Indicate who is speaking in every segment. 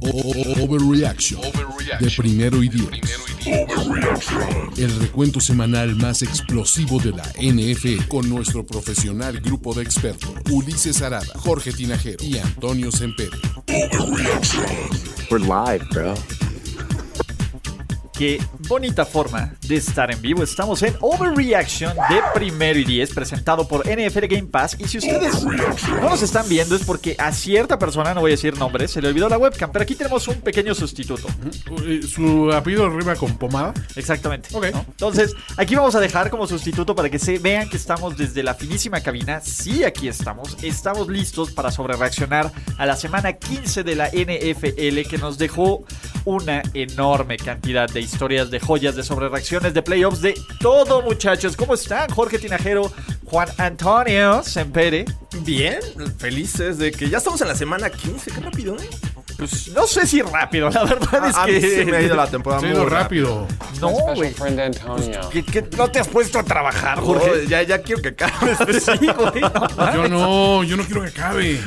Speaker 1: O- o- Overreaction de primero y diez. El recuento semanal más explosivo de la NFL con nuestro profesional grupo de expertos Ulises Arada, Jorge Tinajero y Antonio Semper.
Speaker 2: We're live, bro.
Speaker 3: Qué bonita forma de estar en vivo. Estamos en Overreaction de primero y 10, presentado por NFL Game Pass. Y si ustedes no nos están viendo es porque a cierta persona, no voy a decir nombres, se le olvidó la webcam. Pero aquí tenemos un pequeño sustituto.
Speaker 4: Eh, Su apellido rima con pomada.
Speaker 3: Exactamente.
Speaker 4: Ok.
Speaker 3: ¿no? Entonces, aquí vamos a dejar como sustituto para que se vean que estamos desde la finísima cabina. Sí, aquí estamos. Estamos listos para sobrereaccionar a la semana 15 de la NFL que nos dejó una enorme cantidad de historias, de joyas, de sobrereacciones, de playoffs, de todo, muchachos. ¿Cómo están? Jorge Tinajero, Juan Antonio Sempere.
Speaker 2: Bien, pues, felices de que ya estamos en la semana 15, qué rápido, ¿eh?
Speaker 3: Pues no sé si rápido, la verdad
Speaker 4: Ah,
Speaker 3: es
Speaker 2: a
Speaker 3: que...
Speaker 2: mí se me ha ido la temporada
Speaker 4: Se ha
Speaker 2: muy
Speaker 4: ido rápido.
Speaker 3: No,
Speaker 5: My special
Speaker 3: güey.
Speaker 5: friend Antonio.
Speaker 3: ¿Qué- qué- ¿No te has puesto a trabajar, Jorge?
Speaker 2: Oh, ya, ya quiero que acabe. este
Speaker 3: Sí, güey, no mames.
Speaker 4: Yo no, yo no quiero que acabe.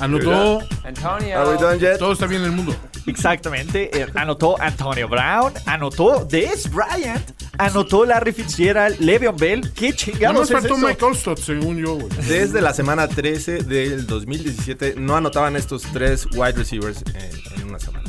Speaker 4: Anotó,
Speaker 2: Are we
Speaker 5: Antonio.
Speaker 2: done yet?
Speaker 4: todo está bien en el mundo.
Speaker 3: Exactamente. eh, anotó Antonio Brown, anotó Des Bryant, anotó Larry Fitzgerald, Le'Veon Bell.
Speaker 4: No
Speaker 3: ¿Qué
Speaker 4: nos
Speaker 3: chingados es
Speaker 4: faltó
Speaker 3: eso?
Speaker 4: Mike Allstott, según yo, güey.
Speaker 2: Desde la semana 13 del 2017 no anotaban estos tres wide receivers eh, en una semana.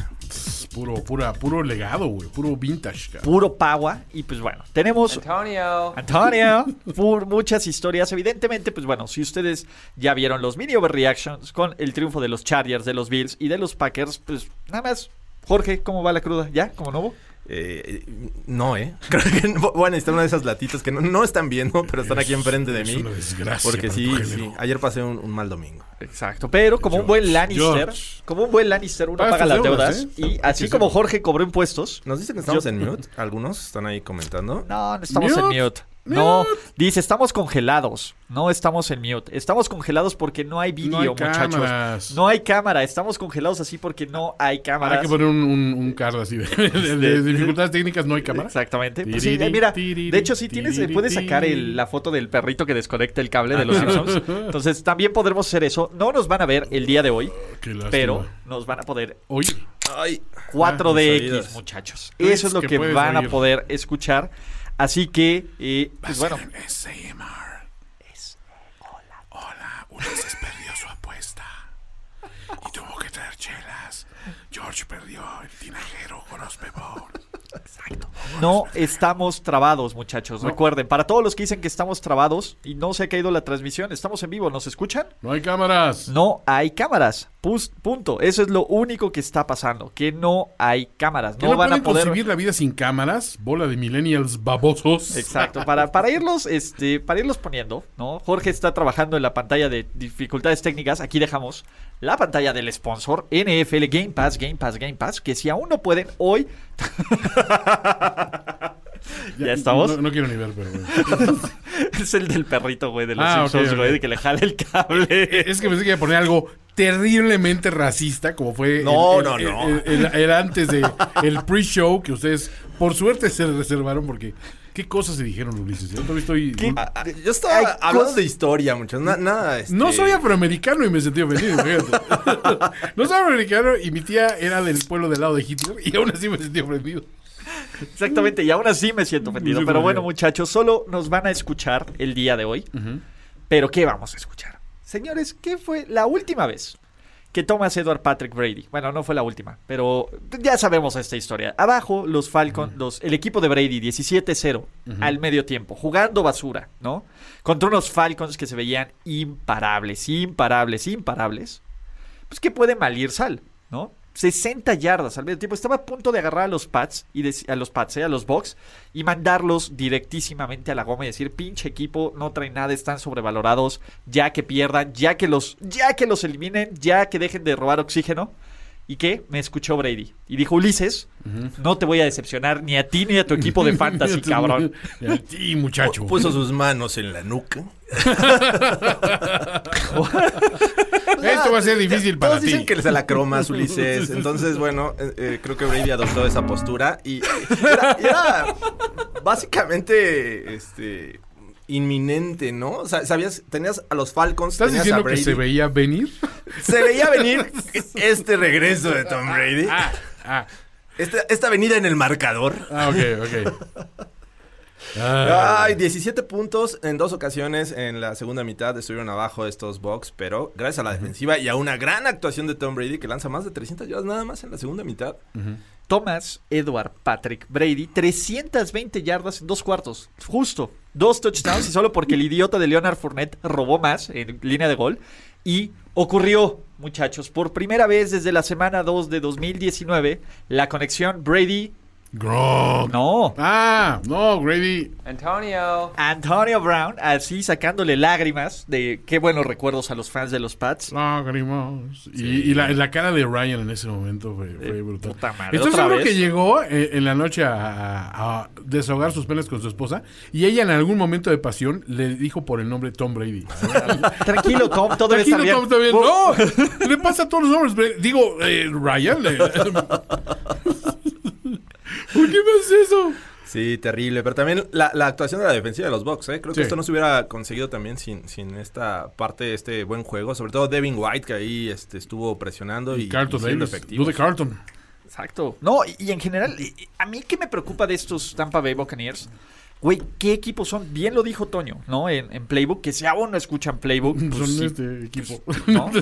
Speaker 4: Puro, pura, puro legado, güey. Puro vintage, cara.
Speaker 3: Puro pagua. Y pues bueno, tenemos
Speaker 5: Antonio.
Speaker 3: Antonio, por muchas historias. Evidentemente, pues bueno, si ustedes ya vieron los mini overreactions con el triunfo de los Chargers, de los Bills y de los Packers, pues nada más. Jorge, ¿cómo va la cruda? ¿Ya? ¿Como nuevo?
Speaker 2: Eh, eh, no, ¿eh? Creo que no- voy a necesitar una de esas latitas que no, no están viendo, pero están aquí enfrente de
Speaker 4: es
Speaker 2: mí.
Speaker 4: una desgracia
Speaker 2: Porque
Speaker 4: para
Speaker 2: sí,
Speaker 4: tu
Speaker 2: sí,
Speaker 4: género.
Speaker 2: ayer pasé un, un mal domingo.
Speaker 3: Exacto, pero como un buen Lannister,
Speaker 4: George.
Speaker 3: como un buen Lannister, uno
Speaker 4: Paga
Speaker 3: paga
Speaker 4: tus
Speaker 3: las
Speaker 4: deudas,
Speaker 3: deudas.
Speaker 4: ¿eh?
Speaker 3: Y así como Jorge cobró impuestos,
Speaker 2: Nos dicen que estamos
Speaker 3: Yo-
Speaker 2: en mute, algunos están ahí comentando.
Speaker 3: No, no estamos
Speaker 4: Mute.
Speaker 3: en mute. No, dice, estamos congelados. No estamos en mute. Estamos congelados porque no hay video,
Speaker 4: hay
Speaker 3: muchachos.
Speaker 4: cámaras. Ah,
Speaker 3: No hay cámara. Estamos congelados así porque no hay
Speaker 4: Habrá
Speaker 3: cámaras.
Speaker 4: que poner un, un, un card así de, de- de dificultades técnicas, no hay cámara.
Speaker 3: Exactamente. Pues sí,
Speaker 4: Tiriri,
Speaker 3: eh, mira,
Speaker 4: tiriri,
Speaker 3: de hecho, si tienes, eh, puedes sacar el- la foto del perrito que desconecta el cable de los Simpsons. Entonces, también podremos hacer eso. No nos van a ver el día de hoy,
Speaker 4: Qué lástima.
Speaker 3: pero nos van a poder
Speaker 4: Oye,
Speaker 2: Ay,
Speaker 4: Ah,
Speaker 2: mis
Speaker 3: 4DX,
Speaker 2: oídos.
Speaker 3: muchachos.
Speaker 4: Tweets
Speaker 3: Eso es lo que,
Speaker 4: que puedes
Speaker 3: van a
Speaker 4: oír.
Speaker 3: poder escuchar. Así que, eh, pues bueno.
Speaker 4: SMR. Hola. Hola, Ulises perdió su apuesta. Y tuvo que traer chelas. George perdió el tinajero con Osmebol.
Speaker 3: No estamos trabados, muchachos. Recuerden, para todos los que dicen que estamos trabados y no se ha caído la transmisión, estamos en vivo, ¿nos escuchan?
Speaker 4: No hay cámaras.
Speaker 3: No hay cámaras. Pus- punto. Eso es lo único que está pasando, que no hay cámaras.
Speaker 4: ¿Qué
Speaker 3: No, van a poder.
Speaker 4: concebir la vida sin cámaras? Bola de millennials babosos.
Speaker 3: Exacto, para, para irlos, este, para irlos poniendo, ¿no? Jorge está trabajando en la pantalla de dificultades técnicas. Aquí dejamos la pantalla del sponsor, NFL Game Pass, Game Pass, Game Pass, que si aún no pueden, hoy. ¿Ya estamos?
Speaker 4: No, no quiero ni ver, pero bueno.
Speaker 3: Es el del perrito, güey, de los
Speaker 4: Ah, ok,
Speaker 3: Simpsons,
Speaker 4: ok.
Speaker 3: güey, de que le jala el cable.
Speaker 4: Es que pensé que iba a poner algo terriblemente racista, como fue. el-
Speaker 2: No,
Speaker 4: el,
Speaker 2: no,
Speaker 4: el-
Speaker 2: no.
Speaker 4: El, el- el antes de el pre-show que ustedes, por suerte, se reservaron porque. ¿Qué cosas se dijeron, Ulises? ¿eh? Yo todavía estoy.
Speaker 2: Ah, Yo estaba
Speaker 3: Hay
Speaker 2: hablando
Speaker 3: cosas-
Speaker 2: de historia, muchachos. na- nada. este-
Speaker 4: No soy afroamericano y me sentí ofendido, fíjate. No soy afroamericano y mi tía era del pueblo del lado de Hitler y aún así me sentí ofendido.
Speaker 3: Exactamente, y aún así me siento ofendido.
Speaker 4: Sí,
Speaker 3: Pero
Speaker 4: muy
Speaker 3: bueno,
Speaker 4: bien.
Speaker 3: muchachos, solo nos van a escuchar el día de hoy. Pero ¿qué vamos a escuchar? Señores, ¿qué fue la última vez que Thomas Edward Patrick Brady? Bueno, no fue la última, pero ya sabemos esta historia. Abajo, los Falcons, los, el equipo de Brady 17-0 al medio tiempo, jugando basura, ¿no? Contra unos Falcons que se veían imparables, imparables, imparables. Pues que puede mal ir sal, ¿no? 60 yardas al medio tiempo. Estaba a punto de agarrar a los Pats y deci- a los Pats, ¿eh? a los Bucks y mandarlos directísimamente a la goma y decir, pinche equipo, no traen nada, están sobrevalorados, ya que pierdan, ya que los, ya que los eliminen, ya que dejen de robar oxígeno. ¿Y qué? Me escuchó Brady. Y dijo, Ulises, no te voy a decepcionar ni a ti ni a tu equipo de fantasy, cabrón.
Speaker 1: Y muchacho.
Speaker 2: Puso sus manos en la nuca.
Speaker 4: Esto va a ser difícil para
Speaker 2: Todos
Speaker 4: ti.
Speaker 2: dicen que se la cromas, Ulises. Entonces, bueno, eh, eh, creo que Brady adoptó esa postura y era, era básicamente este inminente, ¿no? O sea, sabías, tenías a los Falcons,
Speaker 4: ¿Estás
Speaker 2: tenías a
Speaker 4: diciendo que
Speaker 2: Brady.
Speaker 4: se veía venir?
Speaker 2: Se veía venir este regreso de Tom Brady.
Speaker 4: Ah,
Speaker 2: Esta, esta venida en el marcador.
Speaker 4: ah, ok, ok. Ah,
Speaker 2: Ay, 17 puntos en dos ocasiones en la segunda mitad estuvieron abajo estos Bucks, pero gracias a la defensiva y a una gran actuación de Tom Brady que lanza más de 300 yardas nada más en la segunda mitad.
Speaker 3: Thomas Edward Patrick Brady, 320 yardas en dos cuartos. Justo. Dos touchdowns y solo porque el idiota de Leonard Fournette robó más en línea de gol. Y ocurrió, muchachos, por primera vez desde la semana 2 de 2019, la conexión Brady.
Speaker 4: Gronk.
Speaker 3: No.
Speaker 4: Ah, no, Grady.
Speaker 5: Antonio.
Speaker 3: Antonio Brown, así sacándole lágrimas de qué buenos recuerdos a los fans de los Pats.
Speaker 4: Lágrimas. Y- Y, la, la cara de Ryan en ese momento fue, fue brutal.
Speaker 3: puta madre,
Speaker 4: Estoy
Speaker 3: ¿otra
Speaker 4: seguro
Speaker 3: vez?
Speaker 4: que llegó eh, en la noche a, a- a desahogar sus penas con su esposa y ella en algún momento de pasión le dijo por el nombre Tom Brady.
Speaker 3: Tranquilo, Tom, todo está
Speaker 4: Tranquilo,
Speaker 3: bien.
Speaker 4: Tom, está bien. No, le pasa a todos los hombres. Brady. Digo, eh, Ryan. le- ¿Por qué me haces eso?
Speaker 2: Sí, terrible. Pero también la, la actuación de la defensiva de los Bucks, ¿eh? Creo
Speaker 4: Sí.
Speaker 2: que esto no se hubiera conseguido también sin, sin esta parte, este buen juego. Sobre todo Devin White, que ahí este, estuvo presionando y,
Speaker 4: Carlton
Speaker 2: y siendo
Speaker 4: Davis.
Speaker 2: efectivo.
Speaker 4: Dude Carlton.
Speaker 3: Exacto. No, y, y en general, y- y a mí que me preocupa de estos Tampa Bay Buccaneers, güey, ¿qué equipos son? Bien lo dijo Toño, ¿no? En, en Playbook, que si aún no escuchan Playbook, pues,
Speaker 4: Son
Speaker 3: sí,
Speaker 4: este equipo.
Speaker 3: ¿no? ¿no?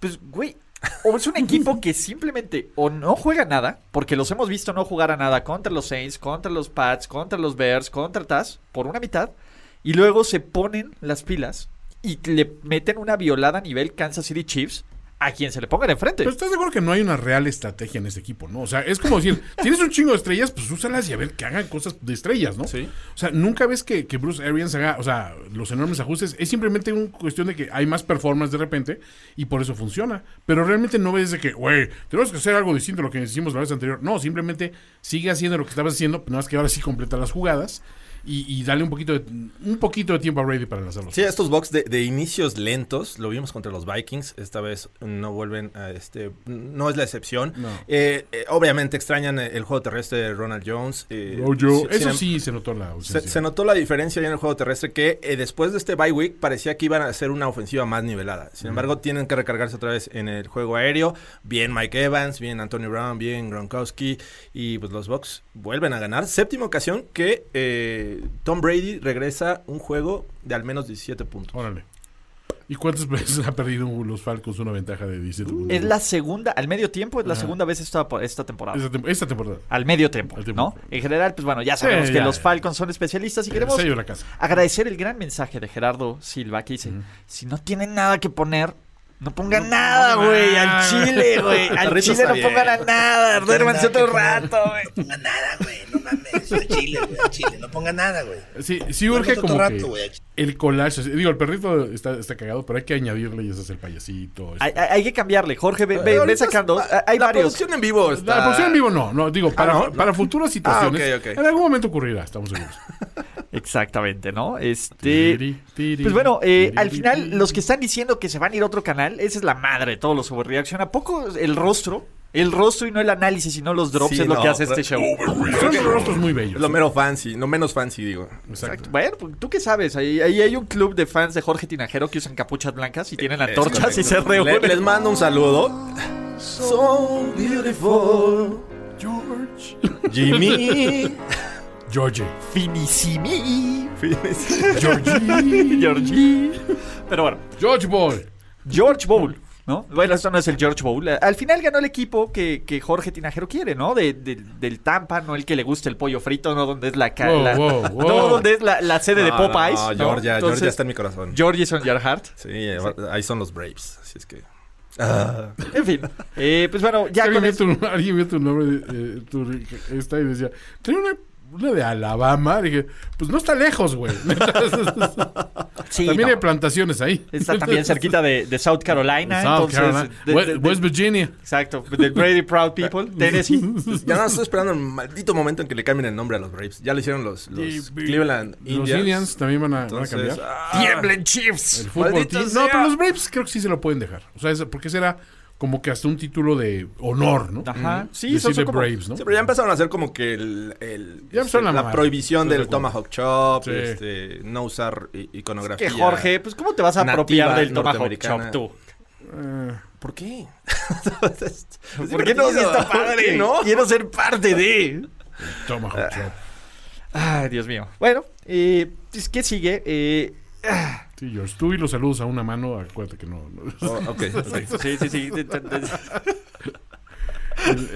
Speaker 3: Pues, güey, o es un equipo que simplemente o no juega nada, porque los hemos visto no jugar a nada contra los Saints, contra los Pats, contra los Bears, contra Taz, por una mitad, y luego se ponen las pilas y le meten una violada a nivel Kansas City Chiefs a quien se le pongan enfrente.
Speaker 4: Pero estás de acuerdo que no hay una real estrategia en este equipo, ¿no? O sea, es como decir, tienes un chingo de estrellas, pues úsalas y a ver que hagan cosas de estrellas, ¿no?
Speaker 2: Sí.
Speaker 4: O sea, nunca ves que, que Bruce Arians haga, o sea, los enormes ajustes. Es simplemente una cuestión de que hay más performance de repente y por eso funciona. Pero realmente no ves de que, güey, tenemos que hacer algo distinto a lo que hicimos la vez anterior. No, simplemente sigue haciendo lo que estabas haciendo, nada más que ahora sí completa las jugadas y, y dale un poquito de, un poquito de tiempo a Brady para lanzarlos.
Speaker 2: Sí, estos Bucks de, de inicios lentos, lo vimos contra los Vikings, esta vez no vuelven a este, no es la excepción.
Speaker 4: No.
Speaker 2: Eh, eh, obviamente extrañan eh, el, el juego terrestre de Ronald Jones. eh,
Speaker 4: Rojo.
Speaker 2: sin-
Speaker 4: Eso
Speaker 2: sin-
Speaker 4: sí se notó la ausencia.
Speaker 2: Se, se notó la diferencia ya en el juego terrestre que eh, después de este bye week parecía que iban a hacer una ofensiva más nivelada. Sin embargo, tienen que recargarse otra vez en el juego aéreo. Bien Mike Evans, bien Antonio Brown, bien Gronkowski y pues los Bucks vuelven a ganar. Séptima ocasión que eh, Tom Brady regresa un juego de al menos 17 puntos.
Speaker 4: Órale. ¿Y cuántas veces ha perdido los Falcons una ventaja de 17 puntos?
Speaker 3: Es la segunda, al medio tiempo es la
Speaker 4: Ajá.
Speaker 3: segunda vez esta, esta temporada.
Speaker 4: Esta, tem- esta temporada.
Speaker 3: Al medio tiempo,
Speaker 4: Al tiempo.
Speaker 3: ¿no? En general, pues bueno, ya sabemos
Speaker 4: Sí,
Speaker 3: que
Speaker 4: ya.
Speaker 3: los Falcons son especialistas y queremos
Speaker 4: El sello de la casa.
Speaker 3: agradecer el gran mensaje de Gerardo Silva que dice, si no tienen nada que poner, no pongan nada, güey, al chile, güey, al
Speaker 2: Rito
Speaker 3: chile
Speaker 2: está
Speaker 3: no
Speaker 2: bien.
Speaker 3: pongan a nada, duérmanse otro rato, güey.
Speaker 6: nada, güey. No mames. al Chile, güey. al Chile. No ponga nada, güey.
Speaker 4: Sí, sí urge
Speaker 6: Otro
Speaker 4: como
Speaker 6: rato,
Speaker 4: que
Speaker 6: güey.
Speaker 4: el collage. así- Digo, el perrito está, está cagado, pero hay que añadirle y ese es el payasito. es-
Speaker 3: Hay, hay- hay que cambiarle, Jorge, ve, ve- ve
Speaker 2: Ahorita
Speaker 3: sacando, eh,
Speaker 2: está-
Speaker 3: hay
Speaker 2: la
Speaker 3: varios.
Speaker 2: producción en vivo está...
Speaker 4: la producción en vivo no, no, digo, para,
Speaker 3: Ah,
Speaker 2: no, no.
Speaker 4: para futuras situaciones.
Speaker 2: Ah, ok, ok.
Speaker 4: En algún momento ocurrirá, estamos seguros.
Speaker 3: Exactamente, ¿no? Este...
Speaker 4: Tiri, tiri,
Speaker 3: Pues bueno, eh,
Speaker 4: tiri,
Speaker 3: al
Speaker 4: tiri,
Speaker 3: final
Speaker 4: tiri.
Speaker 3: los que están diciendo que se van a ir a otro canal, esa es la madre de todos los overreaction. ¿A poco el rostro? El rostro y no el análisis, sino los drops
Speaker 2: Sí,
Speaker 3: es lo
Speaker 2: no,
Speaker 3: que hace
Speaker 2: pero-
Speaker 3: este show.
Speaker 4: Son los rostros muy bellos.
Speaker 2: Lo mero fancy, no menos fancy, digo.
Speaker 4: Exacto.
Speaker 3: Bueno, pues, tú qué sabes, ahí, ahí hay un club de fans de Jorge Tinajero que usan capuchas blancas y tienen antorchas y se
Speaker 2: Eh, Le-
Speaker 3: reúnen.
Speaker 2: les mando un saludo. So beautiful,
Speaker 4: George.
Speaker 2: Jimmy.
Speaker 4: George.
Speaker 3: Finissimi,
Speaker 4: Georgie.
Speaker 3: Georgie. Pero bueno,
Speaker 4: George Boy.
Speaker 3: George Bowl, ¿no? Bueno, esto no es el George Bowl. Al final ganó el equipo que, que Jorge Tinajero quiere, ¿no? De- de- del Tampa, no el que le gusta el pollo frito, no donde es la... ca-
Speaker 4: Wow,
Speaker 3: la-
Speaker 4: wow, wow.
Speaker 3: No donde es la, la sede de
Speaker 2: No,
Speaker 3: Popeyes.
Speaker 2: No, no,
Speaker 3: ¿no?
Speaker 2: Georgia,
Speaker 3: Entonces,
Speaker 2: Georgia está en mi corazón.
Speaker 3: George is on your heart.
Speaker 2: Sí, eh, ahí son los Braves, así es que...
Speaker 3: En fin. eh, pues bueno, ya
Speaker 4: Alguien
Speaker 3: con
Speaker 4: vio,
Speaker 3: esto...
Speaker 4: tu, alguien vio tu nombre, de, eh, tu, esta y decía, tenía una una de Alabama, dije, pues no está lejos, güey.
Speaker 3: Sí,
Speaker 4: también
Speaker 3: no.
Speaker 4: hay plantaciones ahí.
Speaker 3: Está también cerquita de, de South Carolina.
Speaker 4: South
Speaker 3: entonces,
Speaker 4: Carolina.
Speaker 3: de-
Speaker 4: West,
Speaker 3: de- de-
Speaker 4: West Virginia.
Speaker 3: Exacto, de Brady Proud People, Tennessee.
Speaker 2: Pues, Ya no estoy esperando el maldito momento en que le cambien el nombre a los Braves. Ya lo hicieron los, los Cleveland
Speaker 4: Los
Speaker 2: Indians.
Speaker 4: Indians también van a, van a
Speaker 2: Entonces,
Speaker 4: cambiar.
Speaker 2: ah,
Speaker 3: Tiemblen Chiefs.
Speaker 4: El fútbol
Speaker 2: Maldito
Speaker 4: team-
Speaker 2: sea.
Speaker 4: No, pero los Braves creo que sí se lo pueden dejar. O sea, es- porque será como que hasta un título de honor, ¿no?
Speaker 3: Ajá. Ah, Sí, son,
Speaker 4: Decirle
Speaker 3: son como-
Speaker 4: Braves, ¿no?
Speaker 2: Sí, pero ya empezaron a hacer como que el, el- este,
Speaker 4: Ya empezaron a
Speaker 2: la
Speaker 4: mamar.
Speaker 2: prohibición
Speaker 4: Estoy de
Speaker 2: del
Speaker 4: acuerdo.
Speaker 2: Tomahawk Chop,
Speaker 4: Sí.
Speaker 2: este, no usar i- iconografía.
Speaker 3: Que Jorge, pues ¿cómo te vas a
Speaker 2: Nativa
Speaker 3: apropiar del Tomahawk
Speaker 2: norteamericana.
Speaker 3: Chop tú?
Speaker 2: ¿Por qué?
Speaker 3: ¿Por qué no
Speaker 2: divertido.
Speaker 3: está
Speaker 2: ¿Por
Speaker 3: padre?
Speaker 2: qué no?
Speaker 3: Quiero ser parte de.
Speaker 4: Tomahawk Chop.
Speaker 3: Ay, Dios mío. Bueno, eh, pues, ¿qué sigue? Eh,
Speaker 4: Sí, George, tú y los saludos a una mano, acuérdate que no. no.
Speaker 2: Oh, ok, ok.
Speaker 3: sí, sí, sí. de- de- de-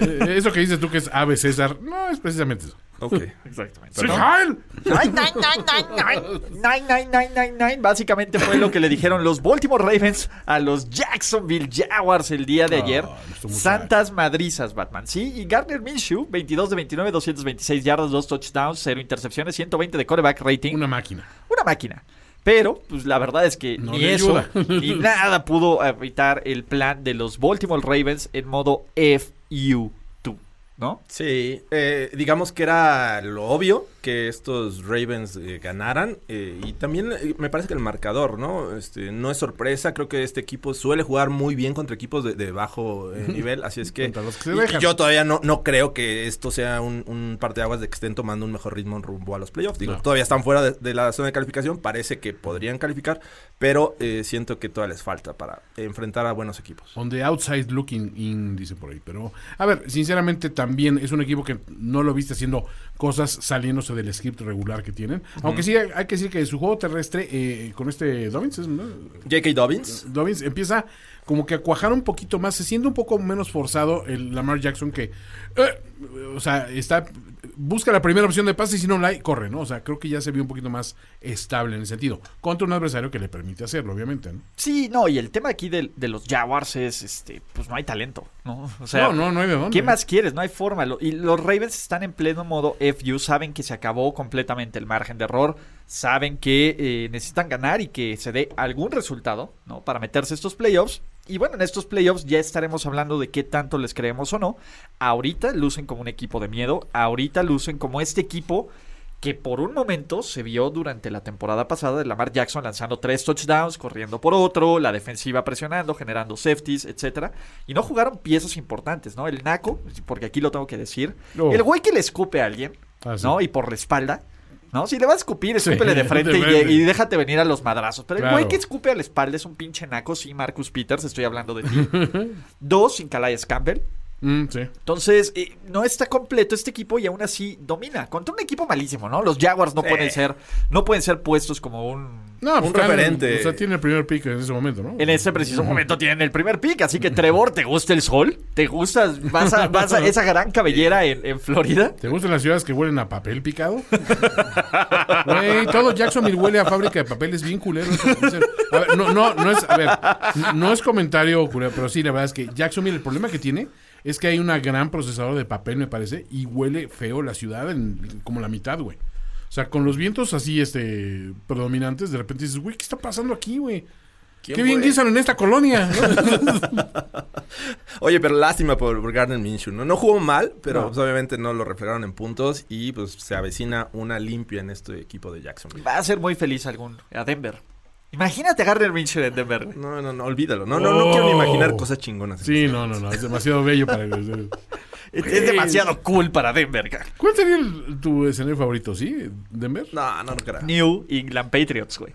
Speaker 4: Eh, Eso que dices tú que es Ave César, no es precisamente eso.
Speaker 2: ok.
Speaker 3: Exactamente.
Speaker 4: ¡Sí, Kyle!
Speaker 3: Nine, nine, nine, nine, nine. Nine, nine, nine, nine, nine. Básicamente fue lo que le dijeron los Baltimore Ravens a los Jacksonville Jaguars el día de ayer.
Speaker 4: no estuvo muy
Speaker 3: Santas madrizas, Batman. Sí, y Gardner Minshew, 22 de 29, 226 yardas, 2 touchdowns, 0 intercepciones, 120 de coreback rating.
Speaker 4: Una máquina.
Speaker 3: Una máquina. Pero, pues la verdad es que
Speaker 4: No
Speaker 3: ni
Speaker 4: le
Speaker 3: eso
Speaker 4: ayuda.
Speaker 3: ni nada pudo evitar el plan de los Baltimore Ravens en modo FU2, ¿no?
Speaker 2: Sí, eh, digamos que era lo obvio que estos Ravens eh, ganaran eh, y también eh, me parece que el marcador, ¿no? Este, no es sorpresa, creo que este equipo suele jugar muy bien contra equipos de, de bajo eh, nivel, así es que,
Speaker 4: Contra los que se
Speaker 2: y- y
Speaker 4: dejan.
Speaker 2: yo todavía no, no creo que esto sea un, un parteaguas de que estén tomando un mejor ritmo en rumbo a los playoffs, digo,
Speaker 4: No.
Speaker 2: todavía están fuera de, de la zona de calificación, parece que podrían calificar, pero eh, siento que todavía les falta para enfrentar a buenos equipos.
Speaker 4: On the outside looking in, dice por ahí. Pero, a ver, sinceramente también es un equipo que no lo viste haciendo cosas saliéndose del script regular que tienen. Aunque sí, hay hay que decir que su juego terrestre eh, con este Dobbins, ¿es, no?
Speaker 2: J.K. Dobbins.
Speaker 4: Dobbins empieza como que a cuajar un poquito más, se siente un poco menos forzado el Lamar Jackson que, eh, o sea, está busca la primera opción de pase y si no la hay, corre, ¿no? O sea, creo que ya se vio un poquito más estable en ese sentido, contra un adversario que le permite hacerlo, obviamente, ¿no?
Speaker 3: Sí, no, y el tema aquí de, de los Jaguars es, este, pues no hay talento, ¿no? O sea,
Speaker 4: no, no, no hay de dónde.
Speaker 3: ¿qué más quieres? No hay forma. Lo- y los Ravens están en pleno modo FU, saben que se acabó completamente el margen de error, saben que eh, necesitan ganar y que se dé algún resultado, ¿no? Para meterse a estos playoffs. Y bueno, en estos playoffs ya estaremos hablando de qué tanto les creemos o no. Ahorita lucen como un equipo de miedo, ahorita lucen como este equipo que por un momento se vio durante la temporada pasada de Lamar Jackson lanzando tres touchdowns, corriendo por otro, la defensiva presionando, generando safeties, etcétera, y no jugaron piezas importantes, ¿no? El Naco, porque aquí lo tengo que decir,
Speaker 4: No.
Speaker 3: el güey que le escupe a alguien,
Speaker 4: Oh. Ah, sí.
Speaker 3: ¿no? Y por la espalda, ¿no? Si le vas a escupir, escúpele
Speaker 4: Sí,
Speaker 3: de frente
Speaker 4: de
Speaker 3: y,
Speaker 4: frente.
Speaker 3: y déjate venir a los madrazos, pero el
Speaker 4: Claro.
Speaker 3: güey que escupe a la espalda es un pinche Naco, sí, Marcus Peters, estoy hablando de ti. Dos, sin Calais Campbell,
Speaker 4: Mm, sí.
Speaker 3: entonces, eh, no está completo este equipo y aún así domina. Contra un equipo malísimo, ¿no? Los Jaguars no pueden ser, no pueden ser puestos como un.
Speaker 4: No, pues,
Speaker 2: Un
Speaker 4: claro,
Speaker 2: referente.
Speaker 4: O sea, tiene el primer pick en ese momento, ¿no?
Speaker 3: En este preciso momento tienen el primer pick, así que Trevor, ¿te gusta el sol? ¿Te gusta? ¿Vas a, vas a esa gran cabellera en, en Florida?
Speaker 4: ¿Te gustan las ciudades que huelen a papel picado? Güey, todo Jacksonville huele a fábrica de papel, es bien culero. En serio. A ver, no, no, no es, a ver, no es comentario culero, pero sí, la verdad es que Jacksonville, el problema que tiene es que hay una gran procesadora de papel, me parece, y huele feo la ciudad en como la mitad, güey. O sea, con los vientos así, este, predominantes, de repente dices, güey, ¿qué está pasando aquí, güey? Qué bien guisan en esta colonia.
Speaker 2: Oye, pero lástima por, por Gardner Minshew, ¿no? No jugó mal, pero pues, obviamente no lo reflejaron en puntos y pues se avecina una limpia en este equipo de Jacksonville.
Speaker 3: Va a ser muy feliz algún. A Denver. Imagínate a Gardner Minshew en Denver.
Speaker 2: No, no, no, olvídalo. No, no, no quiero ni imaginar cosas chingonas.
Speaker 4: Sí, no, no, no, es demasiado bello para...
Speaker 3: Es, es demasiado cool para Denver. cara.
Speaker 4: ¿Cuál sería el- tu escenario favorito? ¿Sí? ¿Denver?
Speaker 2: No, no, no, creo.
Speaker 3: New England Patriots, güey.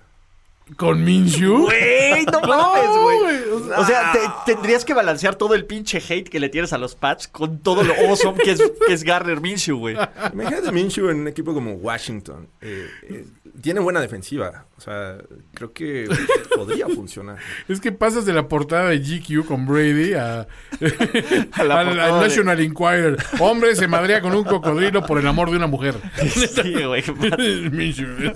Speaker 4: ¿Con Minshew?
Speaker 3: ¡Ey, no mames,
Speaker 4: No,
Speaker 3: güey!
Speaker 4: güey, ah.
Speaker 3: O sea, te- tendrías que balancear todo el pinche hate que le tienes a los Pats con todo lo awesome que es, que es Garner Minshew, güey.
Speaker 2: Imagínate a Minshew en un equipo como Washington. Eh, eh, tiene buena defensiva. O sea, creo que podría funcionar.
Speaker 4: Es que pasas de la portada de GQ con Brady a,
Speaker 3: A la
Speaker 4: al- al
Speaker 3: portada de-
Speaker 4: National Enquirer. Hombre se madrea con un cocodrilo por el amor de una mujer.
Speaker 3: Sí, güey.
Speaker 4: Minshew.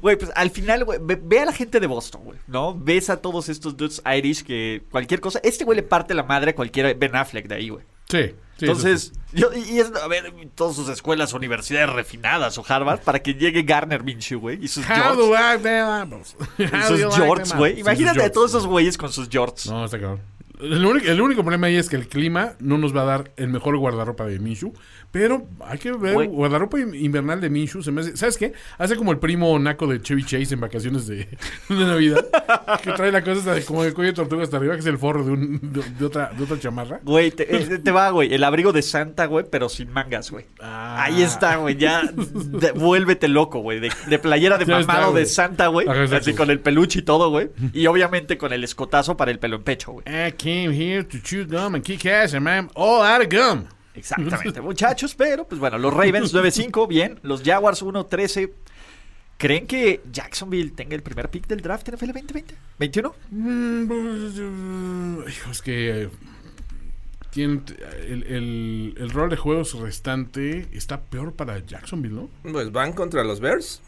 Speaker 3: Güey, pues al final, güey, ve, ve a la gente de Boston, güey, ¿no? Ves a todos estos dudes Irish que cualquier cosa... Este güey le parte la madre a cualquier Ben Affleck de ahí, güey.
Speaker 4: sí. Sí,
Speaker 3: Entonces, yo, y es, a ver, todas sus escuelas, universidades refinadas o Harvard, para que llegue Garner Minshew, güey, y sus
Speaker 4: How do
Speaker 3: jorts.
Speaker 4: I them apples?
Speaker 3: y
Speaker 4: How do
Speaker 3: sus
Speaker 4: you like
Speaker 3: jorts,
Speaker 4: them
Speaker 3: güey.
Speaker 4: apples?
Speaker 3: Imagínate
Speaker 4: Sus
Speaker 3: a todos
Speaker 4: jorts.
Speaker 3: esos güeyes con sus jorts.
Speaker 4: No, está cabrón. El único, el único problema ahí es que el clima no nos va a dar el mejor guardarropa de Minshu. Pero hay que ver,
Speaker 3: Güey.
Speaker 4: guardarropa in- invernal de Minshu se me hace- ¿Sabes qué? Hace como el primo naco de Chevy Chase en vacaciones de, de Navidad. que trae la cosa hasta de- como el cuello de tortuga hasta arriba, que es el forro de, un- de- de otra, de otra chamarra.
Speaker 3: Güey, te, eh, te va, güey. El abrigo de Santa, güey, pero sin mangas, güey.
Speaker 4: Ah.
Speaker 3: Ahí está, güey. Ya de- vuélvete loco, güey. De, de playera de
Speaker 4: Ya está,
Speaker 3: mamado
Speaker 4: güey.
Speaker 3: de Santa, güey.
Speaker 4: Ajá, exacto.
Speaker 3: Así con el peluche y todo, güey. Y obviamente con el escotazo para el pelo en pecho, güey.
Speaker 4: I came here to chew gum and kick ass and I'm all out of gum.
Speaker 3: Exactamente, muchachos. Pero, pues bueno, los Ravens 9-5, bien. Los Jaguars 1-13. ¿Creen que Jacksonville tenga el primer pick del draft en NFL 2020? ¿21?
Speaker 4: Mm, pues, eh, hijo, es que eh, tienen- el, el- el rol de juegos restante está peor para Jacksonville, ¿no?
Speaker 2: Pues van contra los Bears,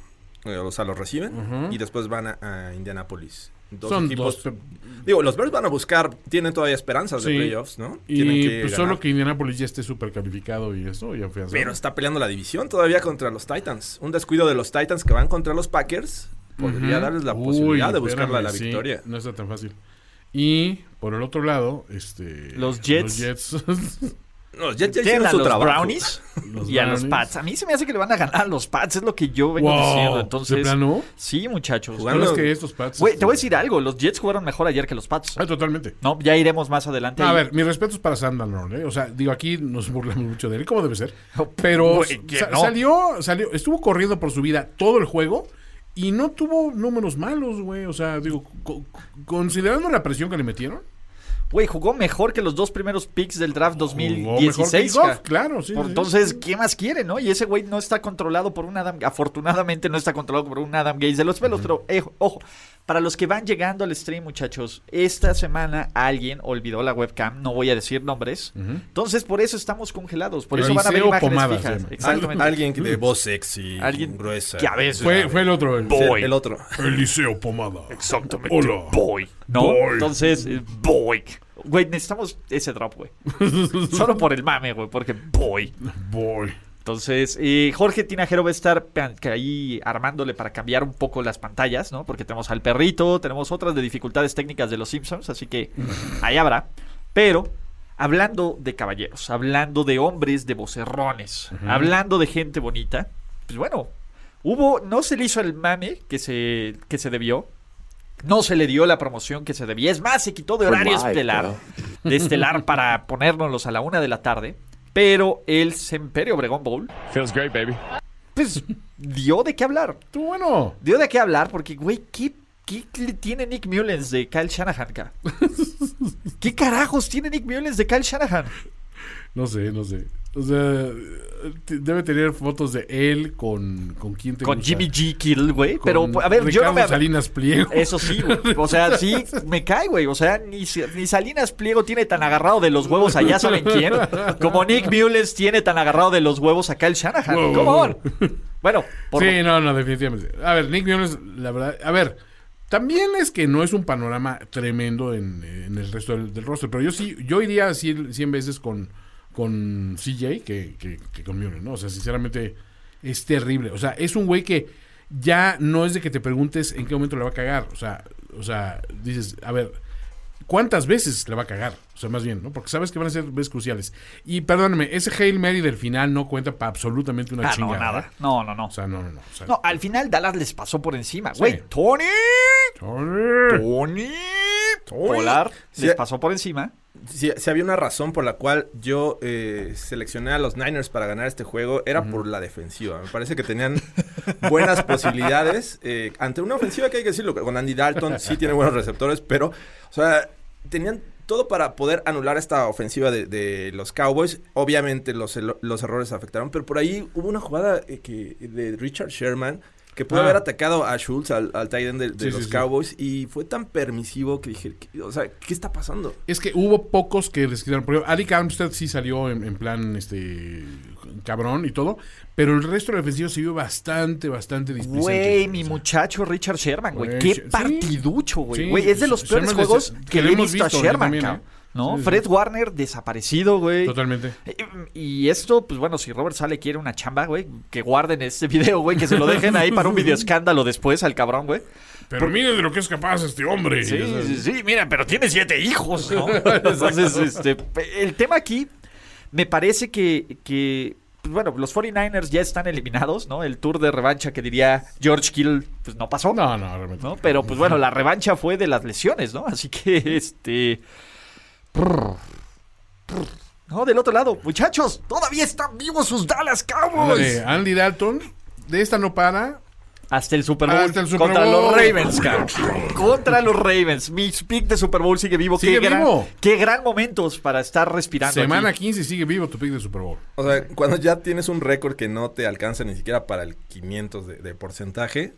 Speaker 2: eh, o sea, los reciben, y después van a, a Indianapolis. Dos
Speaker 4: Son
Speaker 2: equipos-
Speaker 4: dos. pe-
Speaker 2: Digo, los Bears van a buscar, tienen todavía esperanzas
Speaker 4: Sí.
Speaker 2: de playoffs, ¿no? Tienen
Speaker 4: Y pues,
Speaker 2: ganar.
Speaker 4: solo que Indianapolis ya esté súper calificado y eso, ya fue
Speaker 2: Pero está peleando la división todavía contra los Titans. Un descuido de los Titans que van contra los Packers podría darles la posibilidad de buscar la, la victoria.
Speaker 4: no está tan fácil. Y por el otro lado, este.
Speaker 3: Los Jets.
Speaker 4: Jets.
Speaker 2: No, los Jets ya
Speaker 3: Tienen
Speaker 2: hicieron
Speaker 3: a
Speaker 2: su
Speaker 3: los
Speaker 2: trabajo.
Speaker 3: Brownies
Speaker 4: Los
Speaker 3: y a los
Speaker 4: Brownies.
Speaker 3: Pats. A mí se me hace que le van a ganar a los Pats, es lo que yo vengo
Speaker 4: Wow,
Speaker 3: diciendo.
Speaker 4: ¿de
Speaker 3: Entonces,
Speaker 4: plano?
Speaker 3: sí, muchachos.
Speaker 2: Jugando-
Speaker 4: ¿Sabes que estos Pats? este,
Speaker 3: Güey, te voy a decir algo. Los Jets jugaron mejor ayer que los Pats.
Speaker 4: Ah, totalmente.
Speaker 3: No, ya iremos más adelante.
Speaker 4: No, a
Speaker 3: ahí.
Speaker 4: ver, mis respetos para Sam Darnold, ¿eh? O sea, digo, aquí nos burlamos mucho de él, como debe ser. Pero
Speaker 3: Güey, que
Speaker 4: sa-
Speaker 3: no.
Speaker 4: salió, salió, estuvo corriendo por su vida todo el juego y no tuvo números malos, güey. O sea, digo, co- co- considerando la presión que le metieron,
Speaker 3: Güey, jugó mejor que los dos primeros picks del draft
Speaker 4: jugó mejor que
Speaker 3: 2016.
Speaker 4: Goff,
Speaker 3: ca.
Speaker 4: claro, sí. sí, sí.
Speaker 3: Entonces, ¿qué más quiere, no? Y ese güey no está controlado por un Adam... Afortunadamente no está controlado por un Adam Gates de los pelos, pero eh, ojo, para los que van llegando al stream, muchachos, esta semana alguien olvidó la webcam, no voy a decir nombres. Entonces, por eso estamos congelados, por eso van a ver
Speaker 4: Eliseo
Speaker 3: imágenes
Speaker 4: Pomada se
Speaker 3: fijas.
Speaker 4: llama.
Speaker 2: Al-
Speaker 3: Exactamente.
Speaker 2: alguien que de voz sexy,
Speaker 3: Alguien
Speaker 2: gruesa.
Speaker 3: que a veces-
Speaker 4: fue, fue el otro. El,
Speaker 2: Sí, el otro.
Speaker 4: Eliseo Pomada.
Speaker 3: Exactamente.
Speaker 4: Hola.
Speaker 3: Boy. ¿No?
Speaker 4: Boy.
Speaker 3: Entonces, eh, boy. Güey, necesitamos ese drop, güey. Solo por el mame, güey, porque boy.
Speaker 4: Boy.
Speaker 3: Entonces, eh, Jorge Tinajero va a estar pe- que ahí armándole para cambiar un poco las pantallas, ¿no? Porque tenemos al perrito, tenemos otras de dificultades técnicas de los Simpsons, así que ahí habrá. Pero, hablando de caballeros, hablando de hombres de vocerrones, hablando de gente bonita, pues bueno, hubo, no se le hizo el mame que se, que se debió, no se le dio la promoción que se debía. Es más, se quitó de horario estelar, de estelar para ponérnoslos a la una de la tarde. Pero el Semperio Obregón Bowl
Speaker 5: Feels great, baby.
Speaker 3: pues dio de qué hablar.
Speaker 4: Tú, bueno.
Speaker 3: Dio de qué hablar porque, güey, ¿qué, qué le tiene Nick Mullens de Kyle Shanahan? ca? ¿Qué carajos tiene Nick Mullens de Kyle Shanahan?
Speaker 4: No sé, no sé. O sea, t- debe tener fotos de él con, con quién te
Speaker 3: Con
Speaker 4: gusta.
Speaker 3: Jimmy G. Kill, güey.
Speaker 4: Con
Speaker 3: Pero, a ver, yo no
Speaker 4: Ricardo
Speaker 3: me... Eh,
Speaker 4: Salinas Pliego.
Speaker 3: Eso sí, güey. O sea, sí, me cae, güey. O sea, ni, ni Salinas Pliego tiene tan agarrado de los huevos allá, ¿saben quién? Como Nick Mullens tiene tan agarrado de los huevos a Kyle Shanahan.
Speaker 4: Wow,
Speaker 3: Come
Speaker 4: wow,
Speaker 3: on. Bueno, por
Speaker 4: sí, no, no, definitivamente. A ver, Nick Mullens, la verdad, a ver, también es que no es un panorama tremendo en, en el resto del, del roster, pero yo sí, yo iría 100, 100 veces con, con CJ que, que, que con Mullens, ¿no? O sea, sinceramente es terrible. O sea, es un güey que ya no es de que te preguntes en qué momento le va a cagar. O sea, o sea, dices, a ver, ¿Cuántas veces le va a cagar? O sea, más bien, ¿no? Porque sabes que van a ser veces cruciales. Y perdóname, ese Hail Mary del final no cuenta para absolutamente una
Speaker 3: Ah,
Speaker 4: chingada. ¿eh?
Speaker 3: no, nada. No, no, no.
Speaker 4: O sea, no, no, no. O sea,
Speaker 3: No, al final Dallas les pasó por encima. Güey, Tony.
Speaker 4: Tony.
Speaker 3: Tony. Polar
Speaker 2: Sí.
Speaker 3: les pasó por encima.
Speaker 2: Si, si había una razón por la cual yo eh, seleccioné a los Niners para ganar este juego, era por la defensiva. Me parece que tenían buenas posibilidades eh, ante una ofensiva que hay que decirlo. que Con Andy Dalton sí tiene buenos receptores, pero, o sea, tenían todo para poder anular esta ofensiva de, de los Cowboys. Obviamente los, el- los errores afectaron, pero por ahí hubo una jugada eh, que, de Richard Sherman. Que pudo
Speaker 4: Ah.
Speaker 2: haber atacado a Schultz, al, al tight end de, de
Speaker 4: Sí,
Speaker 2: los
Speaker 4: sí, sí.
Speaker 2: Cowboys, y fue tan permisivo que dije, que- o sea, ¿qué está pasando?
Speaker 4: Es que hubo pocos que les quitaron. Por ejemplo, Arik Armstead sí salió en, en plan este cabrón y todo, pero el resto del defensivo se vio bastante, bastante displicente.
Speaker 3: Güey, mi
Speaker 4: O sea,
Speaker 3: muchacho Richard Sherman, güey.
Speaker 4: Güey,
Speaker 3: Qué
Speaker 4: Sh- sí.
Speaker 3: partiducho, güey.
Speaker 4: Sí,
Speaker 3: Güey, es de los
Speaker 4: Sh-
Speaker 3: peores
Speaker 4: Sherman
Speaker 3: juegos
Speaker 4: desde-
Speaker 3: que
Speaker 4: que
Speaker 3: le
Speaker 4: lo
Speaker 3: he
Speaker 4: hemos
Speaker 3: visto a
Speaker 4: visto, yo
Speaker 3: Sherman,
Speaker 4: también,
Speaker 3: cabrón.
Speaker 4: ¿eh?
Speaker 3: ¿no? Fred Warner desaparecido, güey.
Speaker 4: Totalmente.
Speaker 3: Eh, Y esto, pues bueno, si Robert Sale quiere una chamba, güey, que guarden este video, güey, que se lo dejen ahí para un video escándalo después al cabrón, güey.
Speaker 4: Pero miren de lo que es capaz este hombre.
Speaker 3: Sí,
Speaker 4: O sea,
Speaker 3: sí, sí, mira, pero tiene siete hijos, ¿no? Entonces, este, el tema aquí me parece que, que, pues, bueno, los 49ers ya están eliminados, ¿no? El tour de revancha que diría George Kill, pues no pasó.
Speaker 4: No, no, realmente.
Speaker 3: ¿no? Pero pues bueno, la revancha fue de las lesiones, ¿no? Así que este. No, del otro lado, muchachos, todavía están vivos sus Dallas
Speaker 4: Ándale,
Speaker 3: Cowboys.
Speaker 4: Andy Dalton, de esta no para.
Speaker 3: Hasta el Super Bowl
Speaker 4: Hasta el Super
Speaker 3: contra
Speaker 4: Bowl.
Speaker 3: los Ravens, cabrón. Contra los Ravens. Mi pick de Super Bowl sigue vivo.
Speaker 4: Sigue
Speaker 3: qué,
Speaker 4: vivo.
Speaker 3: Gran, qué gran momentos para estar respirando.
Speaker 4: Semana
Speaker 3: aquí.
Speaker 4: 15 sigue vivo tu pick de Super Bowl.
Speaker 2: O sea, cuando ya tienes un récord que no te alcanza ni siquiera para el 500 de, de porcentaje,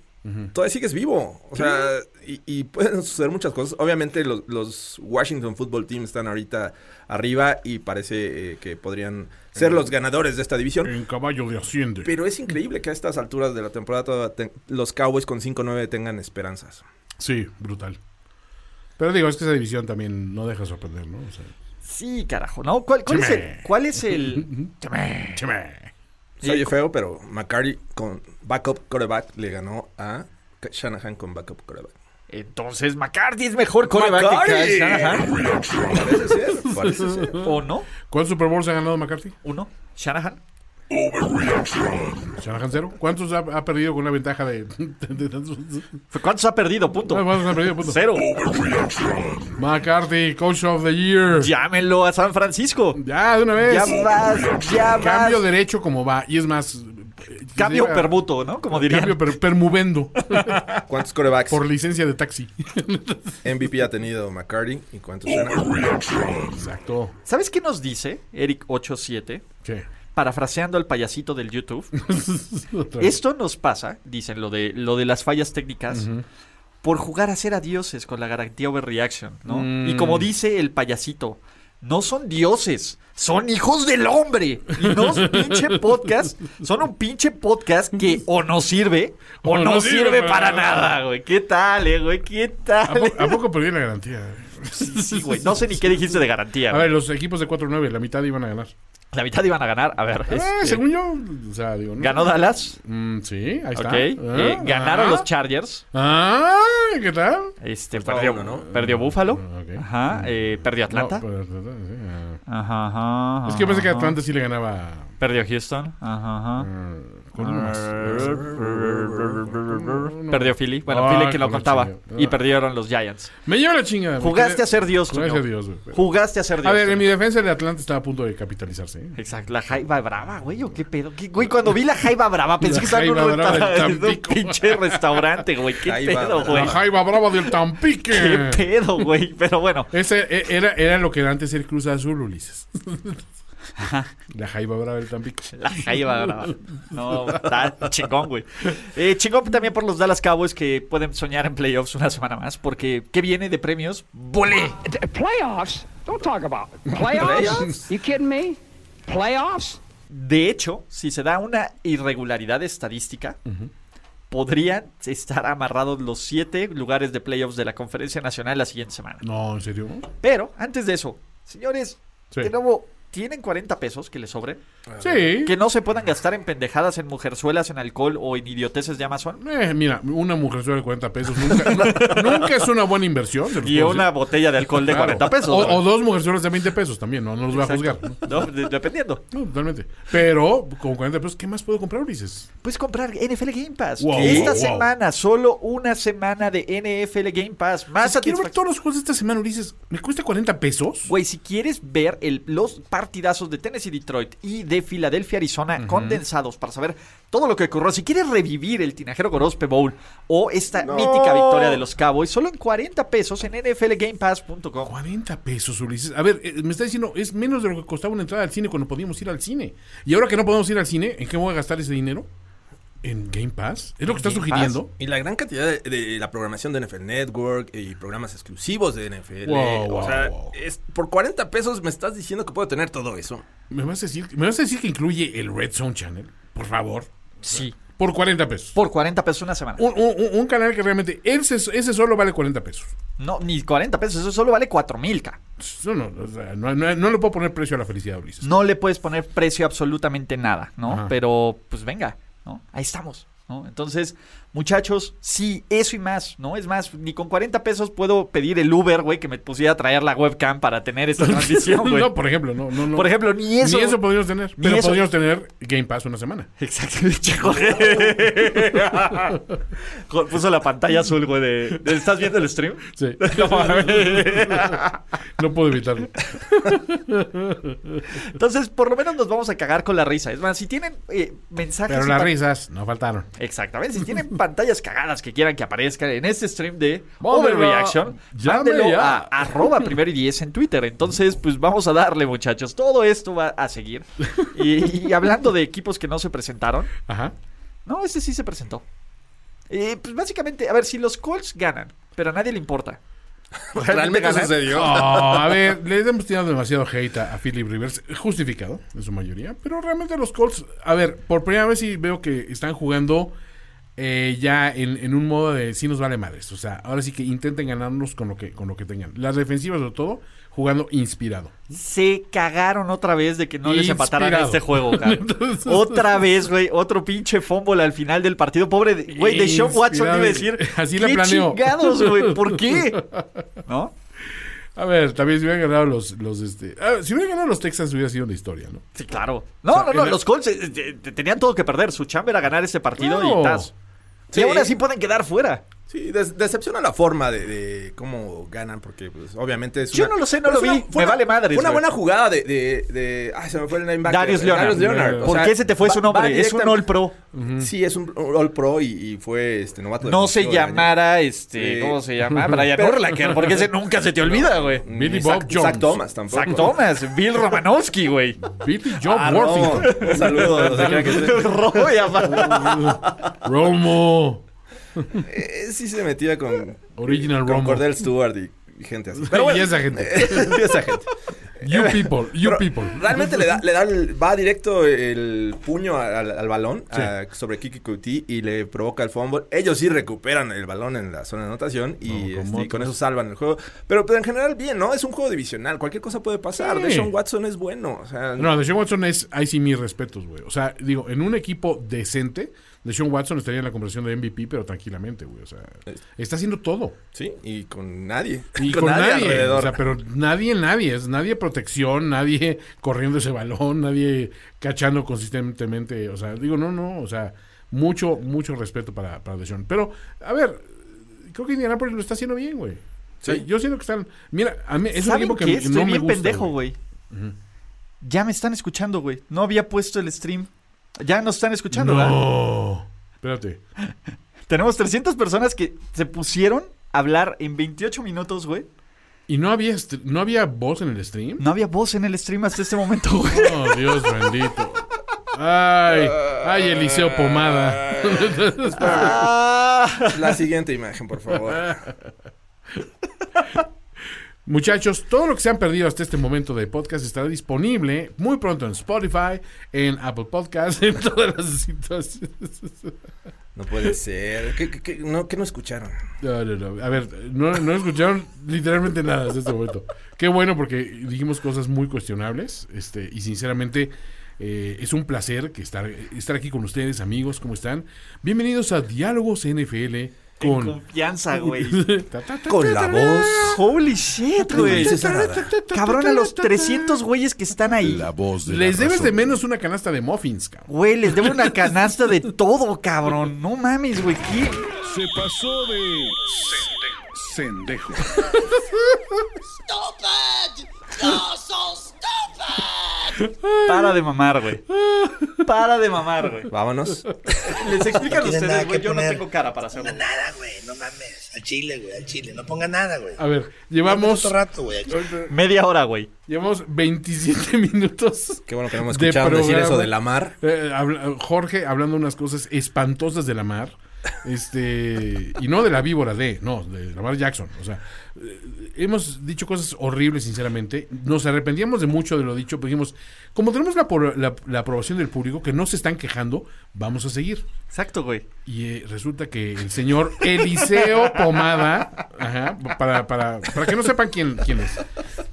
Speaker 2: todavía sigues vivo. O sea, y, y pueden suceder muchas cosas. Obviamente los, los Washington Football Team están ahorita arriba y parece eh, que podrían ser los ganadores de esta división.
Speaker 4: En caballo de Hacienda.
Speaker 2: Pero es increíble que a estas alturas de la temporada todavía te- los Cowboys con 5-9 tengan esperanzas.
Speaker 4: Sí, brutal. Pero digo, es que esa división también no deja sorprender, ¿no? O sea,
Speaker 3: Sí, carajo, ¿no? ¿Cuál, cuál es
Speaker 4: Chime.
Speaker 3: el, cuál es el
Speaker 4: chame.
Speaker 2: Se oye feo, pero McCarty con backup quarterback le ganó a Shanahan con backup quarterback.
Speaker 3: Entonces, McCarthy es mejor coreback que Kyle Shanahan.
Speaker 2: Parece ser, parece ser.
Speaker 3: ¿O no?
Speaker 4: ¿Cuántos Super Bowls ha ganado McCarthy?
Speaker 3: ¿Uno? ¿Shanahan?
Speaker 4: ¿Shanahan cero? ¿Cuántos ha, ha perdido con una ventaja de, de tantos?
Speaker 3: ¿Cuántos ha perdido? Punto.
Speaker 4: ¿Cuántos ha perdido? Punto.
Speaker 3: Cero.
Speaker 4: McCarthy, Coach of the Year. Ya,
Speaker 3: Llámenlo a San Francisco.
Speaker 4: de una vez.
Speaker 3: Ya vas, ya vas.
Speaker 4: Cambio derecho como va. Y es más... eh,
Speaker 3: Cambio
Speaker 4: que se diga-
Speaker 3: permuto, ¿no? Como dirían.
Speaker 4: Cambio per- permovendo.
Speaker 2: ¿Cuántos quarterbacks
Speaker 4: por licencia de taxi.
Speaker 2: MVP ha tenido McCarty y
Speaker 3: Oh,
Speaker 2: cuántos Shanahan?
Speaker 4: Exacto.
Speaker 3: ¿Sabes qué nos dice Eric87?
Speaker 4: ¿Qué?
Speaker 3: Parafraseando al payasito del YouTube.
Speaker 4: Otra vez.
Speaker 3: Esto nos pasa, dicen lo de, lo de las fallas técnicas, por jugar a ser a dioses con la garantía overreaction, ¿no? Y como dice el payasito, no son dioses, son hijos del hombre. Y no es pinche podcast, son un pinche podcast que o nos sirve o, no, sirve, para nada, güey. ¿Qué tal, eh, güey? ¿Qué
Speaker 4: ¿A,
Speaker 3: tal?
Speaker 4: po- a poco perdí la garantía?
Speaker 3: Sí, güey. No sé ni qué dijiste de garantía.
Speaker 4: A
Speaker 3: güey.
Speaker 4: ver, los equipos de 4-9, la mitad iban a ganar.
Speaker 3: La mitad iban a ganar. A ver.
Speaker 4: Eh,
Speaker 3: este,
Speaker 4: según yo, o sea, digo, ¿no?
Speaker 3: ganó Dallas.
Speaker 4: Mm, sí, ahí está.
Speaker 3: ok. eh,
Speaker 4: Ah,
Speaker 3: ganaron
Speaker 4: ah.
Speaker 3: los Chargers.
Speaker 4: Ah, ¿qué tal?
Speaker 3: Este,
Speaker 2: Estaba
Speaker 3: perdió,
Speaker 2: bueno, ¿no?
Speaker 3: perdió Buffalo.
Speaker 4: Ah, ok.
Speaker 3: Ajá. eh, perdió Atlanta.
Speaker 4: No, pero- sí, ah.
Speaker 3: Ajá, ajá,
Speaker 4: es que pensé que
Speaker 3: ajá.
Speaker 4: Atlanta sí le ganaba
Speaker 3: Perdió Houston. Ajá, ajá.
Speaker 4: ah, con uno más.
Speaker 3: Eh. Perdió Philly. Bueno,
Speaker 4: Ay,
Speaker 3: Philly que lo
Speaker 4: Ah, con la
Speaker 3: contaba.
Speaker 4: chinga.
Speaker 3: Y perdieron los Giants.
Speaker 4: Me lleva la chingada.
Speaker 3: Jugaste a ser Dios,
Speaker 4: Gracias a
Speaker 3: Toño.
Speaker 4: Dios, güey.
Speaker 3: Jugaste a ser Dios.
Speaker 4: A ver, en
Speaker 3: Toño.
Speaker 4: mi defensa, el Atlanta estaba a punto de capitalizarse. ¿eh?
Speaker 3: Exacto, la jaiba brava, güey, o qué pedo. ¿Qué- güey, cuando vi la jaiba brava pensé
Speaker 4: La
Speaker 3: que estaba en un,
Speaker 4: jaiba brava
Speaker 3: restaurante-
Speaker 4: del
Speaker 3: en un
Speaker 4: Tampico.
Speaker 3: pinche restaurante, güey. ¿Qué
Speaker 2: Jaiba
Speaker 3: pedo,
Speaker 2: brava.
Speaker 3: güey?
Speaker 4: La Jaiba Brava del Tampique.
Speaker 3: ¿Qué pedo, güey? Pero bueno,
Speaker 4: Ese e- era, era lo que era antes el Cruz Azul, Ulises. La Jaiba Brava del Tampico.
Speaker 3: la jaiba brava. No, está chingón, güey. Eh, chingón también por los Dallas Cowboys que pueden soñar en playoffs una semana más, porque ¿qué viene de premios? ¡Volé!
Speaker 5: D- Playoffs? Don't talk about it. Playoffs? You kidding me? Playoffs?
Speaker 3: De hecho, si se da una irregularidad estadística, podrían estar amarrados los siete lugares de playoffs de la Conferencia Nacional la siguiente semana.
Speaker 4: No, ¿en serio?
Speaker 3: Pero antes de eso, señores,
Speaker 4: Sí.
Speaker 3: de nuevo, ¿tienen 40 pesos que les sobren?
Speaker 4: Sí.
Speaker 3: Que no se puedan gastar en pendejadas, en mujerzuelas, en alcohol o en idioteces de Amazon.
Speaker 4: Eh, mira, una mujer de 40 pesos nunca, nunca es una buena inversión. se los
Speaker 3: Y
Speaker 4: puedo
Speaker 3: una
Speaker 4: decir.
Speaker 3: botella de alcohol de
Speaker 4: Pues, Claro.
Speaker 3: 40 pesos.
Speaker 4: O, o dos mujeres de 20 pesos también, no, no los voy a
Speaker 3: Exacto.
Speaker 4: juzgar.
Speaker 3: No, de- dependiendo.
Speaker 4: No, totalmente. Pero con 40 pesos, ¿qué más puedo comprar, Ulises?
Speaker 3: Puedes comprar NFL Game Pass.
Speaker 4: Wow,
Speaker 3: Esta
Speaker 4: wow, wow.
Speaker 3: semana, solo una semana de NFL Game Pass. Más
Speaker 4: Pues, Quiero ver
Speaker 3: satisfacción.
Speaker 4: todos los juegos de esta semana, Ulises. ¿Me cuesta 40 pesos?
Speaker 3: Güey, si quieres ver el- los partidazos de Tennessee Detroit y de Filadelfia Arizona condensados para saber todo lo que ocurrió, si quieres revivir el Tinajero Gorospe Bowl o esta mítica victoria de los Cowboys, solo en 40 pesos en nflgamepass.com.
Speaker 4: 40 pesos, Ulises. A ver, eh, me está diciendo, es menos de lo que costaba una entrada al cine cuando podíamos ir al cine. Y ahora que no podemos ir al cine, ¿en qué voy a gastar ese dinero? ¿En Game Pass? ¿Es lo que está
Speaker 3: Game
Speaker 4: sugiriendo?
Speaker 2: Y la gran cantidad de, de la programación de NFL Network y programas exclusivos de NFL.
Speaker 4: Wow,
Speaker 2: eh, o
Speaker 4: wow,
Speaker 2: sea,
Speaker 4: wow.
Speaker 2: es- por 40 pesos me estás diciendo que puedo tener todo eso.
Speaker 4: ¿Me vas, a decir, ¿Me vas a decir que incluye el Red Zone Channel? Por favor.
Speaker 3: Sí.
Speaker 4: Por 40 pesos.
Speaker 3: por 40 pesos una semana.
Speaker 4: Un, un- un- un canal que realmente. Ese, ese solo vale 40 pesos.
Speaker 3: No, ni 40 pesos, eso solo vale 4 mil, ca.
Speaker 4: Eso no, o sea, no, no- no le puedo poner precio a la felicidad, Ulises.
Speaker 3: No le puedes poner precio a absolutamente nada, ¿no?
Speaker 4: Ajá.
Speaker 3: Pero pues venga, ¿no? Ahí estamos, ¿no? Entonces, muchachos, sí, eso y más, ¿no? Es más, ni con 40 pesos puedo pedir el Uber, güey, que me pusiera a traer la webcam para tener esta transmisión, güey.
Speaker 4: no, por ejemplo, no, no, no.
Speaker 3: Por ejemplo, ni eso.
Speaker 4: Ni eso pues. podríamos tener.
Speaker 3: Ni
Speaker 4: Pero
Speaker 3: eso.
Speaker 4: podríamos tener Game Pass una semana.
Speaker 3: Exacto, pinche Jorge. Jo- Puso la pantalla azul, güey, de, de- ¿Estás viendo el stream?
Speaker 4: Sí.
Speaker 3: No mames.
Speaker 4: No puedo evitarlo.
Speaker 3: Entonces, por lo menos nos vamos a cagar con la risa. Es más, si tienen eh, mensajes.
Speaker 4: Pero
Speaker 3: y
Speaker 4: las
Speaker 3: pa-
Speaker 4: risas no faltaron.
Speaker 3: Exactamente. Si tienen pantallas cagadas que quieran que aparezcan en este stream de
Speaker 4: Móndela.
Speaker 3: Overreaction,
Speaker 4: Llame
Speaker 3: mándelo
Speaker 4: ya.
Speaker 3: a arroba primero y diez en Twitter. Entonces, pues vamos a darle, muchachos. Todo esto va a seguir. Y, y hablando de equipos que no se presentaron,
Speaker 4: Ajá.
Speaker 3: no, este sí se presentó. Eh, pues básicamente, a ver, si los Colts ganan, pero a nadie le importa.
Speaker 2: Realmente
Speaker 4: ganar?
Speaker 2: sucedió.
Speaker 3: Ah.
Speaker 4: No, a ver, le hemos tirado demasiado hate a, a Philip Rivers, justificado en su mayoría, pero realmente los Colts, a ver, por primera vez sí veo que están jugando eh, ya en, en un modo de sí nos vale madres, o sea, ahora sí que intenten ganarnos con lo que con lo que tengan. Las defensivas sobre todo jugando inspirado.
Speaker 3: Se cagaron otra vez de que no les empataran a
Speaker 4: Inspirado.
Speaker 3: este juego, cara.
Speaker 4: Entonces-
Speaker 3: otra vez, güey. Otro pinche fumble al final del partido. Pobre, de- güey, de Sean Watson
Speaker 4: Inspirado.
Speaker 3: iba a decir.
Speaker 4: Así la
Speaker 3: "¿Qué
Speaker 4: planeó".
Speaker 3: chingados, güey? ¿Por qué? ¿No?
Speaker 4: A ver, también si hubieran ganado los los este, a ver, si hubieran ganado los Texans hubiera sido una historia, ¿no?
Speaker 3: Sí, claro. No,
Speaker 4: sea,
Speaker 3: no, no.
Speaker 4: el-
Speaker 3: Los Colts eh, eh, te- tenían todo que perder. Su chamba era ganar ese partido
Speaker 4: Claro.
Speaker 3: y tas.
Speaker 2: Sí.
Speaker 3: Y aún así pueden quedar fuera.
Speaker 2: Sí, des- decepciona la forma de, de cómo ganan, porque pues, obviamente es
Speaker 3: Yo
Speaker 2: una-
Speaker 3: no lo sé, no
Speaker 2: pero
Speaker 3: lo
Speaker 2: es
Speaker 3: vi, me vale madarios,
Speaker 2: Fue una
Speaker 3: güey.
Speaker 2: buena jugada de... de, de- ay, se me fue el linebacker.
Speaker 3: Darius Leonard.
Speaker 2: eh, Leonard. O
Speaker 3: ¿Por
Speaker 2: sea,
Speaker 3: qué se te fue
Speaker 2: va-
Speaker 3: su
Speaker 2: va
Speaker 3: nombre? Es un
Speaker 2: directamente-
Speaker 3: All Pro.
Speaker 2: Sí, es un All Pro y, y fue este novato.
Speaker 3: No se
Speaker 2: defensivo del año.
Speaker 3: llamara, este,
Speaker 2: Sí.
Speaker 3: ¿cómo se llama? Brian Urlacher, porque ese nunca se te olvida, güey.
Speaker 4: Billy
Speaker 2: Ni
Speaker 4: Bob
Speaker 2: Zach-
Speaker 4: Jones.
Speaker 2: Zach Thomas tampoco.
Speaker 3: Zach Thomas, Bill Romanowski, güey.
Speaker 4: Billy Job
Speaker 2: Ah, no.
Speaker 4: Worthington.
Speaker 2: Un saludo. donde quiera que esté. Eh,
Speaker 3: Robo y aparte.
Speaker 4: Romo.
Speaker 2: Eh, sí se metía con,
Speaker 4: Original
Speaker 2: con
Speaker 4: Romo.
Speaker 2: Cordell Stewart y, y gente así. Pero bueno,
Speaker 4: Y esa gente.
Speaker 2: y esa gente.
Speaker 4: You people, you
Speaker 2: Eh, Pero
Speaker 4: people.
Speaker 2: Realmente le da, le da el- va directo el puño al, al balón a- sobre Kiki Kuti y le provoca el fumble. Ellos sí recuperan el balón en la zona de anotación y,
Speaker 4: No, como
Speaker 2: este, y
Speaker 4: otros.
Speaker 2: con eso salvan el juego. Pero, pero en general, bien, ¿no? Es un juego divisional. Cualquier cosa puede pasar.
Speaker 4: Sí.
Speaker 2: Deshaun Watson es bueno. O sea,
Speaker 4: No, Deshaun Watson es, ahí sí mis respetos, güey. O sea, digo, en un equipo decente, Deshaun Watson estaría en la conversación de MVP, pero tranquilamente, güey. O sea,
Speaker 2: Eh.
Speaker 4: está haciendo todo.
Speaker 2: Sí, y con nadie.
Speaker 4: Y con, nadie, o sea, pero nadie, nadie, es nadie protección, nadie corriendo ese balón, nadie cachando consistentemente, o sea, digo, no, no, o sea, mucho, mucho respeto para, para Deshaun. Pero, a ver, creo que Indianapolis lo está haciendo bien, güey. O sea,
Speaker 2: Sí.
Speaker 4: Yo siento que están, mira, a mí es un
Speaker 3: ¿Saben
Speaker 4: equipo que
Speaker 3: qué?
Speaker 4: no
Speaker 3: Estoy
Speaker 4: me
Speaker 3: bien
Speaker 4: gusta,
Speaker 3: pendejo, güey. Ya me están escuchando, güey. No había puesto el stream. Ya nos están escuchando, ¿verdad?
Speaker 4: No. Espérate.
Speaker 3: Tenemos 300 personas que se pusieron a hablar en 28 minutos, güey.
Speaker 4: ¿Y no había, est- no había voz en el stream?
Speaker 3: No había voz en el stream hasta este momento, güey.
Speaker 4: Oh, Dios bendito. Ay, ay, Eliseo Pomada.
Speaker 3: Ah.
Speaker 2: La siguiente imagen, por favor.
Speaker 4: Muchachos, todo lo que se han perdido hasta este momento de podcast estará disponible muy pronto en Spotify, en Apple Podcast, en todas las situaciones.
Speaker 2: No puede ser. ¿Qué, qué- qué- no, ¿qué no escucharon?
Speaker 4: No, no, no. A ver, no, no escucharon literalmente nada hasta este momento. Qué bueno porque dijimos cosas muy cuestionables. Este, y sinceramente, eh, es un placer que estar, estar aquí con ustedes, amigos. ¿Cómo están? Bienvenidos a Diálogos NFL
Speaker 3: Con
Speaker 4: con.
Speaker 3: confianza, güey.
Speaker 4: Ta, ta, ta,
Speaker 2: Con
Speaker 4: ta,
Speaker 2: la
Speaker 4: ta,
Speaker 2: voz.
Speaker 3: Holy shit, güey.
Speaker 2: Ulises Arada.
Speaker 3: Cabrón, a los 300 güeyes que están ahí.
Speaker 1: La voz de la
Speaker 4: Les debes
Speaker 1: razón.
Speaker 4: de menos una canasta de muffins, cabrón.
Speaker 3: Güey, les debo una canasta de todo, cabrón. No mames, güey. ¿Qué?
Speaker 1: Se pasó de. Sendejo.
Speaker 3: Para de mamar, güey. Para de mamar, güey.
Speaker 2: Vámonos.
Speaker 3: Les explican
Speaker 6: tiene nada
Speaker 3: ustedes, güey.
Speaker 6: que
Speaker 3: Yo no
Speaker 6: poner.
Speaker 3: tengo cara para hacerlo.
Speaker 6: ponga nada, güey. No mames. Al chile, güey. Al chile. No ponga nada, güey.
Speaker 4: A ver, llevamos,
Speaker 6: Otro rato, güey. al chile.
Speaker 3: Media hora, güey.
Speaker 4: llevamos 27 minutos.
Speaker 2: Qué bueno que no me
Speaker 4: De
Speaker 2: escucharon decir
Speaker 4: programa.
Speaker 2: eso de la mar.
Speaker 4: Eh, habla- Jorge hablando unas cosas espantosas de la mar. Este, y no de la víbora de, no, de la mar Jackson. O sea, eh, hemos dicho cosas horribles, sinceramente. Nos arrepentíamos de mucho de lo dicho, pero dijimos, como tenemos la, apro- la- la aprobación del público, que no se están quejando, vamos a seguir.
Speaker 3: Exacto, güey.
Speaker 4: Y eh, resulta que el señor Eliseo Pomada, ajá, para, para, para que no sepan quién, quién es,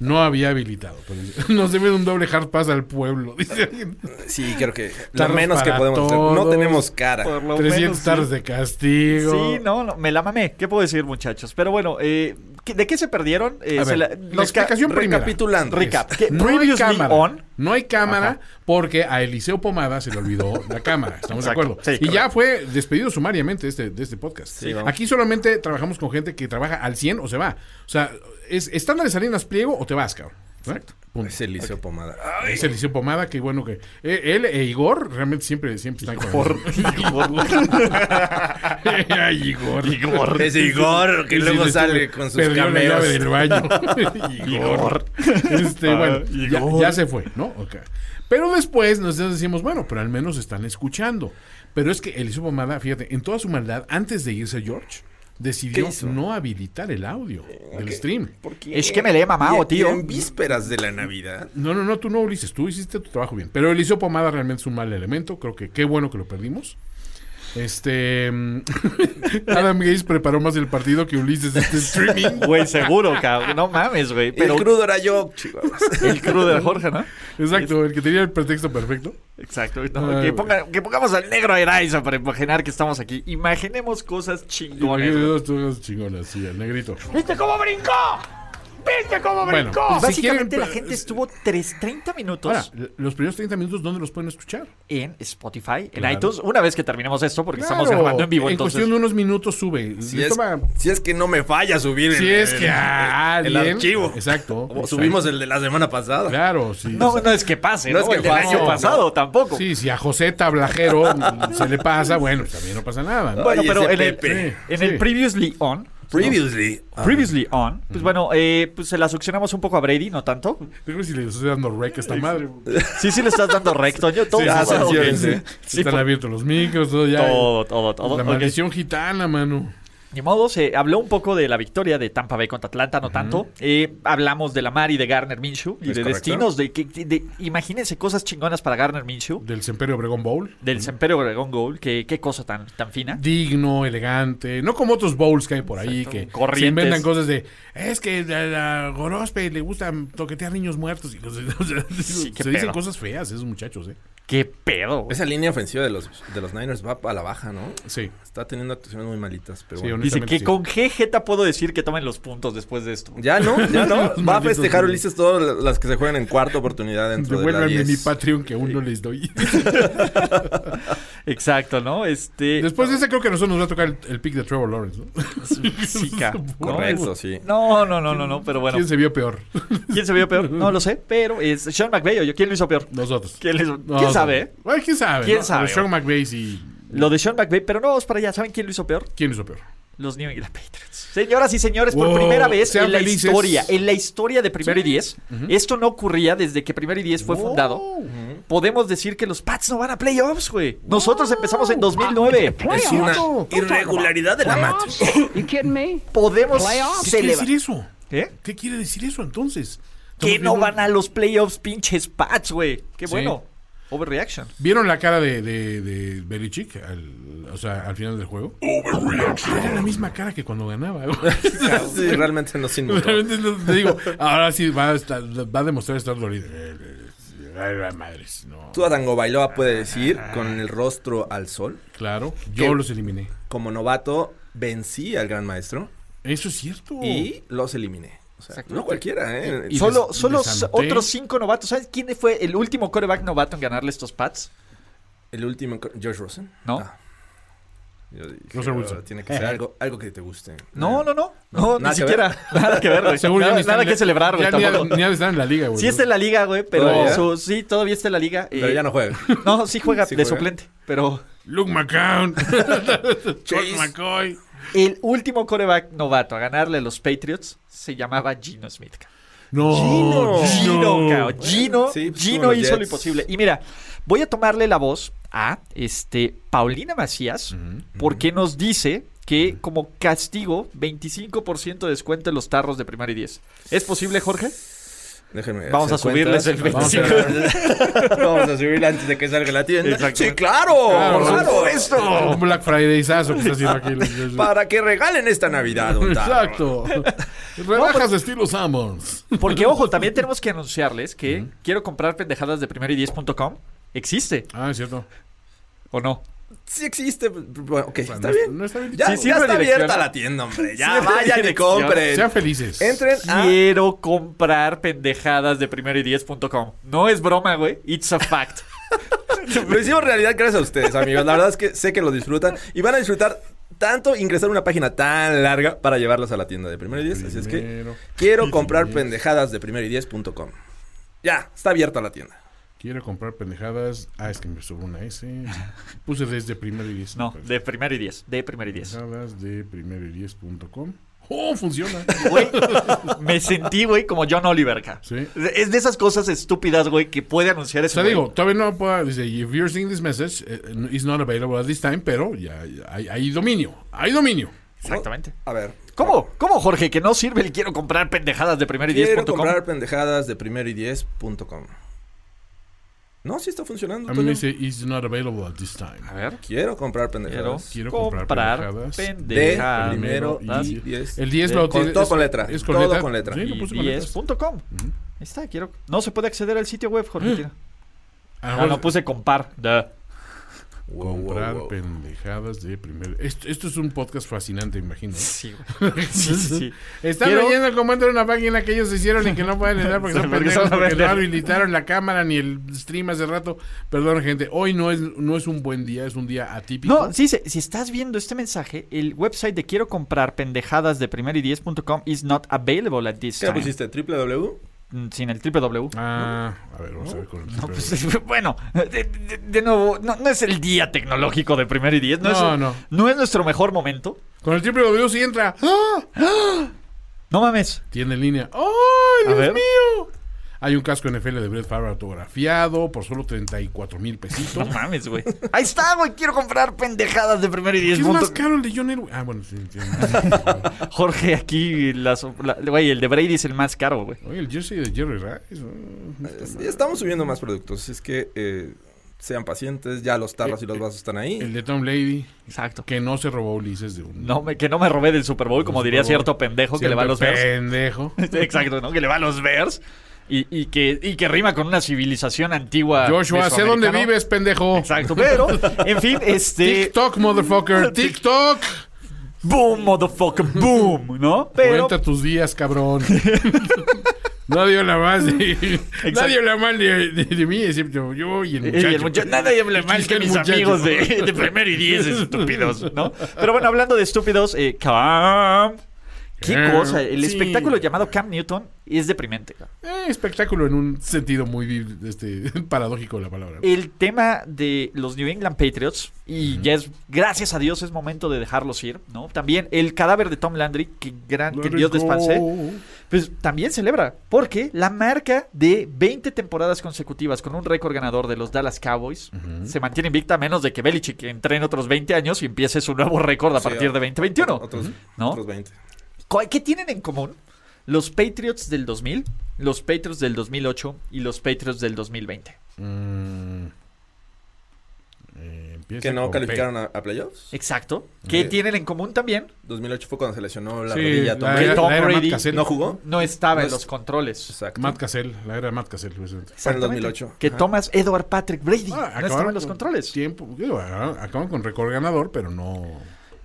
Speaker 4: no había habilitado. pues, nos debe de un doble hard pass al pueblo, dice alguien.
Speaker 2: Sí, creo que lo
Speaker 4: Tarros
Speaker 2: menos que
Speaker 4: para
Speaker 2: podemos hacer. No
Speaker 4: todos.
Speaker 2: tenemos cara.
Speaker 3: Por lo
Speaker 4: 300
Speaker 3: menos,
Speaker 4: tardes de castigo.
Speaker 3: Sí, no, no, me la mamé. ¿Qué puedo decir, muchachos? Pero bueno, eh, ¿qué- ¿de qué se perdieron? Eh,
Speaker 4: A
Speaker 3: se
Speaker 4: ver,
Speaker 3: la-
Speaker 4: la
Speaker 3: los ca-
Speaker 4: explicación primera.
Speaker 2: Recapitulando.
Speaker 3: Recap. ¿Qué?
Speaker 4: No hay
Speaker 3: Previously
Speaker 4: cámara.
Speaker 3: on.
Speaker 4: No hay cámara porque a Eliseo Pomada se le olvidó la cámara. Estamos
Speaker 3: Exacto.
Speaker 4: de acuerdo.
Speaker 3: Sí,
Speaker 4: y
Speaker 3: correcto.
Speaker 4: ya fue despedido sumariamente este, de este podcast.
Speaker 2: vamos.
Speaker 4: Aquí solamente trabajamos con gente que trabaja al 100 o se va. O sea, es estándares Salinas Pliego o te vas, cabrón. Exacto.
Speaker 2: Es el Liceo Pomada.
Speaker 4: Es Eliseo Pomada, que bueno que. eh, él e Igor realmente siempre, siempre están con. Ay, Igor. Igor.
Speaker 2: Es Igor, que luego sale con sus
Speaker 4: Perdió la
Speaker 2: cameos.
Speaker 4: llave del baño. Igor. Este, bueno, ya- Ya, se fue, ¿no? Ok. Pero después nosotros decimos, bueno, pero al menos están escuchando. Pero es que Eliseo Pomada, fíjate, en toda su maldad, antes de irse George, decidió
Speaker 2: ¿Qué hizo? Eh,
Speaker 4: no habilitar el audio del stream.
Speaker 3: Es que me le he mamado,
Speaker 2: Y- y
Speaker 3: tío.
Speaker 2: En vísperas de la Navidad.
Speaker 4: No, no, no, tú no, Ulises, tú hiciste tu trabajo bien. Pero Eliseo Pomada realmente es un mal elemento, creo que qué bueno que lo perdimos. Este. mm, Adam Gates preparó más el partido que Ulises este streaming.
Speaker 3: Güey, seguro, cabrón. No mames, güey. Pero
Speaker 2: el crudo era yo, chihuahuas.
Speaker 3: el crudo de Jorge, ¿no?
Speaker 4: Exacto, el que tenía el pretexto perfecto.
Speaker 3: Exacto.
Speaker 4: Ay,
Speaker 3: no, que,
Speaker 4: Ah, güey.
Speaker 3: ponga- que pongamos al negro a Eraiza para imaginar que estamos aquí. Imaginemos cosas chingones. güey.
Speaker 4: chingonas, sí, el negrito.
Speaker 5: ¿Viste cómo brincó? ¿Viste cómo
Speaker 4: Bueno,
Speaker 5: brincó?
Speaker 4: pues, si
Speaker 3: Básicamente
Speaker 4: quieren,
Speaker 3: la
Speaker 4: eh,
Speaker 3: gente
Speaker 4: s-
Speaker 3: estuvo tres- 30 minutos
Speaker 4: Ahora, l- los primeros 30 minutos, ¿dónde los pueden escuchar?
Speaker 3: en Spotify, en
Speaker 4: Claro.
Speaker 3: iTunes. Una vez que terminemos esto, porque estamos
Speaker 4: Claro,
Speaker 3: grabando en vivo,
Speaker 4: En
Speaker 3: entonces.
Speaker 4: cuestión de unos minutos sube.
Speaker 2: Si
Speaker 4: Esto
Speaker 2: es,
Speaker 4: va-
Speaker 2: si es que no me falla subir el-
Speaker 4: si es
Speaker 2: el-
Speaker 4: que a
Speaker 2: el, el
Speaker 4: alguien-
Speaker 2: archivo.
Speaker 4: Exacto.
Speaker 2: O
Speaker 4: exacto.
Speaker 2: subimos el de la semana pasada.
Speaker 4: Claro, sí.
Speaker 3: No, no es que pase, no,
Speaker 2: No es que
Speaker 3: el del
Speaker 2: pase,
Speaker 3: año
Speaker 2: no.
Speaker 3: pasado tampoco.
Speaker 4: Sí, si a José Tablajero se le pasa, bueno, también no pasa nada. ¿no?
Speaker 3: Bueno,
Speaker 2: Ay,
Speaker 3: pero
Speaker 2: ese
Speaker 3: en el,
Speaker 2: Pepe.
Speaker 3: en
Speaker 4: Sí. Ah.
Speaker 3: el Previously On.
Speaker 2: Previously. ah,
Speaker 3: Previously On. Pues bueno, eh, pues se la succionamos un poco a Brady, no tanto.
Speaker 4: Yo creo que si le estoy dando rec a esta madre.
Speaker 3: Sí, sí le estás dando recto. Yo todo.
Speaker 2: Sí, sí,
Speaker 3: todo,
Speaker 2: sí,
Speaker 3: ok.
Speaker 2: sí, sí.
Speaker 3: Sí,
Speaker 4: Están
Speaker 3: por-
Speaker 4: abiertos los micros, todo ya.
Speaker 3: todo, todo, todo,
Speaker 4: la
Speaker 3: ok.
Speaker 4: maldición gitana, mano.
Speaker 3: Ni modo, se habló un poco de la victoria de Tampa Bay contra Atlanta, no tanto. Eh, hablamos de Lamar y de Garner Minshew y de
Speaker 2: correcto.
Speaker 3: destinos. De, que- de- imagínense cosas chingonas para Garner Minshew.
Speaker 4: Del Semperio Obregón Bowl.
Speaker 3: Del Sempero Oregón Goal, que qué cosa tan, tan fina.
Speaker 4: Digno, elegante. No como otros bowls que hay por ahí que
Speaker 3: Corrientes.
Speaker 4: se inventan cosas de. Es que a la Gorospe le gusta toquetear niños muertos. Y cosas- o sea,
Speaker 3: qué
Speaker 4: se dicen
Speaker 3: pedo.
Speaker 4: cosas feas esos muchachos, ¿eh?
Speaker 3: Qué pedo. güey.
Speaker 2: Esa línea ofensiva de los, de los Niners va a la baja, ¿no?
Speaker 4: Sí.
Speaker 2: Está teniendo actuaciones muy malitas, pero
Speaker 4: Sí,
Speaker 2: bueno.
Speaker 3: Dice
Speaker 4: honestamente
Speaker 3: que
Speaker 4: sí.
Speaker 3: con qué jeta puedo decir que tomen los puntos después de esto.
Speaker 2: Ya no, ya no.
Speaker 4: Los
Speaker 2: Va a
Speaker 4: malditos
Speaker 2: festejar
Speaker 4: Niners.
Speaker 2: Ulises todas las que se juegan en cuarta oportunidad dentro de la
Speaker 4: Devuélvanme
Speaker 2: 10.
Speaker 4: mi Patreon que aún no les doy.
Speaker 3: Exacto, ¿no? Este.
Speaker 4: Después de ese, creo que a nosotros nos va a tocar el, el pick de Trevor Lawrence, ¿no?
Speaker 3: sí, ca- ¿no?
Speaker 2: Correcto, sí.
Speaker 3: No, no, no, no, no, pero bueno.
Speaker 4: ¿Quién se vio peor?
Speaker 3: ¿Quién se vio peor? No lo sé, pero es Sean McVay o yo. ¿Quién lo hizo peor?
Speaker 4: Nosotros.
Speaker 3: ¿Quién, les-
Speaker 4: No,
Speaker 3: ¿quién
Speaker 4: no.
Speaker 3: sabe?
Speaker 4: Ay, ¿Quién sabe?
Speaker 3: ¿Quién
Speaker 4: no?
Speaker 3: sabe?
Speaker 4: Pero Sean McVay y...
Speaker 3: Lo de Sean McVay, pero no vamos para allá. ¿Saben quién lo hizo peor?
Speaker 4: ¿Quién hizo peor?
Speaker 3: Los New England Patriots. Señoras y señores, por
Speaker 4: Wow,
Speaker 3: primera vez
Speaker 4: sean
Speaker 3: en la
Speaker 4: felices.
Speaker 3: historia, en la historia de Primero
Speaker 4: Sí.
Speaker 3: y Diez, esto no ocurría desde que Primero y Diez fue fundado. Podemos decir que los Pats no van a playoffs, güey. Nosotros empezamos en 2009.
Speaker 2: Es una
Speaker 5: Uh, Playoffs?
Speaker 2: irregularidad de la matriz.
Speaker 5: Playoffs? You kidding me?
Speaker 3: Podemos
Speaker 5: Playoffs?
Speaker 4: ¿Qué
Speaker 3: se
Speaker 4: quiere
Speaker 3: le va-
Speaker 4: decir eso?
Speaker 3: ¿Qué?
Speaker 4: ¿Qué quiere decir eso entonces?
Speaker 3: Que
Speaker 4: Estamos
Speaker 3: no
Speaker 4: viendo-
Speaker 3: van a los playoffs, pinches Pats, güey. Qué
Speaker 4: Sí.
Speaker 3: bueno. Overreaction.
Speaker 4: ¿Vieron la cara de, de, de Belichick al, o sea, al final del juego? Era la misma cara que cuando ganaba.
Speaker 2: Sí, realmente no sin
Speaker 4: Realmente no- te digo, ahora sí va a, estar- va a demostrar estar dolido. Eh, Ay, la madres, no.
Speaker 2: Tú Adango Bailoa puede decir, con el rostro al sol,
Speaker 4: Claro, yo
Speaker 2: ¿Qué?
Speaker 4: los eliminé.
Speaker 2: como novato, vencí al gran maestro
Speaker 4: Eso es
Speaker 3: Uh.
Speaker 4: cierto.
Speaker 2: y los eliminé. O sea, no cualquiera, ¿eh?
Speaker 4: Y-
Speaker 3: Solo,
Speaker 4: des-
Speaker 3: solo
Speaker 4: desanté.
Speaker 3: otros cinco novatos. ¿Sabes quién fue el último coreback novato en ganarle estos Pats?
Speaker 2: El último, George Rosen.
Speaker 3: No. Eh.
Speaker 2: Ah. Yo dije,
Speaker 4: Russell Wilson.
Speaker 2: "Oh, Tiene que ser algo, algo que te guste.
Speaker 3: No, no, no. No,
Speaker 2: Nada
Speaker 3: ni
Speaker 2: que ver.
Speaker 3: siquiera. Nada que ver, güey.
Speaker 4: Seguro ya
Speaker 3: Nada,
Speaker 4: ni están
Speaker 3: nada
Speaker 4: en
Speaker 3: que
Speaker 4: la-
Speaker 3: celebrar, güey.
Speaker 4: ya ni,
Speaker 3: tampoco.
Speaker 4: ni ha de estar en la liga, güey.
Speaker 3: Sí está en la liga, güey, pero
Speaker 2: ¿Todavía?
Speaker 3: su- sí, todavía está en la liga.
Speaker 2: Pero
Speaker 3: eh,
Speaker 2: ya no juega.
Speaker 3: No, sí juega
Speaker 2: Sí
Speaker 3: de
Speaker 2: juega.
Speaker 3: suplente, pero
Speaker 4: Luke McCown. Chase
Speaker 2: Chase.
Speaker 4: McCoy.
Speaker 3: el último coreback novato a ganarle a los Patriots se llamaba Gino Smith. cabrón.
Speaker 4: No.
Speaker 3: Gino, cabrón. Gino,
Speaker 2: Oh. Sí, pues,
Speaker 3: Gino
Speaker 2: como los
Speaker 3: hizo lo
Speaker 2: Jets.
Speaker 3: imposible. Y mira, voy a tomarle la voz a este Paulina Macías porque nos dice que como castigo 25% de descuento en los tarros de primera y 10. ¿Es posible, Jorge?
Speaker 2: Déjenme
Speaker 3: Vamos
Speaker 2: hacer
Speaker 3: a subirles
Speaker 2: cuentas.
Speaker 3: el
Speaker 2: Vamos a- Vamos a subirle antes de que salga la tienda.
Speaker 3: Exacto.
Speaker 2: Sí, claro,
Speaker 4: Claro,
Speaker 2: por supuesto.
Speaker 4: Un Black Friday sazo que está haciendo aquí.
Speaker 2: Para que regalen esta Navidad, don Taro.
Speaker 4: Exacto. Rebajas de estilo Sammons.
Speaker 3: Porque, ojo, también tenemos que anunciarles que quiero comprar pendejadas de primera y 10.com. ¿Existe
Speaker 4: Ah, es cierto.
Speaker 3: o no?
Speaker 2: Sí existe. Bueno, ok, está bien.
Speaker 4: No está bien.
Speaker 2: Ya,
Speaker 3: Sí,
Speaker 2: ya
Speaker 3: sirve
Speaker 2: está
Speaker 3: dirección.
Speaker 2: abierta la tienda, hombre. Ya
Speaker 3: Sirve
Speaker 2: vayan y
Speaker 3: dirección.
Speaker 2: compren.
Speaker 4: Sean felices.
Speaker 2: Entren a...
Speaker 3: Quiero comprar pendejadas de primero y 10.com. No es broma, güey. It's a fact.
Speaker 2: Lo hicimos realidad gracias a ustedes, amigos. La verdad es que sé que lo disfrutan y van a disfrutar tanto ingresar a una página tan larga para llevarlos a la tienda de Primero y Diez. Así es que
Speaker 4: Primero
Speaker 2: quiero comprar pendejadas de primero y diez.com. Ya, está abierta la tienda.
Speaker 4: Quiero comprar pendejadas. Ah, es que me subo una S. Puse desde primero y diez. Pues,
Speaker 3: No, de primero y 10. De primero y 10.
Speaker 4: Pendejadas de primero y diez.com. Oh, funciona.
Speaker 3: Güey, me sentí, güey, como John Oliver. ca.
Speaker 4: Sí.
Speaker 3: Es de esas cosas estúpidas, güey, que puede anunciar
Speaker 4: O
Speaker 3: eso.
Speaker 4: sea, digo, todavía no puedo. Dice, if you're seeing this message, eh, it's not available at this time, pero ya, ya hay, hay dominio. Hay dominio.
Speaker 3: Exactamente.
Speaker 2: A ver.
Speaker 3: ¿Cómo? ¿Cómo, Jorge? Que no sirve el quiero comprar pendejadas de primero y
Speaker 2: Quiero
Speaker 3: 10.com.
Speaker 2: comprar pendejadas de primero y diez.com. No, sí está funcionando.
Speaker 4: A
Speaker 3: pues
Speaker 4: mí me
Speaker 2: Toño.
Speaker 4: dice, it's not available at this time.
Speaker 3: A ver.
Speaker 2: Quiero comprar
Speaker 3: Quiero,
Speaker 2: pendejadas.
Speaker 4: Quiero comprar
Speaker 3: comprar,
Speaker 4: pendejadas
Speaker 3: pendejadas.
Speaker 2: de primero
Speaker 4: Primero
Speaker 2: y diez.
Speaker 4: El 10
Speaker 3: De-
Speaker 4: lo
Speaker 2: Eh, con-
Speaker 4: tiene-
Speaker 2: todo
Speaker 4: es-
Speaker 2: con letra,
Speaker 4: Es
Speaker 2: todo
Speaker 4: letra.
Speaker 2: con letra.
Speaker 4: Sí, lo
Speaker 3: y
Speaker 4: puse con letras.
Speaker 3: 10.com. Ahí está, quiero. No se puede acceder al sitio web, Jorge. tira.
Speaker 4: A lo
Speaker 3: Ah, no
Speaker 4: mejor
Speaker 3: puse compar. Duh.
Speaker 2: Wow, wow,
Speaker 4: Comprar
Speaker 2: wow.
Speaker 4: pendejadas de primero. Esto, esto es un podcast fascinante, imagino. ¿eh?
Speaker 3: Sí, güey. Sí, sí, sí.
Speaker 4: Están
Speaker 3: Quiero-
Speaker 4: leyendo cómo entra una página que ellos hicieron y que no pueden entrar porque
Speaker 3: Sí,
Speaker 4: son
Speaker 3: porque
Speaker 4: pendejos,
Speaker 3: son
Speaker 4: porque no
Speaker 3: pendejos.
Speaker 4: habilitaron la cámara ni el stream hace rato. Perdón, gente. Hoy no es, no es un buen día, es un día atípico.
Speaker 3: No, sí, se- si estás viendo este mensaje, el website de quiero comprar pendejadas de primero y 10.com is not available at this
Speaker 2: ¿Qué le
Speaker 3: time.
Speaker 2: pusiste? ¿Triple W?
Speaker 3: Mm, Sin el triple W.
Speaker 4: Ah, a ver, vamos a ver con el
Speaker 3: No,
Speaker 4: triple
Speaker 3: pues,
Speaker 4: W.
Speaker 3: bueno, de, de- de nuevo, no, no es el día tecnológico de primero y 10. No,
Speaker 4: No,
Speaker 3: es,
Speaker 4: no.
Speaker 3: es nuestro mejor momento.
Speaker 4: Con el triple W sí entra. ¡Ah!
Speaker 3: No mames.
Speaker 4: Tiene línea. ¡Ay,
Speaker 3: A
Speaker 4: Dios
Speaker 3: ver.
Speaker 4: mío! Hay un casco NFL de Brett Favre autografiado por solo 34 mil pesitos.
Speaker 3: No mames, güey. Ahí está, güey. Quiero comprar pendejadas de primero y 10.
Speaker 4: ¿Qué es
Speaker 3: punto-
Speaker 4: más caro el de John Elway? Ah, bueno, sí, entiendo.
Speaker 3: Jorge, aquí, las- la- güey, el de Brady es el más caro, güey.
Speaker 4: Oye, el jersey de Jerry Rice. ¿no?
Speaker 2: Sí, Eh, Estamos subiendo más productos, es que eh, sean pacientes, ya los tarros y los vasos están
Speaker 4: Eh, El
Speaker 2: ahí.
Speaker 4: de Tom Lady,
Speaker 3: Exacto.
Speaker 4: que no se robó Ulises de un.
Speaker 3: No me, que no me robé del Super Bowl, como diría cierto pendejo que le va a los Bears.
Speaker 4: Pendejo.
Speaker 3: Exacto, ¿no? Que le va a los Bears. Y, y que, y que rima con una civilización antigua.
Speaker 4: Joshua, ¿hacia dónde
Speaker 3: mesoamericana.
Speaker 4: vives, pendejo?
Speaker 3: Ah, Exacto, pero, en fin, este.
Speaker 4: TikTok, motherfucker. TikTok.
Speaker 3: Boom, motherfucker, boom, ¿no? Pero.
Speaker 4: Cuenta tus días, cabrón. Nadie habla más de, nadie habla mal de, de- de mí, excepto yo y el
Speaker 3: Eh,
Speaker 4: muchacho.
Speaker 3: y el mucha- nada de hablar mal que
Speaker 4: El
Speaker 3: mis
Speaker 4: muchacho.
Speaker 3: amigos de, de primero y diez estúpidos, ¿no? Pero bueno, hablando de estúpidos, eh, Cam. Qué
Speaker 4: Cam,
Speaker 3: cosa, el
Speaker 4: sí.
Speaker 3: espectáculo llamado Cam Newton es deprimente.
Speaker 4: Eh, espectáculo en un sentido muy este, paradójico de la palabra.
Speaker 3: El tema de los New England Patriots, y ya es, gracias a Dios, es momento de dejarlos ir, ¿no? También el cadáver de Tom Landry, que, gran, que
Speaker 4: Let
Speaker 3: Dios
Speaker 4: it go.
Speaker 3: despanse, pues también celebra, porque la marca de 20 temporadas consecutivas con un récord ganador de los Dallas Cowboys se mantiene invicta a menos de que Belichick entrene otros 20 años y empiece su nuevo récord a
Speaker 2: Sí,
Speaker 3: partir de 2021.
Speaker 2: Otros,
Speaker 3: ¿No?
Speaker 2: otros 20.
Speaker 3: Co- ¿Qué tienen en común los Patriots del 2000, los Patriots del 2008 y los Patriots del 2020?
Speaker 4: Mm. Eh, empieza
Speaker 2: Que no
Speaker 4: con
Speaker 2: calificaron a, a playoffs.
Speaker 3: Exacto. ¿Qué
Speaker 2: Ok.
Speaker 3: tienen en común también?
Speaker 2: 2008 fue cuando se lesionó
Speaker 4: P.
Speaker 2: la
Speaker 4: Sí,
Speaker 2: rodilla. Tom
Speaker 4: la
Speaker 2: Brady.
Speaker 4: era,
Speaker 3: Tom
Speaker 4: la era
Speaker 3: Brady
Speaker 4: Matt Cassell.
Speaker 2: ¿No jugó?
Speaker 3: No estaba
Speaker 2: No
Speaker 3: en
Speaker 2: es-
Speaker 3: los controles.
Speaker 2: Exacto.
Speaker 4: Matt Cassell, la era Matt Cassell. presidente.
Speaker 2: Fue en el
Speaker 3: Exactamente.
Speaker 2: 2008.
Speaker 3: Que
Speaker 2: Ajá.
Speaker 3: tomas Edward Patrick Brady.
Speaker 4: Ah,
Speaker 3: no estaba
Speaker 4: acabaron
Speaker 3: en los
Speaker 4: con
Speaker 3: controles.
Speaker 4: Tiempo, digo, ah, acaban con récord ganador, pero no.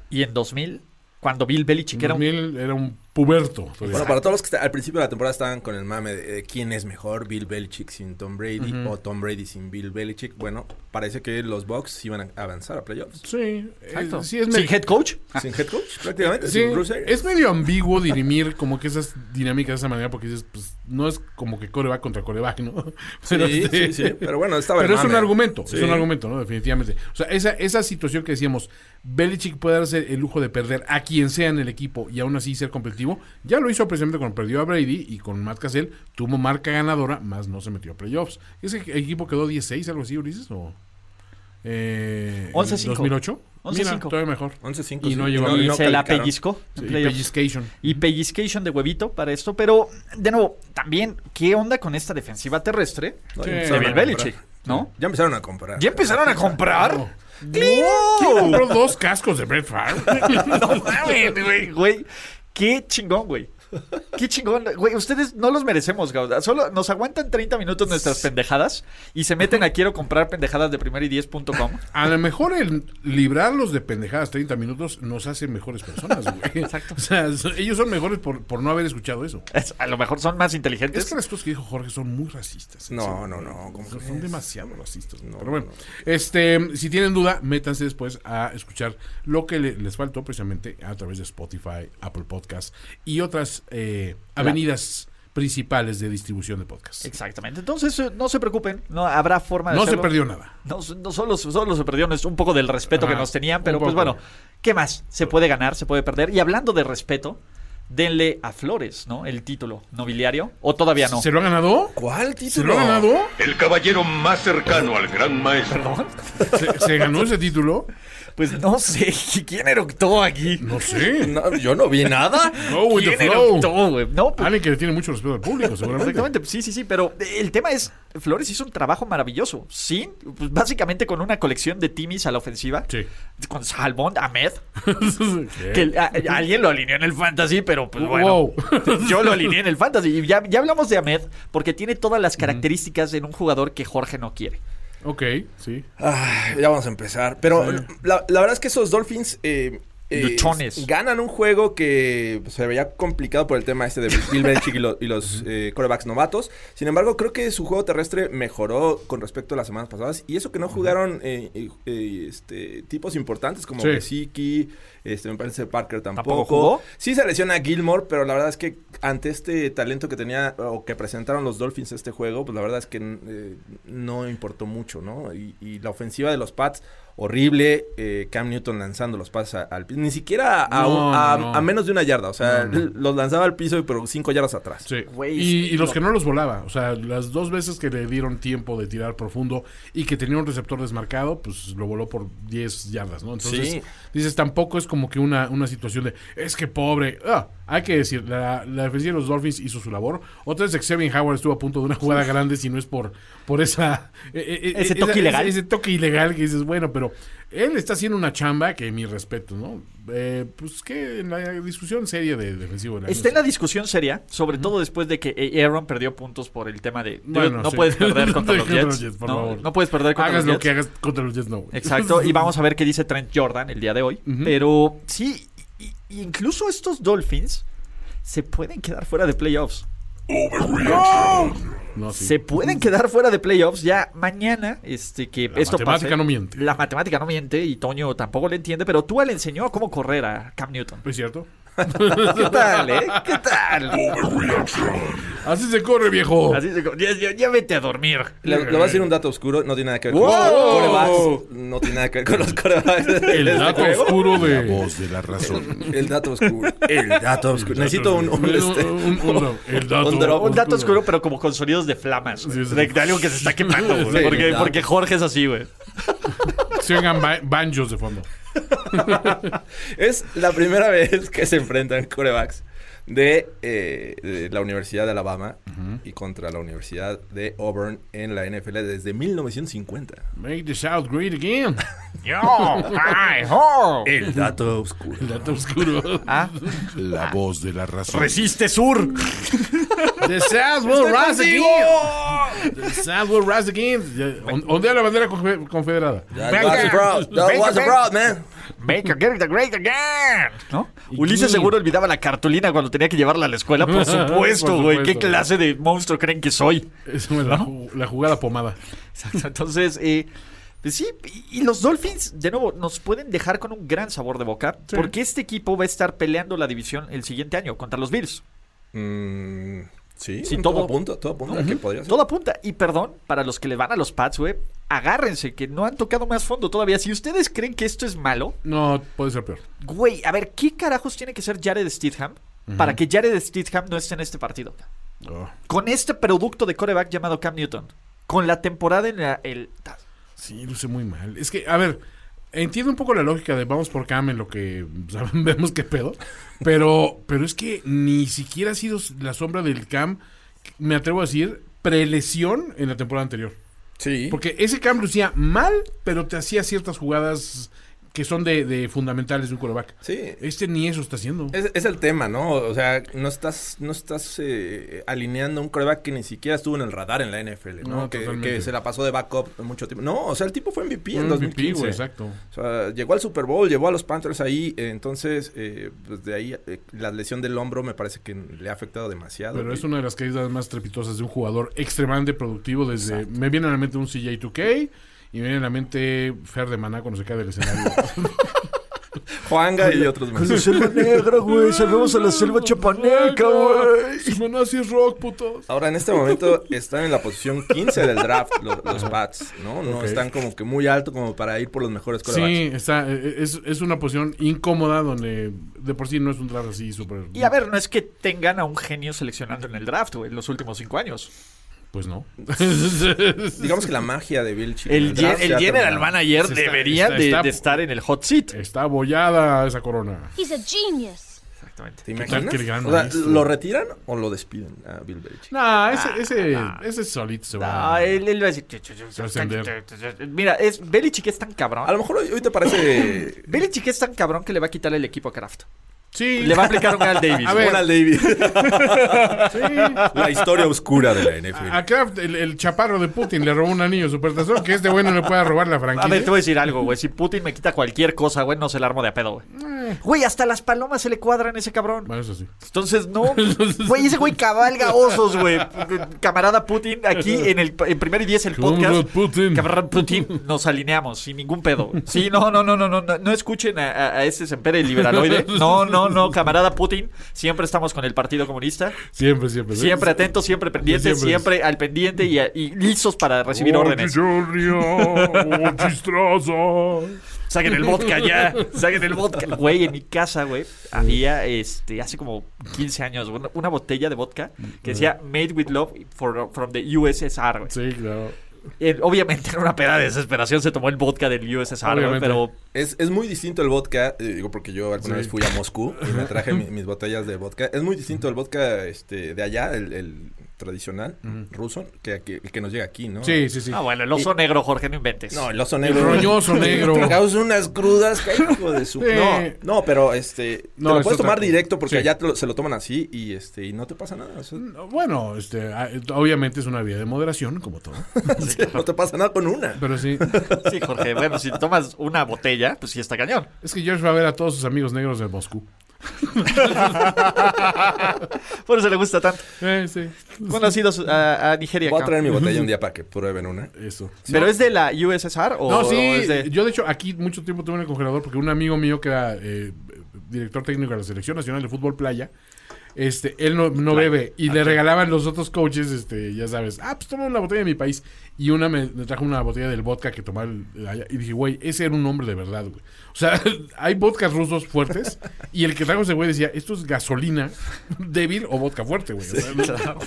Speaker 3: Y en 2000, cuando Bill Belichick era un
Speaker 4: 2000 era un puberto. todavía.
Speaker 2: Bueno, para todos los que está- al principio de la temporada estaban con el mame de eh, quién es mejor, Bill Belichick sin Tom Brady o Tom Brady sin Bill Belichick. Bueno, parece que los Bucks iban a avanzar a playoffs.
Speaker 4: Sí, eh,
Speaker 3: Exacto.
Speaker 4: sí es,
Speaker 3: sin
Speaker 4: medio,
Speaker 3: head coach.
Speaker 2: Sin head coach, prácticamente,
Speaker 4: sí,
Speaker 2: sin Bruce Arians.
Speaker 4: es medio ambiguo dirimir como que esas dinámicas de esa manera, porque dices, pues no es como que coreback contra coreback, ¿no? Pero,
Speaker 2: Sí,
Speaker 4: este-
Speaker 2: sí, sí, pero bueno, estaba el
Speaker 4: Pero es un
Speaker 2: mame.
Speaker 4: argumento,
Speaker 2: Sí.
Speaker 4: es un argumento, ¿no? Definitivamente. O sea, esa, esa situación que decíamos, Belichick puede darse el lujo de perder a quien sea en el equipo y aún así ser competitivo, ya lo hizo precisamente cuando perdió a Brady y con Matt Cassell tuvo marca ganadora, más no se metió a playoffs. ¿Ese equipo quedó 16, algo así, Ulises? ¿O? eh,
Speaker 3: 11-5.
Speaker 4: 2008. Mira,
Speaker 3: 11-5.
Speaker 4: todavía mejor.
Speaker 2: 11-5.
Speaker 4: Y no
Speaker 2: sí.
Speaker 4: llegó a-
Speaker 3: Y
Speaker 4: no
Speaker 3: se la
Speaker 2: calificaron.
Speaker 3: pellizcó. en
Speaker 4: Sí,
Speaker 3: playoffs.
Speaker 4: Pellizcation.
Speaker 3: Y pellizcation de huevito para esto, pero de nuevo, también, ¿qué onda con esta defensiva terrestre?
Speaker 2: No,
Speaker 4: Sí.
Speaker 2: ya
Speaker 3: de
Speaker 2: empezaron
Speaker 3: Bill
Speaker 2: a
Speaker 3: Belichick,
Speaker 2: comprar.
Speaker 3: ¿no?
Speaker 2: Ya empezaron a comprar.
Speaker 3: ¿Ya empezaron a comprar?
Speaker 4: ¿Quién compró dos cascos de Brett Favre?
Speaker 3: No mames, güey, güey. Qué chingón, güey. Qué chingón, güey. Ustedes no los merecemos, Gauda. Solo nos aguantan 30 minutos nuestras pendejadas y se meten a quiero comprar pendejadas de primer y 10.com.
Speaker 4: A lo mejor el librarlos de pendejadas 30 minutos nos hace mejores personas, güey. Exacto. O sea, so- ellos son mejores por, por no haber escuchado eso.
Speaker 3: Es- A lo mejor son más inteligentes.
Speaker 4: Es que las cosas que dijo Jorge son muy racistas. en
Speaker 2: No,
Speaker 4: serio,
Speaker 2: no,
Speaker 4: güey.
Speaker 2: no, ¿cómo
Speaker 4: Son,
Speaker 2: crees?
Speaker 4: son demasiado racistas. Pero bueno, este, si tienen duda, métanse después a escuchar lo que le- les faltó precisamente a través de Spotify, Apple Podcast y otras eh, avenidas principales de distribución de podcast.
Speaker 3: Exactamente. Entonces, eh, no se preocupen. No habrá forma de
Speaker 4: No se
Speaker 3: hacerlo.
Speaker 4: perdió nada.
Speaker 3: No, no solo, solo se perdió es un poco del respeto
Speaker 4: Ajá,
Speaker 3: que nos tenían,
Speaker 4: un
Speaker 3: pero pues
Speaker 4: poco.
Speaker 3: bueno, ¿qué más? Se puede ganar, se puede perder. Y hablando de respeto, denle a Flores, ¿no? El título nobiliario. O todavía no.
Speaker 4: ¿Se lo ha ganado?
Speaker 2: ¿Cuál
Speaker 4: ¿Se
Speaker 2: título?
Speaker 4: lo ha ganado?
Speaker 7: El caballero más cercano al gran maestro.
Speaker 4: ¿Se, se ganó ese título?
Speaker 3: Pues no sé quién eructó aquí.
Speaker 4: No sé.
Speaker 2: No, yo no vi nada.
Speaker 4: Go with the
Speaker 3: ¿Quién
Speaker 4: flow.
Speaker 3: eructó, güey? No, pues,
Speaker 4: Alguien que le tiene mucho respeto al público, seguramente.
Speaker 3: Exactamente, sí, sí, sí, pero el tema es, Flores hizo un trabajo maravilloso, sí, pues, básicamente con una colección de timis a la ofensiva,
Speaker 4: Sí.
Speaker 3: con Salmón, Ahmed,
Speaker 4: ¿Qué?
Speaker 3: que a- a- alguien lo alineó en el fantasy, pero pues bueno,
Speaker 4: Wow.
Speaker 3: yo lo alineé en el fantasy, y ya, ya hablamos de Ahmed, porque tiene todas las características en un jugador que Jorge no quiere.
Speaker 4: Ok, sí.
Speaker 2: Ah, ya vamos a empezar. Pero la, la verdad es que esos Dolphins. eh, eh,
Speaker 3: Luchones.
Speaker 2: ganan un juego que pues, se veía complicado por el tema este de Bill Belichick y, lo- y los eh, quarterbacks novatos. Sin embargo, creo que su juego terrestre mejoró con respecto a las semanas pasadas. Y eso que no jugaron eh, eh, eh, este, tipos importantes como
Speaker 4: Sí.
Speaker 2: Gesicki, este me parece Parker tampoco.
Speaker 3: ¿Tampoco jugó?
Speaker 2: Sí se lesiona a Gilmore, pero la verdad es que ante este talento que tenía o que presentaron los Dolphins este juego, pues la verdad es que eh, no importó mucho, ¿no? Y, y la ofensiva de los Pats, horrible. eh, Cam Newton lanzando los pases a- al piso. Ni siquiera a,
Speaker 4: No,
Speaker 2: un- a-
Speaker 4: no.
Speaker 2: a menos de una yarda. O sea, los lanzaba al piso, pero cinco yardas atrás.
Speaker 4: Sí.
Speaker 3: Güey,
Speaker 4: y,
Speaker 3: es-
Speaker 4: y los
Speaker 3: no.
Speaker 4: que no los volaba, o sea, las dos veces que le dieron tiempo de tirar profundo y que tenía un receptor desmarcado, pues lo voló por 10 yardas, ¿no? Entonces,
Speaker 2: Sí.
Speaker 4: dices, tampoco es como que una, una situación de, es que pobre. Ah, hay que decir, la, la defensiva de los Dolphins hizo su labor. Otra vez Xavier Howard estuvo a punto de una jugada grande, si no es por, por esa, eh, eh,
Speaker 3: Ese toque
Speaker 4: esa-
Speaker 3: ilegal.
Speaker 4: Ese, toque ilegal que dices, bueno, pero él está haciendo una chamba que mi respeto, ¿no? Eh, pues que en la discusión seria de defensivo. de la
Speaker 3: Está en la discusión seria, sobre todo después de que eh, Aaron perdió puntos por el tema de dude,
Speaker 4: Bueno,
Speaker 3: no
Speaker 4: sí.
Speaker 3: puedes perder
Speaker 4: No
Speaker 3: contra
Speaker 4: te
Speaker 3: los
Speaker 4: dejes
Speaker 3: Jets.
Speaker 4: los Jets, por
Speaker 3: no,
Speaker 4: favor.
Speaker 3: no puedes perder contra
Speaker 4: hagas lo
Speaker 3: los Jets.
Speaker 4: que hagas contra los Jets, no. güey.
Speaker 3: Exacto, y vamos a ver qué dice Trent Jordan el día de hoy. Pero sí, i- i- incluso estos Dolphins se pueden quedar fuera de playoffs.
Speaker 4: No, sí.
Speaker 3: Se pueden quedar fuera de playoffs ya mañana, este que
Speaker 4: La
Speaker 3: esto
Speaker 4: matemática
Speaker 3: pase.
Speaker 4: no miente.
Speaker 3: La matemática no miente y Toño tampoco le entiende, pero tú le enseñó cómo correr a Cam Newton.
Speaker 4: ¿Es cierto?
Speaker 3: ¿Qué tal, eh? ¿Qué tal?
Speaker 4: Así se corre, viejo.
Speaker 3: Así se co- ya, ya- ya vete a dormir.
Speaker 2: Le, le voy a decir un dato oscuro, no tiene nada que ver con
Speaker 3: ¡Wow!
Speaker 2: los corebacks. No tiene nada que ver con los corebacks.
Speaker 4: El dato oscuro
Speaker 1: La
Speaker 4: de...
Speaker 1: voz de la razón.
Speaker 2: El dato oscuro. El dato oscuro. Necesito un, un,
Speaker 4: Un-
Speaker 2: este,
Speaker 4: un- un- un- el dato
Speaker 2: un drop.
Speaker 3: Un dato oscuro, pero como con sonidos de flamas. güey.
Speaker 4: Sí, sí.
Speaker 3: De, de algo que se está quemando, güey.
Speaker 2: Sí,
Speaker 3: porque,
Speaker 2: claro.
Speaker 3: porque Jorge es así, güey.
Speaker 4: Se oigan ba- banjos de fondo.
Speaker 2: Es la primera vez que se enfrentan corebacks de, eh, de la Universidad de Alabama y contra la Universidad de Auburn en la NFL desde 1950.
Speaker 4: Make the South great again.
Speaker 2: El dato oscuro.
Speaker 4: El dato oscuro.
Speaker 1: La voz de la razón.
Speaker 3: Ah. Resiste Sur.
Speaker 4: The South will rise again. The South will rise again. Ya, on- Ondea la bandera confe- confederada.
Speaker 2: That was abroad. That was abroad, man.
Speaker 3: Baker, get it great again. ¿No? Ulises seguro olvidaba la cartulina cuando tenía que llevarla a la escuela. Por supuesto,
Speaker 4: Por
Speaker 3: güey. ¿Qué
Speaker 4: supuesto.
Speaker 3: clase de monstruo creen que soy?
Speaker 4: Es la, ju- la jugada pomada.
Speaker 3: Exacto. Entonces, eh, pues sí, y- y los Dolphins, de nuevo, nos pueden dejar con un gran sabor de boca. Porque este equipo va a estar peleando la división el siguiente año contra los Bills.
Speaker 2: Mm, sí,
Speaker 3: Sí, todo.
Speaker 2: todo apunta, todo apunta a que podría ser.
Speaker 3: Todo apunta. Y perdón, para los que le van a los Pats, güey, agárrense, que no han tocado más fondo todavía. Si ustedes creen que esto es malo,
Speaker 4: No, puede ser peor.
Speaker 3: güey, a ver, ¿qué carajos tiene que ser Jared Stidham para que Jared Stidham no esté en este partido?
Speaker 2: Oh.
Speaker 3: Con este producto de coreback llamado Cam Newton, con la temporada en la, el...
Speaker 4: Sí, luce muy mal. Es que, a ver, entiendo un poco la lógica de vamos por Cam en lo que sabemos vemos qué pedo, pero, pero es que ni siquiera ha sido la sombra del Cam, me atrevo a decir, prelesión en la temporada anterior.
Speaker 2: Sí.
Speaker 4: Porque ese Cam lucía mal, pero te hacía ciertas jugadas que son de, de fundamentales de un coreback.
Speaker 2: Sí.
Speaker 4: Este ni eso está haciendo.
Speaker 2: Es, es el tema, ¿no? O sea, no estás, no estás eh, alineando un coreback que ni siquiera estuvo en el radar en la NFL, ¿no?
Speaker 4: No,
Speaker 2: que,
Speaker 4: totalmente.
Speaker 2: que se la pasó de backup mucho tiempo. No, o sea, el tipo fue MVP en
Speaker 4: Un MVP,
Speaker 2: 2015.
Speaker 4: güey, Mm, exacto.
Speaker 2: O sea, llegó al Super Bowl, llevó a los Panthers ahí. eh, entonces, eh, pues de ahí, eh, la lesión del hombro me parece que le ha afectado demasiado.
Speaker 4: Pero
Speaker 2: Y-
Speaker 4: es una de las caídas más trepitosas de un jugador extremadamente productivo desde... Me viene a la mente un CJ2K y me viene a la mente Fer de Maná cuando se cae del escenario.
Speaker 2: Juanga y otros más.
Speaker 3: selva negra, güey. Salvemos a la selva chapaneca,
Speaker 4: Su Maná sí es rock, putos.
Speaker 2: Ahora, en este momento están en la posición 15 del draft lo- los Pats, ¿no? No
Speaker 4: Ok.
Speaker 2: están como que muy alto como para ir por los mejores corebacks.
Speaker 4: Sí, está, eh, es, es una posición incómoda donde de por sí no es un draft así súper...
Speaker 3: Y a ver, no es que tengan a un genio seleccionando en el draft, güey, en los últimos cinco años.
Speaker 4: Pues no.
Speaker 2: Digamos que la magia de Bill Chico en
Speaker 3: El,
Speaker 2: draft
Speaker 3: gen-
Speaker 2: se
Speaker 3: el
Speaker 2: ha
Speaker 3: general
Speaker 2: terminado.
Speaker 3: manager
Speaker 4: Se está-
Speaker 3: debería
Speaker 4: está-
Speaker 3: de-
Speaker 4: está-
Speaker 3: de estar en el hot seat.
Speaker 4: Está abollada esa corona.
Speaker 8: He's a genius.
Speaker 3: Exactamente.
Speaker 2: ¿Te
Speaker 4: tal
Speaker 2: imaginas?
Speaker 4: que le ganan
Speaker 2: o sea,
Speaker 4: esto?
Speaker 2: ¿lo retiran o lo despiden a Bill Belichick?
Speaker 3: Ah,
Speaker 4: Nah, ese, ese, ese solito se va.
Speaker 3: No, él, él va a decir. "Ch- ch- ch-
Speaker 4: va a ascender.
Speaker 3: ch- ch- Mira, es Belichick es tan
Speaker 2: A
Speaker 3: cabrón.
Speaker 2: lo mejor hoy, hoy te parece
Speaker 3: Belichick es tan cabrón que le va a quitar el equipo a Kraft.
Speaker 4: Sí,
Speaker 3: Le va a aplicar un Al Davis.
Speaker 4: A ver.
Speaker 2: Oral Davis.
Speaker 4: sí.
Speaker 2: la historia oscura de la NFL.
Speaker 4: A Kraft, el, el chaparro de Putin, le robó un anillo supertazón que este güey no le pueda robar la franquicia.
Speaker 3: A ver, te voy a decir algo, güey. Si Putin me quita cualquier cosa, güey, no se la armo de a pedo, güey.
Speaker 4: Mm.
Speaker 3: Güey, hasta las palomas se le cuadran a ese cabrón.
Speaker 4: Bueno, eso sí.
Speaker 3: Entonces, no. Güey, ese güey cabalga osos, güey. Camarada Putin, aquí en el en primer y diez el podcast.
Speaker 4: Comrade Putin.
Speaker 3: Camarada Putin, nos alineamos sin ningún pedo. güey. Sí, no, no, no, no, no. No, no escuchen a, a- a ese Sempere liberaloide. No, no, no, camarada Putin. Siempre estamos con el Partido Comunista.
Speaker 4: Siempre, siempre.
Speaker 3: Siempre atentos, siempre pendientes,
Speaker 4: Siempre.
Speaker 3: siempre al pendiente y, a- y listos para recibir
Speaker 4: Oh,
Speaker 3: órdenes.
Speaker 4: que yo río, oh, chistroso.
Speaker 3: Saquen el vodka ya. Saquen el vodka. Güey, en mi casa, güey, había este, hace como 15 años, una, una botella de vodka que decía Made with Love for- from the USSR, güey.
Speaker 4: Sí, claro.
Speaker 3: Eh, obviamente, en una peda de desesperación se tomó el vodka del USSR, güey,
Speaker 4: Obviamente.
Speaker 3: pero
Speaker 2: Es, es muy distinto el vodka, eh, digo porque yo alguna vez fui a Moscú y me traje mi- mis botellas de vodka. Es muy distinto el vodka este, de allá, el, el tradicional ruso, que, que- el que nos llega aquí, ¿no?
Speaker 4: Sí, sí, sí.
Speaker 3: Ah, bueno, el oso negro, Jorge, no inventes.
Speaker 2: No, el oso negro.
Speaker 4: roñoso negro.
Speaker 2: Te causa unas crudas, que hijo de su.
Speaker 4: Sí.
Speaker 2: No, no, pero este.
Speaker 4: No,
Speaker 2: te lo
Speaker 4: es
Speaker 2: puedes
Speaker 4: otra
Speaker 2: tomar
Speaker 4: cosa.
Speaker 2: directo
Speaker 4: Sí.
Speaker 2: porque
Speaker 4: Mm.
Speaker 2: allá te lo- se lo toman así y este y no te pasa nada. o sea,
Speaker 4: Bueno, este, ah, obviamente es una vía de moderación, como todo.
Speaker 2: no te pasa nada con una.
Speaker 4: Pero sí.
Speaker 3: Sí, Jorge, bueno, si tomas una botella, pues sí está cañón.
Speaker 4: Es que George va a ver a todos sus amigos negros de Moscú.
Speaker 3: Por eso le gusta tanto.
Speaker 4: Eh, sí.
Speaker 3: Bueno, has ido a, a Nigeria,
Speaker 2: Voy a
Speaker 3: cabrón.
Speaker 2: traer mi botella un día para que prueben una.
Speaker 4: Eso.
Speaker 3: ¿Pero es de la USSR o,
Speaker 4: No, sí.
Speaker 3: o es de...?
Speaker 4: Yo, de hecho, aquí mucho tiempo tuve en el congelador porque un amigo mío que era eh, director técnico de la Selección Nacional de Fútbol Playa, este, él no, no bebe y le regalaban los otros coaches, este, ya sabes, ah, pues toma una botella de mi país. Y una me, me trajo una botella del vodka que tomaba el- el allá. Y dije, güey, ese era un hombre de verdad, güey. O sea, hay vodkas rusos fuertes y el que trajo ese güey decía, esto es gasolina débil o vodka fuerte, güey. O sea, no-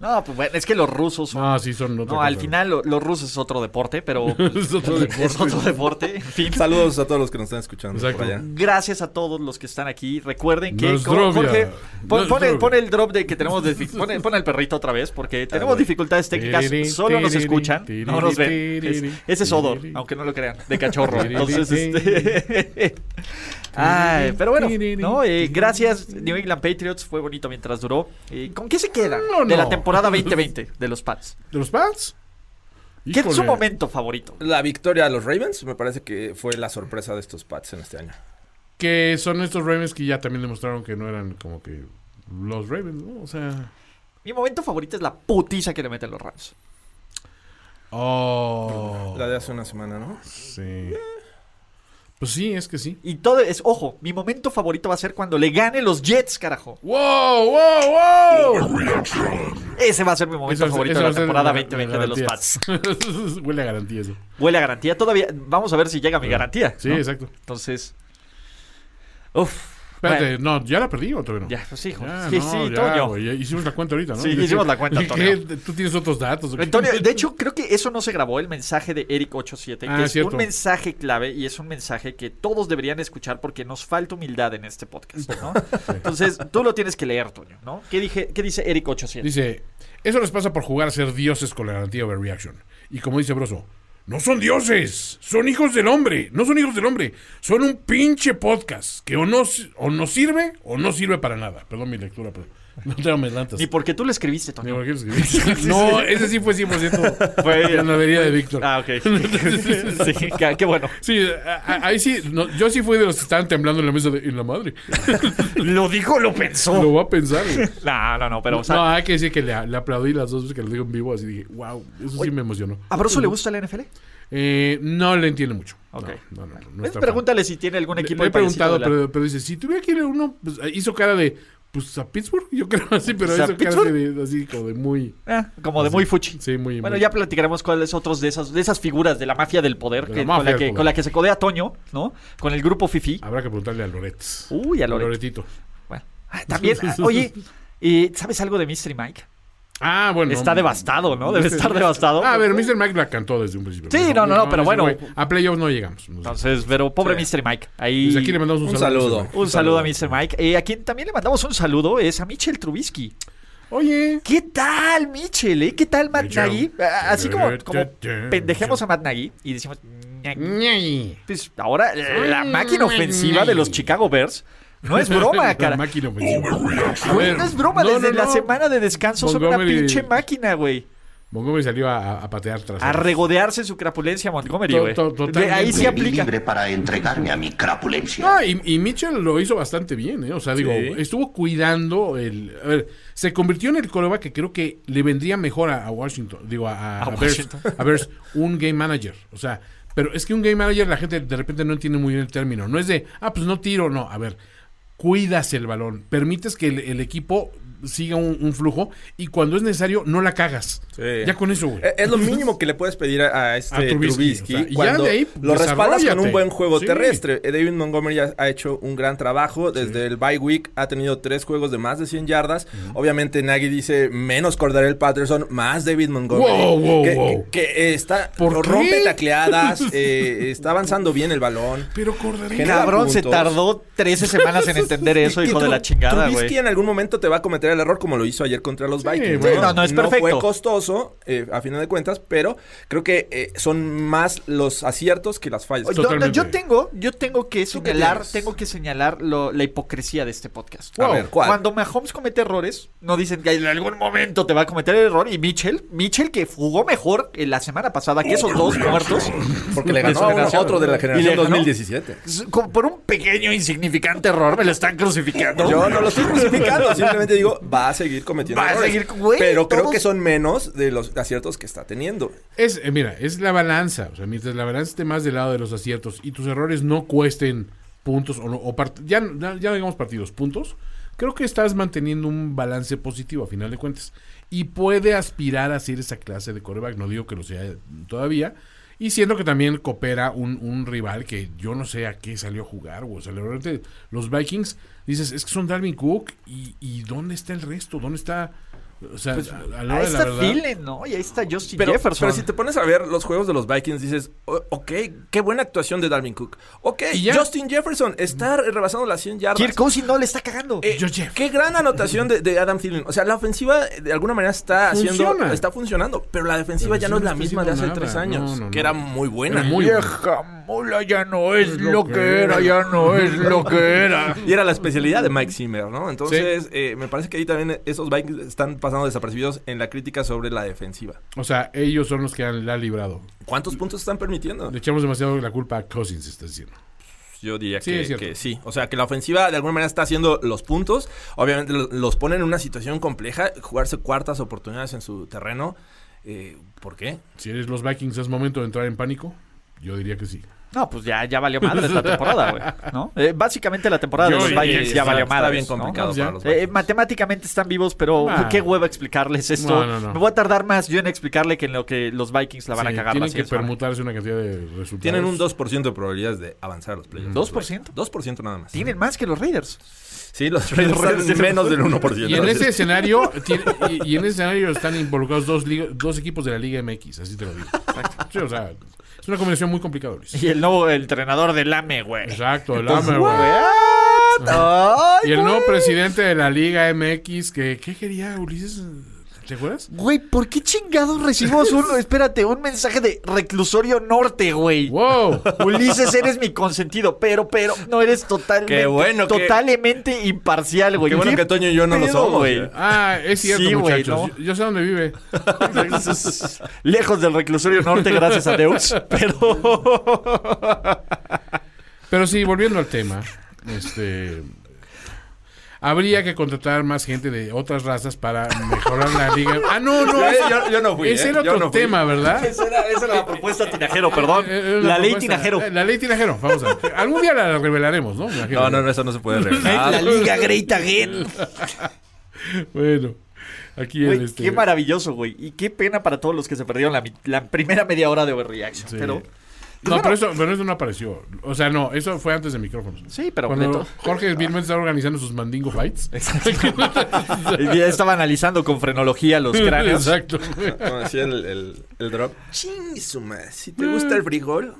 Speaker 3: No, pues bueno, es que los rusos son
Speaker 4: No, sí, son otra
Speaker 3: No, al
Speaker 4: cosa.
Speaker 3: final lo- los rusos es otro deporte, pero
Speaker 4: Es otro deporte.
Speaker 3: es otro deporte. En fin,
Speaker 2: Saludos a todos los que nos están escuchando
Speaker 4: Exacto.
Speaker 2: por allá.
Speaker 3: gracias a todos los que están aquí. Recuerden que
Speaker 4: Nos
Speaker 3: como-
Speaker 4: drobia.
Speaker 3: Jorge, pon,
Speaker 4: Nos
Speaker 3: pon el,
Speaker 4: drobia.
Speaker 3: pon el drop de que tenemos, de- pon, el, pon el perrito otra vez porque tenemos
Speaker 2: bueno.
Speaker 3: dificultades técnicas.
Speaker 4: Tiri,
Speaker 3: Solo nos
Speaker 4: tiri,
Speaker 3: escuchan,
Speaker 4: tiri,
Speaker 3: no nos ven.
Speaker 4: tiri,
Speaker 3: Es-
Speaker 4: tiri,
Speaker 3: ese es Odor,
Speaker 4: tiri.
Speaker 3: aunque no lo crean, de cachorro.
Speaker 4: Tiri,
Speaker 3: Entonces,
Speaker 4: tiri.
Speaker 3: este, Ay, pero bueno,
Speaker 4: tiri,
Speaker 3: no, eh,
Speaker 4: tiri.
Speaker 3: gracias New England Patriots, fue bonito mientras duró. Eh, ¿Con qué se quedan
Speaker 4: No,
Speaker 3: de la
Speaker 4: no.
Speaker 3: temporada 2020 de los Pats?
Speaker 4: ¿De los Pats?
Speaker 3: ¿Qué es su
Speaker 4: Híjole.
Speaker 3: momento favorito?
Speaker 2: La victoria a los Ravens me parece que fue la sorpresa de estos Pats en este año.
Speaker 4: Que son estos Ravens que ya también demostraron que no eran como que los Ravens, ¿no? O sea.
Speaker 3: Mi momento favorito es la putiza que le meten los Rams.
Speaker 4: Oh.
Speaker 2: La de hace una semana, ¿no?
Speaker 4: Sí. Pues sí, es que sí.
Speaker 3: Y todo es, ojo, mi momento favorito va a ser cuando le gane los Jets, carajo.
Speaker 4: ¡Wow, wow, wow!
Speaker 3: Ese va a ser mi momento
Speaker 4: Eso-
Speaker 3: favorito
Speaker 4: eso
Speaker 3: de
Speaker 4: va
Speaker 3: la
Speaker 4: a ser
Speaker 3: temporada
Speaker 4: la-
Speaker 3: 2020
Speaker 4: la
Speaker 3: de los Pats.
Speaker 4: garantía. Huele a garantía eso.
Speaker 3: Huele a garantía. Todavía, vamos a ver si llega mi garantía.
Speaker 4: Sí,
Speaker 3: ¿no?
Speaker 4: exacto.
Speaker 3: Entonces, uff.
Speaker 4: Espérate, no, ¿ya la perdí o todavía no?
Speaker 3: Ya, pues hijo.
Speaker 4: Ya,
Speaker 3: sí,
Speaker 4: no, ya,
Speaker 3: sí, Toño.
Speaker 4: güey, ya hicimos la cuenta ahorita, ¿no?
Speaker 3: Sí,
Speaker 4: Yo
Speaker 3: hicimos
Speaker 4: dije,
Speaker 3: la cuenta,
Speaker 4: ¿qué?
Speaker 3: Toño.
Speaker 4: ¿Tú tienes otros datos? o qué?
Speaker 3: Antonio, de hecho, creo que eso no se grabó, el mensaje de Eric87,
Speaker 4: Ah,
Speaker 3: que es
Speaker 4: cierto.
Speaker 3: un mensaje clave y es un mensaje que todos deberían escuchar porque nos falta humildad en este podcast, ¿no? Entonces, tú lo tienes que leer, Toño, ¿no? ¿Qué, dije, qué dice Eric87?
Speaker 4: Dice, eso les pasa por jugar a ser dioses con la garantía de overreaction. Y como dice Broso, no son dioses, son hijos del hombre, no son hijos del hombre, son un pinche podcast que o no, si- o no sirve o no sirve para nada. Perdón mi lectura, pero no te adelantas.
Speaker 3: Ni porque tú lo escribiste, Toño.
Speaker 4: Digo, ¿qué escribiste? no, ese sí fue 100%
Speaker 3: Fue-
Speaker 4: la navería de Víctor.
Speaker 3: Ah, ok. sí, qué- qué bueno.
Speaker 4: Sí, a- a- ahí sí, no, yo sí fui de los que estaban temblando en la mesa de, en la madre.
Speaker 3: Lo dijo, lo pensó.
Speaker 4: Lo va a pensar. güey.
Speaker 3: No, no, no, pero o sea,
Speaker 4: no, hay que decir que le, le aplaudí las dos veces que lo digo en vivo, así dije, wow, eso sí me emocionó.
Speaker 3: ¿A Broso le gusta la NFL?
Speaker 4: Eh, no le entiende mucho.
Speaker 3: Ok.
Speaker 4: No, no, no, no, no
Speaker 3: Pues
Speaker 4: está
Speaker 3: pregúntale si tiene algún
Speaker 4: fan. Le-
Speaker 3: equipo
Speaker 4: le he
Speaker 3: de payasito
Speaker 4: preguntado,
Speaker 3: de la-
Speaker 4: pero, pero dice, si tuviera que ir a uno, pues, hizo cara de, pues a Pittsburgh, yo creo así, pero
Speaker 3: Pues, ¿a
Speaker 4: hizo cara así,
Speaker 3: Pittsburgh?
Speaker 4: de- así como de muy...
Speaker 3: Ah, como de muy fuchi.
Speaker 4: Sí, muy...
Speaker 3: Bueno,
Speaker 4: muy-
Speaker 3: ya platicaremos cuáles otros de esas, de esas figuras de la mafia del poder
Speaker 4: De la
Speaker 3: que-
Speaker 4: mafia
Speaker 3: con, la
Speaker 4: del
Speaker 3: que,
Speaker 4: poder.
Speaker 3: con la que se codea Toño, ¿no? Con el grupo Fifi.
Speaker 4: Habrá que preguntarle a Loretz.
Speaker 3: Uy, Uh, a Loret.
Speaker 4: Loretito.
Speaker 3: Bueno. Ah, También, ah, oye, eh, ¿sabes algo de Mystery Mike?
Speaker 4: Ah, bueno.
Speaker 3: Está devastado, ¿no? Debe
Speaker 4: Mr.
Speaker 3: estar devastado.
Speaker 4: Ah, a ver, Mr. Mike la cantó desde un principio.
Speaker 3: Sí,
Speaker 4: Dijo,
Speaker 3: no, no, no, pero
Speaker 4: ese
Speaker 3: bueno.
Speaker 4: güey, A playoffs no llegamos.
Speaker 3: Entonces, pero pobre Mystery Mike. Ahí.
Speaker 4: Desde aquí le mandamos un,
Speaker 2: Un
Speaker 4: saludo.
Speaker 2: saludo.
Speaker 4: Mr. Mike.
Speaker 3: Un saludo a Mr. Mike. Eh, a quien también le mandamos un saludo es a Michel Trubisky.
Speaker 4: Oye.
Speaker 3: ¿Qué tal, Michel? eh? ¿Qué tal, Matt
Speaker 4: Michel.
Speaker 3: Nagy? Ah, Así como, como
Speaker 4: Michel.
Speaker 3: pendejemos a Matt Nagy y decimos, "Nagy".
Speaker 4: Ñey.
Speaker 3: pues ahora la máquina ofensiva de los Chicago Bears no es broma,
Speaker 4: La
Speaker 3: cara.
Speaker 4: máquina ofensiva. A
Speaker 3: Güey,
Speaker 4: ver,
Speaker 3: no es broma,
Speaker 4: no,
Speaker 3: desde
Speaker 4: no,
Speaker 3: la
Speaker 4: no.
Speaker 3: semana de descanso son una
Speaker 4: Montgomery-
Speaker 3: pinche máquina, güey.
Speaker 4: Montgomery salió a, a- a patear tras.
Speaker 3: A regodearse su crapulencia Montgomery,
Speaker 4: To-
Speaker 3: güey.
Speaker 4: to-
Speaker 3: De Ahí
Speaker 4: totalmente.
Speaker 3: sí aplica.
Speaker 7: para entregarme a mi crapulencia.
Speaker 4: Ah, y, y Mitchell lo hizo bastante bien, ¿eh? O sea, digo,
Speaker 2: Sí.
Speaker 4: estuvo cuidando el... A ver, se convirtió en el coreback que creo que le vendría mejor a, a Washington, digo, a, a,
Speaker 3: A
Speaker 4: a Bears,
Speaker 3: Washington.
Speaker 4: a Bears, un game manager. O sea, pero es que un game manager la gente de repente no entiende muy bien el término. No es de, ah, pues no tiro, no. A ver, cuidas el balón, permites que el, el equipo siga un, un flujo y cuando es necesario no la cagas.
Speaker 2: Sí.
Speaker 4: Ya con eso, güey.
Speaker 2: Eh, Es lo mínimo que le puedes pedir a, a este
Speaker 4: A Trubisky,
Speaker 2: Trubisky
Speaker 4: o sea, y ya
Speaker 2: cuando
Speaker 4: de ahí,
Speaker 2: lo respaldas con
Speaker 4: desarróllate.
Speaker 2: un buen juego
Speaker 4: Sí.
Speaker 2: terrestre. Eh, David Montgomery ha, ha hecho un gran trabajo desde el bye week. Ha tenido tres juegos de más de 100 yardas. Obviamente Nagy dice menos Cordarel Patterson, más David Montgomery.
Speaker 4: Wow, wow,
Speaker 2: que,
Speaker 4: wow.
Speaker 2: que- que está
Speaker 4: ¿Por qué?
Speaker 2: rompe tacleadas, eh, está avanzando bien el balón.
Speaker 4: Pero Cordarel-
Speaker 2: Genera
Speaker 3: Cabrón, se
Speaker 2: puntos.
Speaker 3: tardó 13 semanas en entender eso,
Speaker 2: Y
Speaker 3: hijo de
Speaker 2: Tru-
Speaker 3: la chingada,
Speaker 2: Trubisky
Speaker 3: güey.
Speaker 2: en algún momento te va a cometer el error como lo hizo ayer contra los Vikings.
Speaker 4: bueno.
Speaker 3: Sí, no, no es perfecto.
Speaker 2: fue costoso, eh, a final de cuentas, pero creo que eh, son más los aciertos que las fallas.
Speaker 3: Oye, no, no,
Speaker 4: Totalmente.
Speaker 3: yo tengo, yo tengo que
Speaker 2: qué
Speaker 3: señalar,
Speaker 2: tienes?
Speaker 3: tengo que señalar lo- la hipocresía de este podcast.
Speaker 2: A ver, ¿cuál?
Speaker 3: Cuando Mahomes comete errores, no dicen que en algún momento te va a cometer el error. Y Mitchell, Mitchell que jugó mejor eh, la semana pasada que esos dos muertos.
Speaker 2: Porque le ganó a uno- otro de la generación
Speaker 3: Y le ganó.
Speaker 2: 2017.
Speaker 3: s- con- por un pequeño insignificante error me lo están crucificando.
Speaker 2: Yo no lo estoy crucificando, simplemente digo, va a seguir cometiendo
Speaker 3: Va a
Speaker 2: errores.
Speaker 3: seguir, güey,
Speaker 2: pero creo
Speaker 3: todos-
Speaker 2: que son menos de los aciertos que está teniendo.
Speaker 4: Es, eh, mira, es la balanza. O sea, mientras la balanza esté más del lado de los aciertos y tus errores no cuesten puntos o, no- o part- ya, ya, ya digamos partidos, puntos, creo que estás manteniendo un balance positivo a final de cuentas. Y puede aspirar a ser esa clase de coreback. No digo que lo sea todavía. Y siento que también coopera un, un rival que yo no sé a qué salió a jugar. güey. O sea, la verdad, los Vikings, dices, es que son Darwin Cook y, y ¿dónde está el resto? ¿Dónde está...? O sea, a, a la hora
Speaker 3: Ahí
Speaker 4: de la
Speaker 3: está
Speaker 4: verdad...
Speaker 3: Thielen, ¿no? Y ahí está Justin
Speaker 2: Pero,
Speaker 3: Jefferson.
Speaker 2: pero si te pones a ver los juegos de los Vikings, dices, "O- ok, qué buena actuación de Dalvin Cook. Ok,
Speaker 4: Y ya.
Speaker 2: Justin Jefferson está rebasando las 100 yardas.
Speaker 3: Kirk Cousins no le está cagando.
Speaker 2: Eh,
Speaker 4: George Jeff.
Speaker 2: qué gran anotación de, de Adam Thielen. O sea, la ofensiva eh, de alguna manera está haciendo,
Speaker 4: Funciona.
Speaker 2: está funcionando, pero la defensiva
Speaker 4: Pero
Speaker 2: ya
Speaker 4: sí
Speaker 2: no es
Speaker 4: no
Speaker 2: la
Speaker 4: está
Speaker 2: misma de hace
Speaker 4: haciendo
Speaker 2: tres
Speaker 4: nada.
Speaker 2: años,
Speaker 4: No, no,
Speaker 2: que
Speaker 4: no.
Speaker 2: era muy buena.
Speaker 4: Era muy buena.
Speaker 3: mula ya no es
Speaker 4: lo que era,
Speaker 3: ya no es lo que era.
Speaker 2: Y era la especialidad de Mike Zimmer, ¿no? Entonces, eh, me parece que ahí también esos Vikings están pasando desapercibidos en la crítica sobre la defensiva.
Speaker 4: O sea, ellos son los que han, la han librado.
Speaker 2: ¿Cuántos puntos están permitiendo?
Speaker 4: Le echamos demasiado la culpa a Cousins, estás diciendo.
Speaker 2: Yo diría
Speaker 4: Sí, es
Speaker 2: que,
Speaker 4: cierto.
Speaker 2: que sí. O sea, que la ofensiva de alguna manera está haciendo los puntos. Obviamente lo- los pone en una situación compleja. Jugarse cuartas oportunidades en su terreno. Eh, ¿Por qué?
Speaker 4: Si eres los Vikings, ¿es momento de entrar en pánico? Yo diría que sí.
Speaker 3: No, pues ya, ya valió madre la temporada, güey. ¿no? Eh, básicamente la temporada de
Speaker 4: Yo
Speaker 3: los
Speaker 4: y-
Speaker 3: Vikings
Speaker 4: y
Speaker 3: ya
Speaker 4: está-
Speaker 3: valió
Speaker 2: está
Speaker 3: madre.
Speaker 2: bien complicado
Speaker 4: Pues ya.
Speaker 2: para los
Speaker 3: Eh,
Speaker 2: Vikings.
Speaker 3: matemáticamente están vivos, pero
Speaker 4: Ah.
Speaker 3: qué hueva explicarles esto.
Speaker 4: No, no, no.
Speaker 3: Me voy a tardar más yo en explicarle que en lo que los Vikings la van
Speaker 4: Sí,
Speaker 3: a cagar. la
Speaker 4: Tienen que
Speaker 3: siguiente semana.
Speaker 4: permutarse una cantidad de resultados.
Speaker 2: Tienen un 2% de probabilidades de avanzar a los playoffs.
Speaker 3: ¿2%?
Speaker 2: 2% nada más.
Speaker 3: Tienen más que los Raiders.
Speaker 2: Sí, los Raiders están menos del 1%.
Speaker 4: Y en ese escenario tiene- y, y en ese escenario están involucrados dos, liga- dos equipos de la Liga MX, así te lo digo. Sí, o sea, es una combinación muy complicada, Luis.
Speaker 3: Y el nuevo entrenador del AME, güey.
Speaker 4: Exacto, el
Speaker 3: Entonces,
Speaker 4: Hammer,
Speaker 3: what?
Speaker 4: güey.
Speaker 3: Ay,
Speaker 4: Y el nuevo
Speaker 3: güey.
Speaker 4: presidente de la Liga MX, que ¿qué quería Ulises? ¿Te acuerdas?
Speaker 3: Güey, ¿por qué chingados recibimos uno? Espérate, un mensaje de reclusorio norte, güey.
Speaker 4: ¡Wow!
Speaker 3: Ulises, eres mi consentido, pero, pero, no eres totalmente,
Speaker 2: Qué bueno que-
Speaker 3: totalmente imparcial, güey.
Speaker 2: Qué bueno que Toño y yo no lo
Speaker 3: pedo,
Speaker 2: somos,
Speaker 3: güey?
Speaker 2: güey.
Speaker 4: Ah, es cierto,
Speaker 3: Sí, güey,
Speaker 4: muchachos.
Speaker 3: ¿no?
Speaker 4: yo, yo sé dónde vive.
Speaker 3: Lejos del reclusorio norte, gracias a Deus, pero...
Speaker 4: Pero sí, volviendo al tema, este habría que contratar más gente de otras razas para mejorar la liga. Ah, no, no.
Speaker 2: Eh,
Speaker 4: ese-
Speaker 2: yo- yo no fui,
Speaker 4: Ese
Speaker 2: eh,
Speaker 4: era
Speaker 2: yo
Speaker 4: otro
Speaker 2: no fui.
Speaker 4: tema, ¿verdad?
Speaker 3: Esa era, esa era la propuesta tinajero, perdón.
Speaker 4: Eh, eh,
Speaker 3: la ley
Speaker 4: propuesta-
Speaker 3: tinajero.
Speaker 4: eh, La ley tinajero, vamos a ver. Algún día la revelaremos, ¿no? Me imagino.
Speaker 2: No, no, no, eso no se puede revelar.
Speaker 3: La Liga Great Again.
Speaker 4: Bueno, aquí
Speaker 3: Güey,
Speaker 4: en este.
Speaker 3: Qué maravilloso, güey. Y qué pena para todos los que se perdieron la, mi- la primera media hora de Overreaction.
Speaker 4: Sí.
Speaker 3: Pero
Speaker 4: No, pero eso, pero eso no apareció. O sea, no, eso fue antes de micrófonos.
Speaker 3: Sí, pero
Speaker 4: Cuando
Speaker 3: completo.
Speaker 4: Jorge Birman estaba organizando sus mandingo fights.
Speaker 3: ya estaba analizando con frenología los cráneos.
Speaker 4: Exacto.
Speaker 2: No, así el, el, el drop. Ching, su madre, Si te
Speaker 4: Mm.
Speaker 2: gusta el frijol,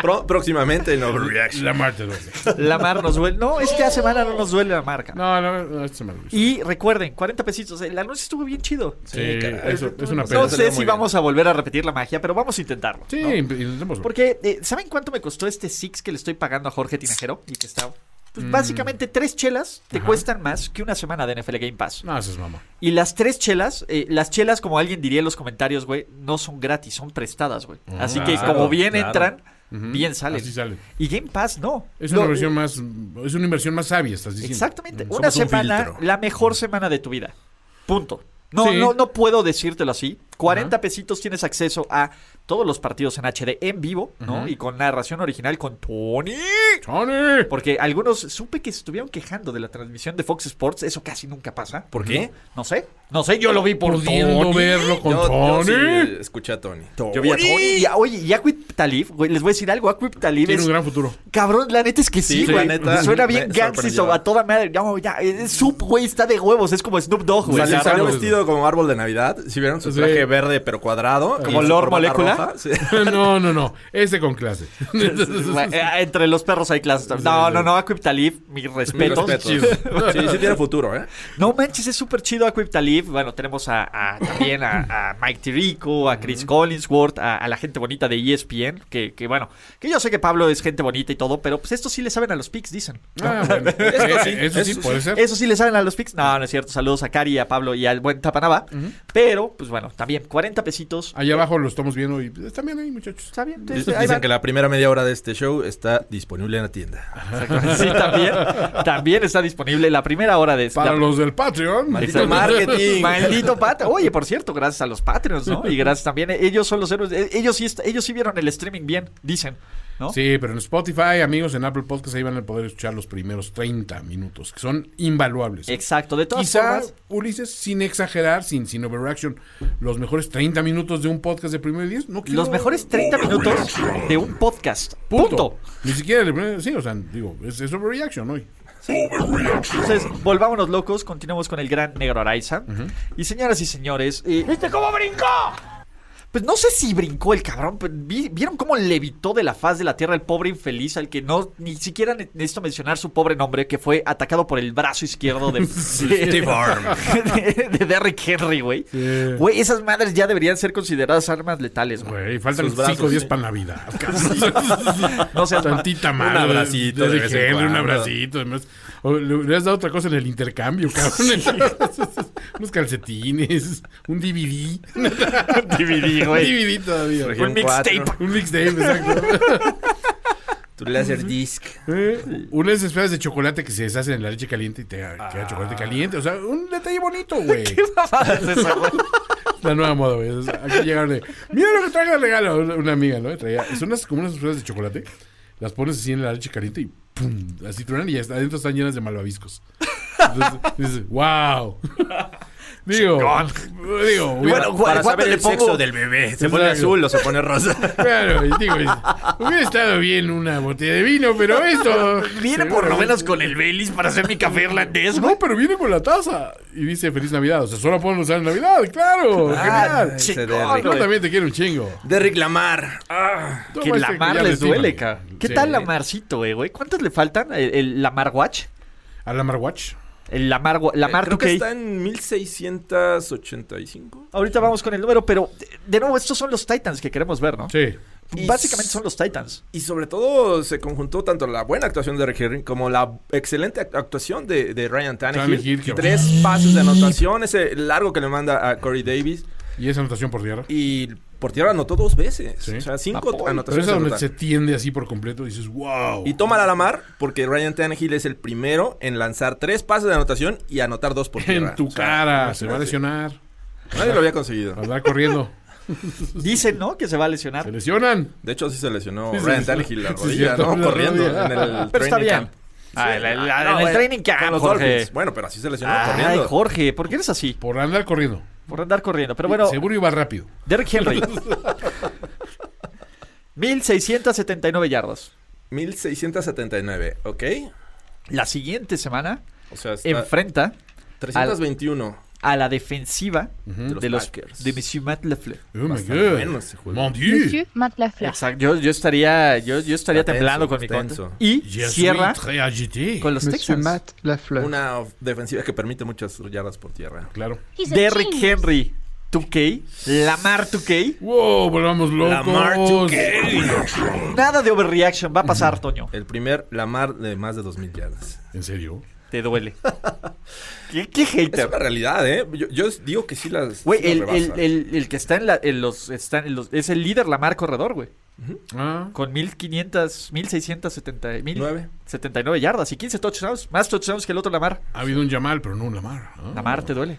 Speaker 2: Pro- próximamente en Overreaction.
Speaker 4: Ah. La Marte duele.
Speaker 3: La mar nos duele. No, esta semana no nos duele la marca.
Speaker 4: No, no, no, este se me olvidó.
Speaker 3: Y recuerden, 40 pesitos. El anuncio estuvo bien chido.
Speaker 4: Sí, eso, es una pena.
Speaker 2: salió
Speaker 3: No sé
Speaker 2: muy
Speaker 3: si
Speaker 2: bien.
Speaker 3: vamos a volver a repetir la magia, pero vamos a intentarlo.
Speaker 4: Sí,
Speaker 3: ¿no?
Speaker 4: intentémoslo.
Speaker 3: Porque, eh, ¿saben cuánto me costó este Six que le estoy pagando a Jorge Tinajero? Y que está. Pues básicamente tres chelas te cuestan más que una semana de NFL Game Pass.
Speaker 4: No, eso es mamá.
Speaker 3: Y las tres chelas, eh, las chelas, como alguien diría en los comentarios, güey, no son gratis, son prestadas, güey. Así que
Speaker 2: claro,
Speaker 3: como bien
Speaker 2: claro.
Speaker 3: entran, bien salen.
Speaker 4: Así salen.
Speaker 3: Y Game Pass no.
Speaker 4: Es
Speaker 3: Lo-
Speaker 4: una versión más. Es una inversión más sabia, estás diciendo.
Speaker 3: Exactamente.
Speaker 4: Mm,
Speaker 3: Una
Speaker 4: somos un
Speaker 3: semana,
Speaker 4: filtro.
Speaker 3: la mejor semana de tu vida. Punto. No,
Speaker 4: Sí.
Speaker 3: no, no puedo decírtelo así. 40 pesitos tienes acceso a todos los partidos en HD en vivo, ¿no? Y con narración original con Tony.
Speaker 4: ¡Tony!
Speaker 3: Porque algunos supe que se estuvieron quejando de la transmisión de Fox Sports. Eso casi nunca pasa.
Speaker 2: ¿Por qué?
Speaker 3: No sé. No sé, yo lo vi por
Speaker 4: Pudiendo
Speaker 3: Tony.
Speaker 4: verlo con
Speaker 2: Yo, yo
Speaker 4: Tony.
Speaker 2: sí, eh, escuché a Tony.
Speaker 3: Yo vi a Tony. Y, oye, y Aquip Talib, güey, les voy a decir algo. Aquip Talib
Speaker 4: Tiene
Speaker 3: es.
Speaker 4: un gran futuro.
Speaker 3: Cabrón, la neta es que sí,
Speaker 2: Sí,
Speaker 3: güey.
Speaker 2: la neta,
Speaker 3: Suena
Speaker 2: me
Speaker 3: bien
Speaker 2: sorprendió.
Speaker 3: gangster a toda madre. No, ya, eh, Snoop, güey, está de huevos. Es como Snoop Dogg, güey.
Speaker 2: Salió- Pues
Speaker 3: Está
Speaker 2: salió
Speaker 3: raro.
Speaker 2: vestido como árbol de Navidad. Si vieron su
Speaker 4: Sí.
Speaker 2: traje verde pero cuadrado.
Speaker 3: Como
Speaker 2: y su
Speaker 3: Lord
Speaker 2: corbata
Speaker 3: Molecula.
Speaker 2: roja, sí.
Speaker 4: no, no, no. Este con clase.
Speaker 3: Güey, eh, Entre los perros hay clases. No, no, no, Aquip Talib, mis
Speaker 2: Mis
Speaker 3: respetos.
Speaker 2: respetos. Sí, sí tiene futuro, ¿eh?
Speaker 3: No manches, es súper chido Aquip Talib. Bueno, tenemos a, a- también a, a Mike Tirico, a Chris Collinsworth, a, a la gente bonita de E ESPN, que, que bueno, que yo sé que Pablo es gente bonita y todo, pero pues esto sí le saben a los picks, dicen.
Speaker 4: Ah, bueno. Eh, Eso sí, puede ser.
Speaker 3: Eso sí le saben a los picks. No, no es cierto. Saludos a Cari, a Pablo y al buen Tapanaba. Pero, pues bueno, también 40 pesitos.
Speaker 4: Allá abajo lo estamos viendo y pues, están bien ahí, muchachos.
Speaker 3: Está bien.
Speaker 2: D-
Speaker 3: sí, ahí
Speaker 2: Dicen
Speaker 3: va.
Speaker 2: que la primera media hora de este show está disponible en la tienda.
Speaker 3: Sí, también. También está disponible la primera hora de
Speaker 4: Para
Speaker 3: la-
Speaker 4: los del Patreon.
Speaker 2: Maldito marketing.
Speaker 3: Maldito pata. Oye, por cierto, gracias a los Patreons, ¿no? Y gracias también. Ellos son los héroes. Eh, Ellos sí, est- ellos sí vieron el streaming bien, dicen, ¿no?
Speaker 4: Sí, pero en Spotify, amigos, en Apple Podcast, ahí van a poder escuchar los primeros 30 minutos, que son invaluables.
Speaker 3: Exacto. De todas
Speaker 4: Quizá,
Speaker 3: formas.
Speaker 4: Ulises, sin exagerar, sin, sin overreaction, los mejores 30 minutos de un podcast de primer 10, no quiero-
Speaker 3: Los mejores 30 minutos de un podcast. Punto.
Speaker 4: Ni siquiera el primer, sí, o sea, digo, es, es overreaction hoy.
Speaker 3: Entonces, volvámonos locos. Continuamos con el gran negro Araiza. Y señoras y señores. eh,
Speaker 5: ¿Viste cómo brincó?
Speaker 3: Pues no sé si brincó el cabrón, pero vi- vieron cómo levitó de la faz de la tierra el pobre infeliz al que no ni siquiera ne- necesito mencionar su pobre nombre, que fue atacado por el brazo izquierdo de, de,
Speaker 2: Steve Arm.
Speaker 3: de- de Derrick Henry, güey.
Speaker 4: Sí.
Speaker 3: Güey, esas madres ya deberían ser consideradas armas letales, güey.
Speaker 4: Güey, faltan
Speaker 2: Sus brazos,
Speaker 4: 5 días
Speaker 2: sí.
Speaker 4: para Navidad.
Speaker 3: No seas ma-
Speaker 4: Tantita madre.
Speaker 2: abracito
Speaker 4: de- de
Speaker 2: de vez en
Speaker 4: Henry, un
Speaker 2: cuando.
Speaker 4: abracito. además. O le hubieras dado otra cosa en el intercambio, cabrón. Unos calcetines, un DVD.
Speaker 3: un DVD,
Speaker 4: Un
Speaker 3: güey.
Speaker 4: DVD todavía.
Speaker 3: Un mixtape.
Speaker 4: Un mixtape, exacto.
Speaker 2: Tu laser disc.
Speaker 4: Eh, Unas esferas de chocolate que se deshacen en la leche
Speaker 2: Ah.
Speaker 4: caliente y te queda chocolate caliente. O sea, un detalle bonito, güey.
Speaker 3: Mamá, es eso, güey.
Speaker 4: La nueva moda, güey. Es- Aquí llegaron de, mira lo que traje de regalo. Una, una amiga, ¿no? Traía, son unas, como unas flores de chocolate. Las pones así en la leche caliente y pum, así truenan y ya está- adentro están llenas de malvaviscos. Entonces, dices, wow. Digo, digo, hubiera-
Speaker 3: Bueno, ¿cu-
Speaker 2: Para
Speaker 3: cuánto
Speaker 2: saber
Speaker 3: le
Speaker 2: el
Speaker 3: pongo?
Speaker 2: sexo del bebé. ¿Se pone
Speaker 4: Exacto.
Speaker 2: azul o se pone rosa?
Speaker 4: Claro, y digo, es- hubiera estado bien una botella de vino, pero esto.
Speaker 3: Viene por lo menos con el Baileys para hacer mi café irlandés, güey.
Speaker 4: No, pero viene con la taza. Y dice Feliz Navidad. O sea, solo pueden usar en Navidad, claro. genial.
Speaker 2: ese
Speaker 3: chingón,
Speaker 2: Derrick.
Speaker 4: Yo
Speaker 3: güey.
Speaker 4: también te quiero un chingo.
Speaker 2: De reclamar.
Speaker 3: Que
Speaker 4: Toma
Speaker 3: la
Speaker 4: este
Speaker 3: mar
Speaker 4: ya
Speaker 3: les
Speaker 4: le
Speaker 3: duele,
Speaker 4: tiro.
Speaker 3: ca. ¿Qué
Speaker 4: Sí.
Speaker 3: tal la marcito, eh, güey? ¿Cuántas le faltan? ¿El, el- la mar watch?
Speaker 4: ¿A la Marwatch?
Speaker 3: El la mar, la mar
Speaker 2: Eh, Creo que
Speaker 3: 2K.
Speaker 2: está en 1685.
Speaker 3: Ahorita vamos con el número, pero de- de nuevo, estos son los Titans que queremos ver, ¿no?
Speaker 4: Sí.
Speaker 3: Y Básicamente son los Titans.
Speaker 2: Y sobre todo se conjuntó tanto la buena actuación de Rick Herring como la excelente act- actuación de, de Ryan Tannehill.
Speaker 4: Tannehill, que-
Speaker 2: Tres pases de anotación, ese largo que le manda a Corey Davis.
Speaker 4: Y esa anotación por tierra.
Speaker 2: Y por tierra anotó dos veces.
Speaker 4: Sí.
Speaker 2: O sea, cinco
Speaker 3: Papoy.
Speaker 4: Pero
Speaker 2: anotaciones.
Speaker 4: esa donde
Speaker 2: anotadas.
Speaker 4: se tiende así por completo y dices, wow.
Speaker 2: Y toma la mar porque Ryan Tannehill es el primero en lanzar tres pases de anotación y anotar dos por tierra.
Speaker 4: en tu
Speaker 2: O sea,
Speaker 4: cara. Se va a
Speaker 2: imagínate.
Speaker 4: lesionar.
Speaker 2: Nadie lo había conseguido.
Speaker 4: Va a andar corriendo.
Speaker 3: Dicen, ¿no? Que se va a
Speaker 4: Se
Speaker 3: lesionar.
Speaker 4: lesionan.
Speaker 2: De hecho, sí se lesionó
Speaker 4: Sí, sí,
Speaker 2: Ryan
Speaker 4: sí.
Speaker 2: Tannehill la
Speaker 4: Sí,
Speaker 2: rodilla,
Speaker 4: cierto,
Speaker 2: ¿no?
Speaker 4: la
Speaker 2: Corriendo
Speaker 4: rodilla.
Speaker 2: en el
Speaker 3: Pero está
Speaker 2: training
Speaker 3: bien.
Speaker 2: camp.
Speaker 3: Ah, la- la-
Speaker 2: No,
Speaker 3: en
Speaker 2: bueno,
Speaker 3: el training
Speaker 2: con
Speaker 3: camp,
Speaker 2: los
Speaker 3: Jorge.
Speaker 2: Dolphins. Bueno, pero así se lesionó
Speaker 3: Ay,
Speaker 2: corriendo.
Speaker 3: Jorge, ¿por qué eres así?
Speaker 4: Por andar corriendo.
Speaker 3: Por andar corriendo. Pero bueno,
Speaker 4: Seguro iba rápido.
Speaker 3: Derrick Henry. 1679 yardas.
Speaker 2: 1679, ¿ok?
Speaker 3: La siguiente semana
Speaker 2: O sea, está
Speaker 3: enfrenta
Speaker 2: 321.
Speaker 3: a la defensiva
Speaker 2: De los
Speaker 3: de los
Speaker 2: Packers.
Speaker 3: de Monsieur Matt LeFleur.
Speaker 4: Oh my
Speaker 2: Bastante
Speaker 4: God.
Speaker 2: bueno ese juego.
Speaker 4: Mon Dieu.
Speaker 3: Exacto. Yo, yo estaría, yo, yo estaría
Speaker 2: Está
Speaker 3: temblando
Speaker 2: tenso,
Speaker 3: con mi
Speaker 2: está
Speaker 3: conto.
Speaker 2: tenso.
Speaker 3: Y
Speaker 4: Je suis
Speaker 3: cierra
Speaker 4: très agité.
Speaker 3: con los Texans.
Speaker 2: Una of- defensiva que permite muchas yardas por tierra.
Speaker 4: Claro.
Speaker 3: Derrick Henry, 2K, Lamar 2K.
Speaker 4: Wow, volvamos locos.
Speaker 2: Lamar 2K.
Speaker 3: Nada de overreaction va a pasar, Toño.
Speaker 2: El primer Lamar de más de 2000 yardas.
Speaker 4: ¿En serio?
Speaker 3: Te duele. ¿Qué, qué
Speaker 2: Es
Speaker 3: hater?
Speaker 2: una realidad, ¿eh? Yo, yo digo que sí las.
Speaker 3: Güey,
Speaker 2: sí las
Speaker 3: el, el,
Speaker 2: rebasa.
Speaker 3: el- el que está en, la- en los, está en los- Es el líder Lamar corredor, güey.
Speaker 4: Ah.
Speaker 3: Con 1500, 1670,
Speaker 2: Nueve.
Speaker 3: 1079 yardas y 15 touchdowns. Más touchdowns que el otro Lamar.
Speaker 4: Ha habido un Yamal, pero no un Lamar. Ah.
Speaker 3: Lamar, te duele.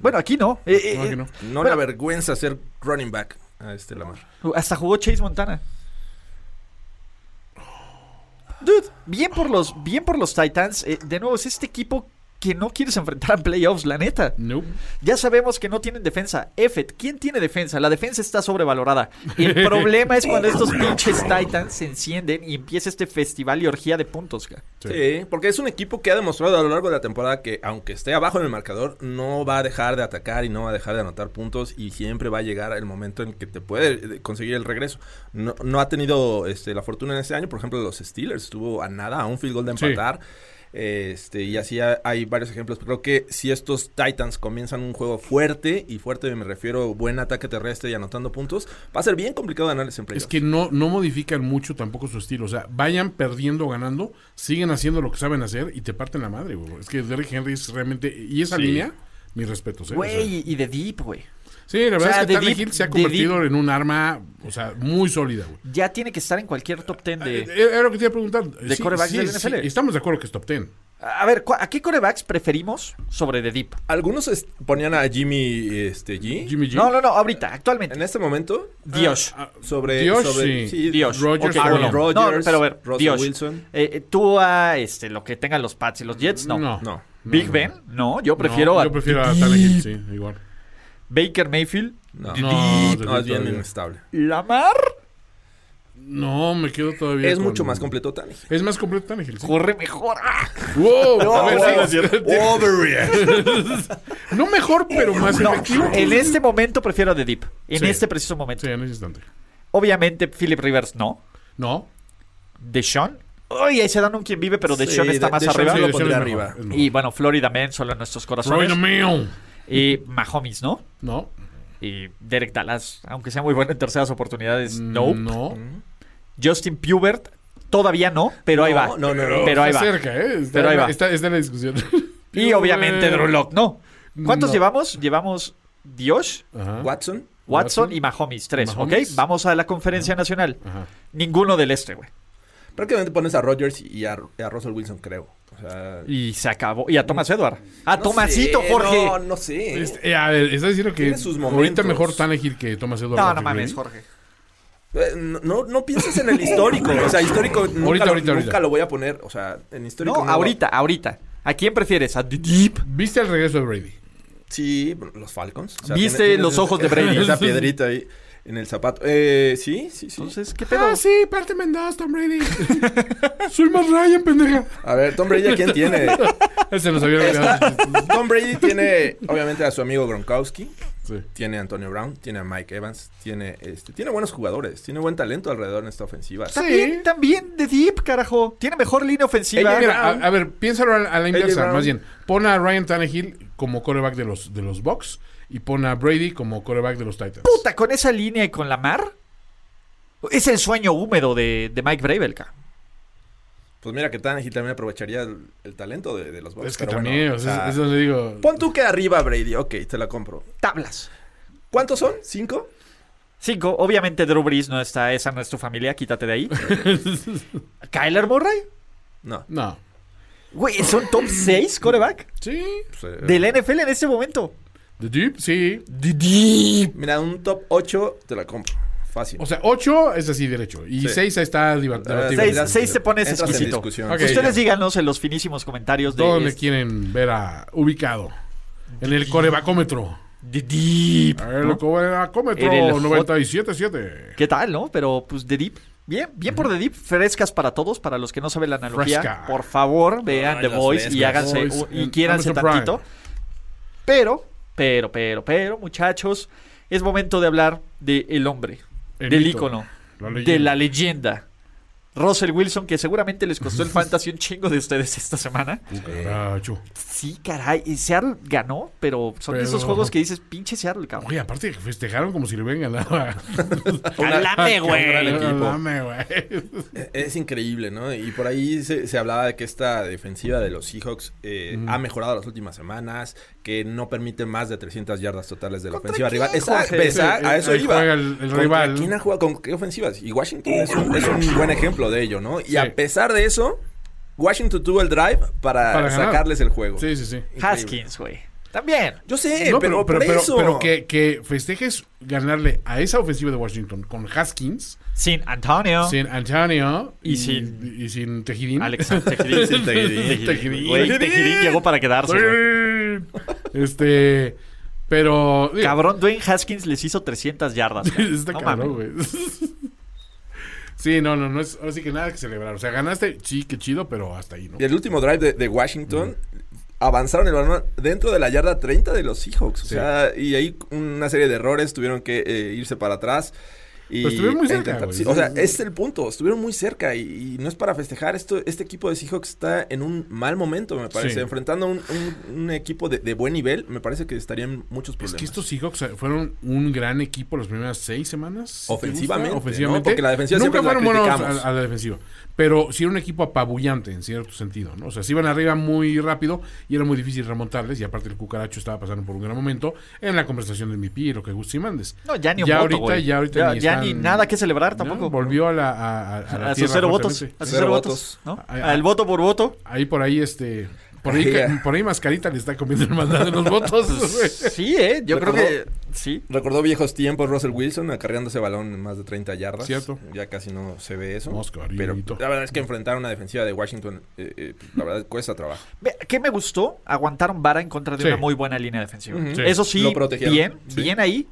Speaker 3: Bueno, aquí no. Eh, eh,
Speaker 4: No, aquí no.
Speaker 2: No le avergüenza ser running back a este Lamar.
Speaker 3: eh, Hasta jugó Chase Montana. Dude, bien por los, bien por los Titans. Eh, de nuevo, es este equipo que no quieres enfrentar a playoffs, la neta.
Speaker 4: Nope.
Speaker 3: Ya sabemos que no tienen defensa. Effet, ¿quién tiene defensa? La defensa está sobrevalorada. El problema es cuando estos pinches Titans se encienden y empieza este festival y orgía de puntos. ca.
Speaker 2: Sí. porque es un equipo que ha demostrado a lo largo de la temporada que, aunque esté abajo en el marcador, no va a dejar de atacar y no va a dejar de anotar puntos y siempre va a llegar el momento en que te puede eh, conseguir el regreso. No, no ha tenido este, la fortuna en este año, por ejemplo, los Steelers estuvo a nada, a un field goal de
Speaker 4: Sí.
Speaker 2: empatar. Este, y así ha- hay varios ejemplos. Creo que si estos Titans comienzan un juego fuerte, y fuerte me refiero buen ataque terrestre y anotando puntos, va a ser bien complicado ganarles en playoffs.
Speaker 4: Es que no, no modifican mucho tampoco su estilo. O sea, vayan perdiendo o ganando, siguen haciendo lo que saben hacer y te parten la madre, güey. Es que Derrick Henry es realmente. Y esa línea, mis respetos, ¿eh? O sea,
Speaker 3: Güey, y de Deep, güey.
Speaker 4: sí, la verdad
Speaker 3: o sea,
Speaker 4: es que
Speaker 3: de
Speaker 4: Tannehill
Speaker 3: deep-
Speaker 4: se ha
Speaker 3: de
Speaker 4: convertido en un arma, o sea, muy sólida, güey.
Speaker 3: Ya tiene que estar en cualquier top 10
Speaker 4: Eh,
Speaker 3: de...
Speaker 4: Era lo que te iba a preguntar.
Speaker 3: ¿De quarterbacks del NFL?
Speaker 4: estamos de acuerdo que es top 10.
Speaker 3: A ver, ¿cu- ¿a qué corebacks preferimos sobre The Deep?
Speaker 2: Algunos es- ponían a Jimmy este, G.
Speaker 4: Jimmy G.
Speaker 3: No, no, no, ahorita, actualmente.
Speaker 2: En este Ah, momento,
Speaker 3: Dios.
Speaker 2: sobre,
Speaker 4: Dios,
Speaker 2: sobre
Speaker 4: sí.
Speaker 3: Dios.
Speaker 4: Rodgers,
Speaker 3: Ok,
Speaker 4: Aaron
Speaker 3: no,
Speaker 2: Rodgers,
Speaker 3: no, pero a ver,
Speaker 2: Russell
Speaker 3: Dios.
Speaker 2: Wilson.
Speaker 3: Eh, eh, tú a este, lo que tengan los Pats y los Jets, no.
Speaker 4: No.
Speaker 2: No.
Speaker 3: Big Ben, no. Yo prefiero
Speaker 4: No,
Speaker 3: a
Speaker 4: Yo prefiero a Tannehill, sí, igual.
Speaker 3: Baker Mayfield,
Speaker 2: No,
Speaker 4: No, de
Speaker 2: no, es
Speaker 4: deep
Speaker 2: bien
Speaker 4: todavía.
Speaker 2: inestable.
Speaker 3: Lamar.
Speaker 4: No, me quedo todavía.
Speaker 2: Es
Speaker 4: con-
Speaker 2: mucho más completo Tannehill.
Speaker 4: Es más completo Tannehill. sí.
Speaker 3: Corre mejor. ¡Ah!
Speaker 4: Wow, a ver,
Speaker 3: wow.
Speaker 4: sí, No mejor, pero más efectivo.
Speaker 3: En este momento prefiero a The Deep. En
Speaker 4: Sí.
Speaker 3: este preciso momento.
Speaker 4: Sí, en ese instante.
Speaker 3: Obviamente, Philip Rivers no.
Speaker 4: No.
Speaker 3: Deshaun. Uy, ahí se dan un quien vive, pero Deshaun
Speaker 2: Sí,
Speaker 3: está
Speaker 2: de-
Speaker 3: más
Speaker 2: Deshaun
Speaker 3: arriba.
Speaker 2: sí,
Speaker 4: Sí,
Speaker 2: lo
Speaker 4: ese
Speaker 2: pondré
Speaker 4: es
Speaker 2: arriba.
Speaker 4: mejor, es mejor.
Speaker 3: Y pues, bueno, Florida Man solo en nuestros corazones.
Speaker 4: Reina Mill.
Speaker 3: Y Mahomes, ¿no?
Speaker 4: No.
Speaker 3: Y Derek Dallas, aunque sea muy bueno en terceras oportunidades,
Speaker 2: Mm,
Speaker 3: no.
Speaker 4: No.
Speaker 3: Justin Pubert, todavía no, pero ahí va.
Speaker 2: No, no, no, no.
Speaker 3: Pero ahí va.
Speaker 4: Está cerca, ¿eh? Está,
Speaker 3: Pero ahí va.
Speaker 4: Está, está en la discusión.
Speaker 3: Y obviamente Drew Lock, no. ¿Cuántos
Speaker 4: No.
Speaker 3: llevamos? Llevamos Dios,
Speaker 4: Ajá.
Speaker 2: Watson,
Speaker 3: Watson y Mahomes, tres,
Speaker 4: Mahomes.
Speaker 3: ¿ok? Vamos a la conferencia nacional.
Speaker 4: Ajá.
Speaker 3: Ninguno del este, güey.
Speaker 2: prácticamente pones a Rodgers y a, a Russell Wilson, creo. O sea,
Speaker 3: Y se acabó. Y a Thomas Edward. A Tomasito,
Speaker 2: sé,
Speaker 3: Jorge.
Speaker 2: No, no sé.
Speaker 4: Este, eh, a ver, estás diciendo que
Speaker 2: Tiene sus
Speaker 4: ahorita
Speaker 2: momentos.
Speaker 4: mejor Tannehill que Thomas Edward.
Speaker 3: No, no
Speaker 4: Patrick Brady?
Speaker 3: mames, Jorge.
Speaker 2: Eh, No, no, no pienses en el histórico. O sea, histórico nunca,
Speaker 4: Ahorita,
Speaker 2: lo,
Speaker 4: ahorita,
Speaker 2: nunca
Speaker 4: ahorita.
Speaker 2: lo voy a poner. O sea, en histórico.
Speaker 3: No,
Speaker 2: lo-
Speaker 3: ahorita, ahorita. ¿A quién prefieres? ¿A The Deep?
Speaker 4: ¿Viste el regreso de Brady?
Speaker 2: Ah, Sí, los Falcons. O sea,
Speaker 3: Viste
Speaker 2: tiene- tiene
Speaker 3: los
Speaker 2: esa-
Speaker 3: ojos de Brady.
Speaker 2: Esa piedrita ahí en el zapato. Eh, sí, sí, Ah, sí.
Speaker 3: Entonces, ¿qué pedo?
Speaker 4: sí, parte Mendoza, Tom Brady. Soy más Ryan, pendeja.
Speaker 2: A ver, Tom Brady, ¿a quién tiene?
Speaker 4: Se nos había olvidado.
Speaker 2: Tom Brady tiene, obviamente, a su amigo Gronkowski.
Speaker 4: Sí.
Speaker 2: Tiene a Antonio Brown, tiene a Mike Evans, tiene este, tiene buenos jugadores, tiene buen talento alrededor en esta ofensiva.
Speaker 3: También, también The Deep, carajo. Tiene mejor línea ofensiva.
Speaker 2: Ella
Speaker 4: Mira, a, a ver, piénsalo a, la- a la inversa,
Speaker 2: Brown.
Speaker 4: más bien. Pon a Ryan Tannehill como coreback de los, de los Bucks y pon a Brady como coreback de los Titans.
Speaker 3: Puta, con esa línea y con la mar. Es el sueño húmedo de, de Mike Bravel, ca.
Speaker 2: Pues mira que Tannehill también aprovecharía el, el talento de, de los Bucks.
Speaker 4: Es que
Speaker 2: pero bueno,
Speaker 4: también,
Speaker 2: o
Speaker 4: o sea,
Speaker 2: sea,
Speaker 4: es- es donde digo.
Speaker 2: Pon tú que arriba Brady, ok, te la compro.
Speaker 3: Tablas.
Speaker 2: ¿Cuántos son? ¿Cinco?
Speaker 3: Cinco, obviamente Drew Brees no está, esa no es tu familia, quítate de ahí. Kyler Murray.
Speaker 2: No.
Speaker 4: No.
Speaker 3: Güey, son top 6 coreback
Speaker 4: Sí.
Speaker 2: pues, eh,
Speaker 3: del NFL en este momento.
Speaker 4: The Deep, sí.
Speaker 2: Mira, un top 8 te la compro. Fácil.
Speaker 4: O sea, 8 es así derecho. Y
Speaker 2: Sí.
Speaker 4: 6 está diver-
Speaker 2: Ah,
Speaker 4: debatible.
Speaker 3: Seis,
Speaker 2: sí,
Speaker 3: seis te pones
Speaker 2: Entras en
Speaker 3: exquisito. Pues
Speaker 2: discusión.
Speaker 4: Ok,
Speaker 3: Ustedes
Speaker 4: ya.
Speaker 3: díganos en los finísimos comentarios de
Speaker 4: ¿Dónde
Speaker 3: este-
Speaker 4: quieren ver a ubicado? En el corebacómetro.
Speaker 3: The Deep.
Speaker 4: A ver,
Speaker 3: ¿no?
Speaker 4: el corebacómetro
Speaker 3: En el hot-
Speaker 4: 97.7.
Speaker 3: ¿Qué tal, no? Pero pues The Deep. Bien, bien por The Deep. Frescas para todos, para los que no saben la analogía.
Speaker 4: Fresca.
Speaker 3: Por favor, vean
Speaker 2: Ay,
Speaker 3: The
Speaker 2: las
Speaker 3: Voice y
Speaker 2: frescas.
Speaker 3: háganse
Speaker 4: Boys
Speaker 3: un- y
Speaker 4: and
Speaker 3: quiéranse
Speaker 4: eh, Amazon Prime.
Speaker 3: tantito. Pero, pero, pero, pero, muchachos, es momento de hablar de el hombre,
Speaker 4: El
Speaker 3: del
Speaker 4: mito,
Speaker 3: ícono,
Speaker 4: la
Speaker 3: de
Speaker 4: leyenda.
Speaker 3: la leyenda. Russell Wilson, que seguramente les costó el fantasy un chingo de ustedes esta semana.
Speaker 4: Caracho.
Speaker 3: Sí, caray. y Seattle ganó, pero son de
Speaker 4: Pero-
Speaker 3: esos juegos que dices, pinche Seattle, cabrón.
Speaker 4: Oye, aparte que festejaron como si le hubieran ganado a...
Speaker 3: Cálame,
Speaker 2: Un gran
Speaker 3: güey.
Speaker 2: equipo.
Speaker 4: Dame, güey.
Speaker 2: Eh, Es increíble, ¿no? Y por ahí se, se hablaba de que esta defensiva de los Seahawks eh, ha mejorado las últimas semanas, que no permite más de 300 yardas totales de la ofensiva rival. Esa-
Speaker 3: Jorge?
Speaker 2: ves, a- a
Speaker 4: Ahí
Speaker 2: eso iba.
Speaker 4: juega el- el
Speaker 2: ¿Contra
Speaker 4: rival. Ah.
Speaker 2: ¿Quién ha jugado con qué ofensivas? Y Washington es un, es un buen ejemplo de ello, ¿no? Y a pesar de eso, Washington tuvo el drive para,
Speaker 4: Para ganar.
Speaker 2: sacarles el juego.
Speaker 4: Sí, sí, sí.
Speaker 2: Increíble.
Speaker 3: Haskins, güey. También.
Speaker 2: Yo sé,
Speaker 4: No,
Speaker 2: pero, por eso.
Speaker 4: pero que, que festejes ganarle a esa ofensiva de Washington con Haskins,
Speaker 3: Sin Antonio.
Speaker 4: sin Antonio
Speaker 3: Y sin-
Speaker 4: y sin Tejidín.
Speaker 3: Alexander
Speaker 2: Sin Tejidín.
Speaker 4: Tejidín.
Speaker 3: Güey,
Speaker 4: Tejidín.
Speaker 3: Tejidín llegó para quedarse. güey.
Speaker 4: Tejidín. Este, pero digo,
Speaker 3: Cabrón, Dwayne Haskins les hizo 300 yardas. güey.
Speaker 4: está
Speaker 3: No
Speaker 4: cabrón,
Speaker 3: mames.
Speaker 4: güey. Sí, no, no, no es ahora sí que nada que celebrar. O sea, ganaste, sí, qué chido, pero hasta ahí, ¿no?
Speaker 2: Y el último drive de, de Washington avanzaron el balón dentro de la yarda 30 de los Seahawks. O
Speaker 4: Sí.
Speaker 2: sea, y ahí una serie de errores tuvieron que eh, irse para atrás. Y
Speaker 4: Pero Pues estuvieron muy
Speaker 2: e
Speaker 4: cerca,
Speaker 2: intentar-
Speaker 4: güey.
Speaker 2: sí, o sea, ese es el punto. Estuvieron muy cerca y, y no es para festejar. Esto, este equipo de Seahawks está en un mal momento, me parece.
Speaker 4: Sí.
Speaker 2: Enfrentando a un, un- un equipo de, de buen nivel, me parece que estarían muchos
Speaker 4: Es
Speaker 2: problemas.
Speaker 4: que estos Seahawks fueron un gran equipo las primeras seis semanas.
Speaker 2: Ofensivamente,
Speaker 4: ¿te gusta?
Speaker 2: ¿no?
Speaker 4: Ofensivamente.
Speaker 2: Porque la defensiva
Speaker 4: Nunca
Speaker 2: siempre la
Speaker 4: fueron buenos
Speaker 2: criticamos.
Speaker 4: a, a la defensiva. Pero sí era un equipo apabullante en cierto sentido, ¿no? O sea, se iban arriba muy rápido y era muy difícil remontarles. Y aparte el cucaracho estaba pasando por un gran momento en la conversación del MIPI y lo que Gusti mandes.
Speaker 3: No, ya ni un
Speaker 4: ya
Speaker 3: voto,
Speaker 4: ahorita,
Speaker 3: güey.
Speaker 4: ya ahorita
Speaker 3: Ya- ya
Speaker 4: están-
Speaker 3: ni nada que celebrar tampoco.
Speaker 4: volvió a la a, a- a la
Speaker 3: A sus
Speaker 4: tierra
Speaker 3: cero votos.
Speaker 4: fuertemente.
Speaker 3: A sus
Speaker 2: Cero
Speaker 3: cero votos.
Speaker 2: votos.
Speaker 3: ¿no?
Speaker 4: Ay,
Speaker 3: Al
Speaker 4: ay.
Speaker 3: voto por voto.
Speaker 4: Ahí por ahí, este... Por ahí,
Speaker 2: Ay,
Speaker 4: ca-
Speaker 2: ya.
Speaker 4: por ahí Mascarita le está comiendo el mandado de los votos. güey.
Speaker 3: Sí, eh. Yo creo que.
Speaker 2: Recordó-
Speaker 3: Sí.
Speaker 2: Recordó viejos tiempos Russell Wilson acarreando ese balón en más de 30 yardas.
Speaker 4: Cierto.
Speaker 2: Ya casi no se ve eso.
Speaker 4: Oscarito.
Speaker 2: Pero la verdad es que enfrentar una defensiva de Washington, eh, eh, la verdad cuesta trabajo.
Speaker 3: Ve, ¿Qué me gustó? Aguantaron vara en contra de
Speaker 4: Sí.
Speaker 3: una muy buena línea defensiva.
Speaker 2: Ujú.
Speaker 4: Sí.
Speaker 3: Eso sí,
Speaker 2: Lo protegieron.
Speaker 3: bien,
Speaker 2: Sí.
Speaker 3: bien ahí.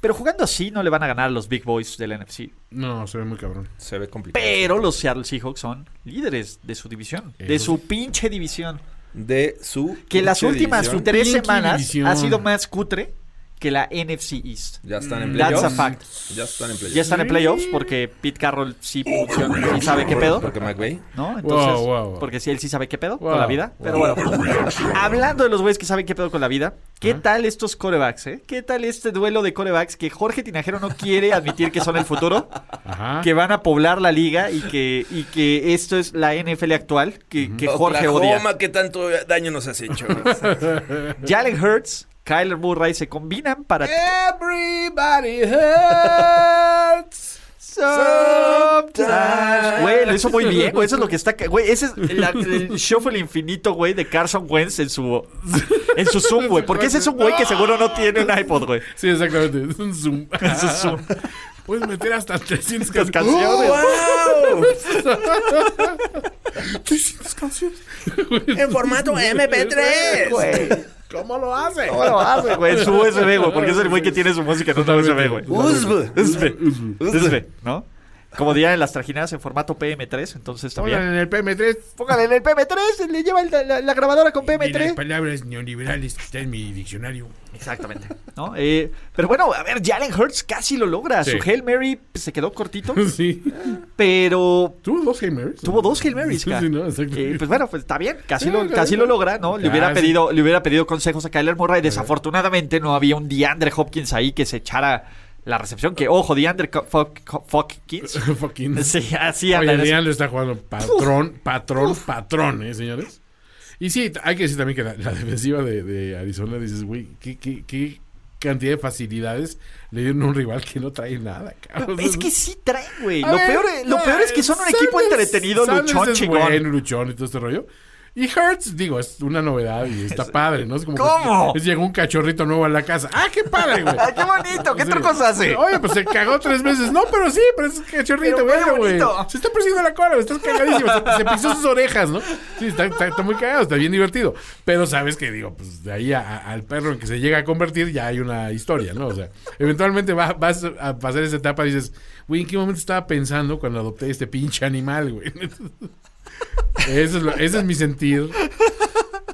Speaker 3: Pero jugando así no le van a ganar a los big boys del NFC.
Speaker 4: No, se ve muy cabrón.
Speaker 2: Se ve complicado.
Speaker 3: Pero los Seattle Seahawks son líderes de su división. De
Speaker 4: Eso
Speaker 3: su pinche división.
Speaker 2: de su.
Speaker 3: Que las
Speaker 2: pinche
Speaker 3: últimas
Speaker 2: división,
Speaker 3: tres
Speaker 4: Pinche
Speaker 3: semanas
Speaker 4: división.
Speaker 3: ha sido más cutre que la NFC East.
Speaker 2: Ya están en
Speaker 3: That's
Speaker 2: playoffs.
Speaker 3: a fact.
Speaker 2: Ya están en playoffs.
Speaker 3: Mm, Ya están en playoffs porque Pete Carroll sí
Speaker 4: Oh,
Speaker 3: funciona y sabe qué pedo.
Speaker 2: Porque McVay.
Speaker 3: ¿No? Entonces,
Speaker 4: Wow, wow, wow.
Speaker 3: porque sí, él sí sabe qué pedo
Speaker 4: Wow,
Speaker 3: con la vida. Pero bueno, hablando de los güeyes que saben qué pedo con la vida, ¿qué tal estos corebacks, eh? ¿Qué tal este duelo de corebacks que Jorge Tinajero no quiere admitir que son el futuro?
Speaker 4: Ajá.
Speaker 3: Que van a poblar la liga y que, y que esto es la NFL actual que, que Jorge odia.
Speaker 2: Oklahoma, ¿qué tanto daño nos has hecho?
Speaker 3: Jalen Hurts, Kyler Murray se combinan para
Speaker 2: Everybody hurts.
Speaker 3: Sometimes. Güey, lo hizo muy bien, güey. Eso es lo que está. ca- Güey, ese es la- el shuffle infinito, güey, de Carson Wentz en su. En su Zoom, güey. Porque ese es un güey que seguro no tiene un iPod, güey.
Speaker 4: Sí, exactamente. Es un zoom.
Speaker 3: En su Zoom.
Speaker 4: Puedes meter hasta 300
Speaker 3: Las
Speaker 4: canciones.
Speaker 3: canciones.
Speaker 4: Oh,
Speaker 6: En formato MP3.
Speaker 3: Güey.
Speaker 6: ¿Cómo lo hace?
Speaker 3: ¿Cómo lo hace, güey? En su USB, güey. Porque es el güey que tiene su música en un USB, güey.
Speaker 6: USB.
Speaker 3: USB. USB, ¿no? Como dirían en las trajineras en formato PM3, entonces
Speaker 4: Pongan
Speaker 3: también.
Speaker 4: en el PM3.
Speaker 3: Póngale en el PM3, le lleva el- la, la grabadora con
Speaker 4: Y las
Speaker 3: PM3.
Speaker 4: palabras neoliberales que está en mi diccionario.
Speaker 3: Exactamente. ¿no? Eh, pero bueno, a ver, Jalen Hurts casi lo logra.
Speaker 4: Sí.
Speaker 3: Su Hail Mary pues, se quedó cortito,
Speaker 4: Sí.
Speaker 3: pero
Speaker 4: ¿Tuvo dos Hail Marys?
Speaker 3: tuvo dos Hail Marys,
Speaker 4: Sí,
Speaker 3: cara.
Speaker 4: sí, no, exacto.
Speaker 3: Eh, pues bueno, pues está bien, casi,
Speaker 4: Sí, Ah,
Speaker 3: lo,
Speaker 4: está
Speaker 3: casi
Speaker 4: bien.
Speaker 3: lo logra, ¿no? Le hubiera,
Speaker 4: Casi.
Speaker 3: pedido, le hubiera pedido consejos a Kyler Murray. Desafortunadamente no había un DeAndre Hopkins ahí que se echara la recepción. Que, ojo, DeAndre Co- Fuck- Co- Hopkins.
Speaker 4: Fucking.
Speaker 3: Sí, así
Speaker 4: Oye,
Speaker 3: anda. en ese-
Speaker 4: Leandro está jugando patrón, patrón, patrón, ¿eh, señores? Y sí, t- hay que decir también que la, la defensiva de, de Arizona, dices, güey, ¿qué, qué, qué cantidad de facilidades le dieron a un rival que no trae nada, cabrón?
Speaker 3: Es que sí traen, güey.
Speaker 4: A
Speaker 3: Lo
Speaker 4: ver,
Speaker 3: peor, lo
Speaker 4: no,
Speaker 3: peor es que son un
Speaker 4: Sanders-
Speaker 3: equipo entretenido,
Speaker 4: Sanders
Speaker 3: luchón,
Speaker 4: es
Speaker 3: chingón.
Speaker 4: bueno, luchón y todo este rollo. Y Hertz, digo, es una novedad y está padre, ¿no? Es como
Speaker 3: ¿Cómo?
Speaker 4: que- es- llegó un cachorrito nuevo a la casa. ¡Ah, qué padre, güey!
Speaker 3: ¡Ay, qué bonito! ¿Qué
Speaker 4: Sí.
Speaker 3: trucos hace?
Speaker 4: Oye, pues se cagó tres veces. No, pero sí, pero es un cachorrito,
Speaker 3: Pero qué
Speaker 4: bueno, güey.
Speaker 3: bonito.
Speaker 4: Se está persiguiendo la cola, güey. Estás cagadísimo. Se, se pisó sus orejas, ¿no? Sí, está, está- está muy cagado, está bien divertido. Pero sabes que, digo, pues de ahí a- a- al perro en que se llega a convertir ya hay una historia, ¿no? O sea, eventualmente va- vas a pasar esa etapa y dices, güey, ¿en qué momento estaba pensando cuando adopté este pinche animal, güey? Eso es lo- ese es mi sentir.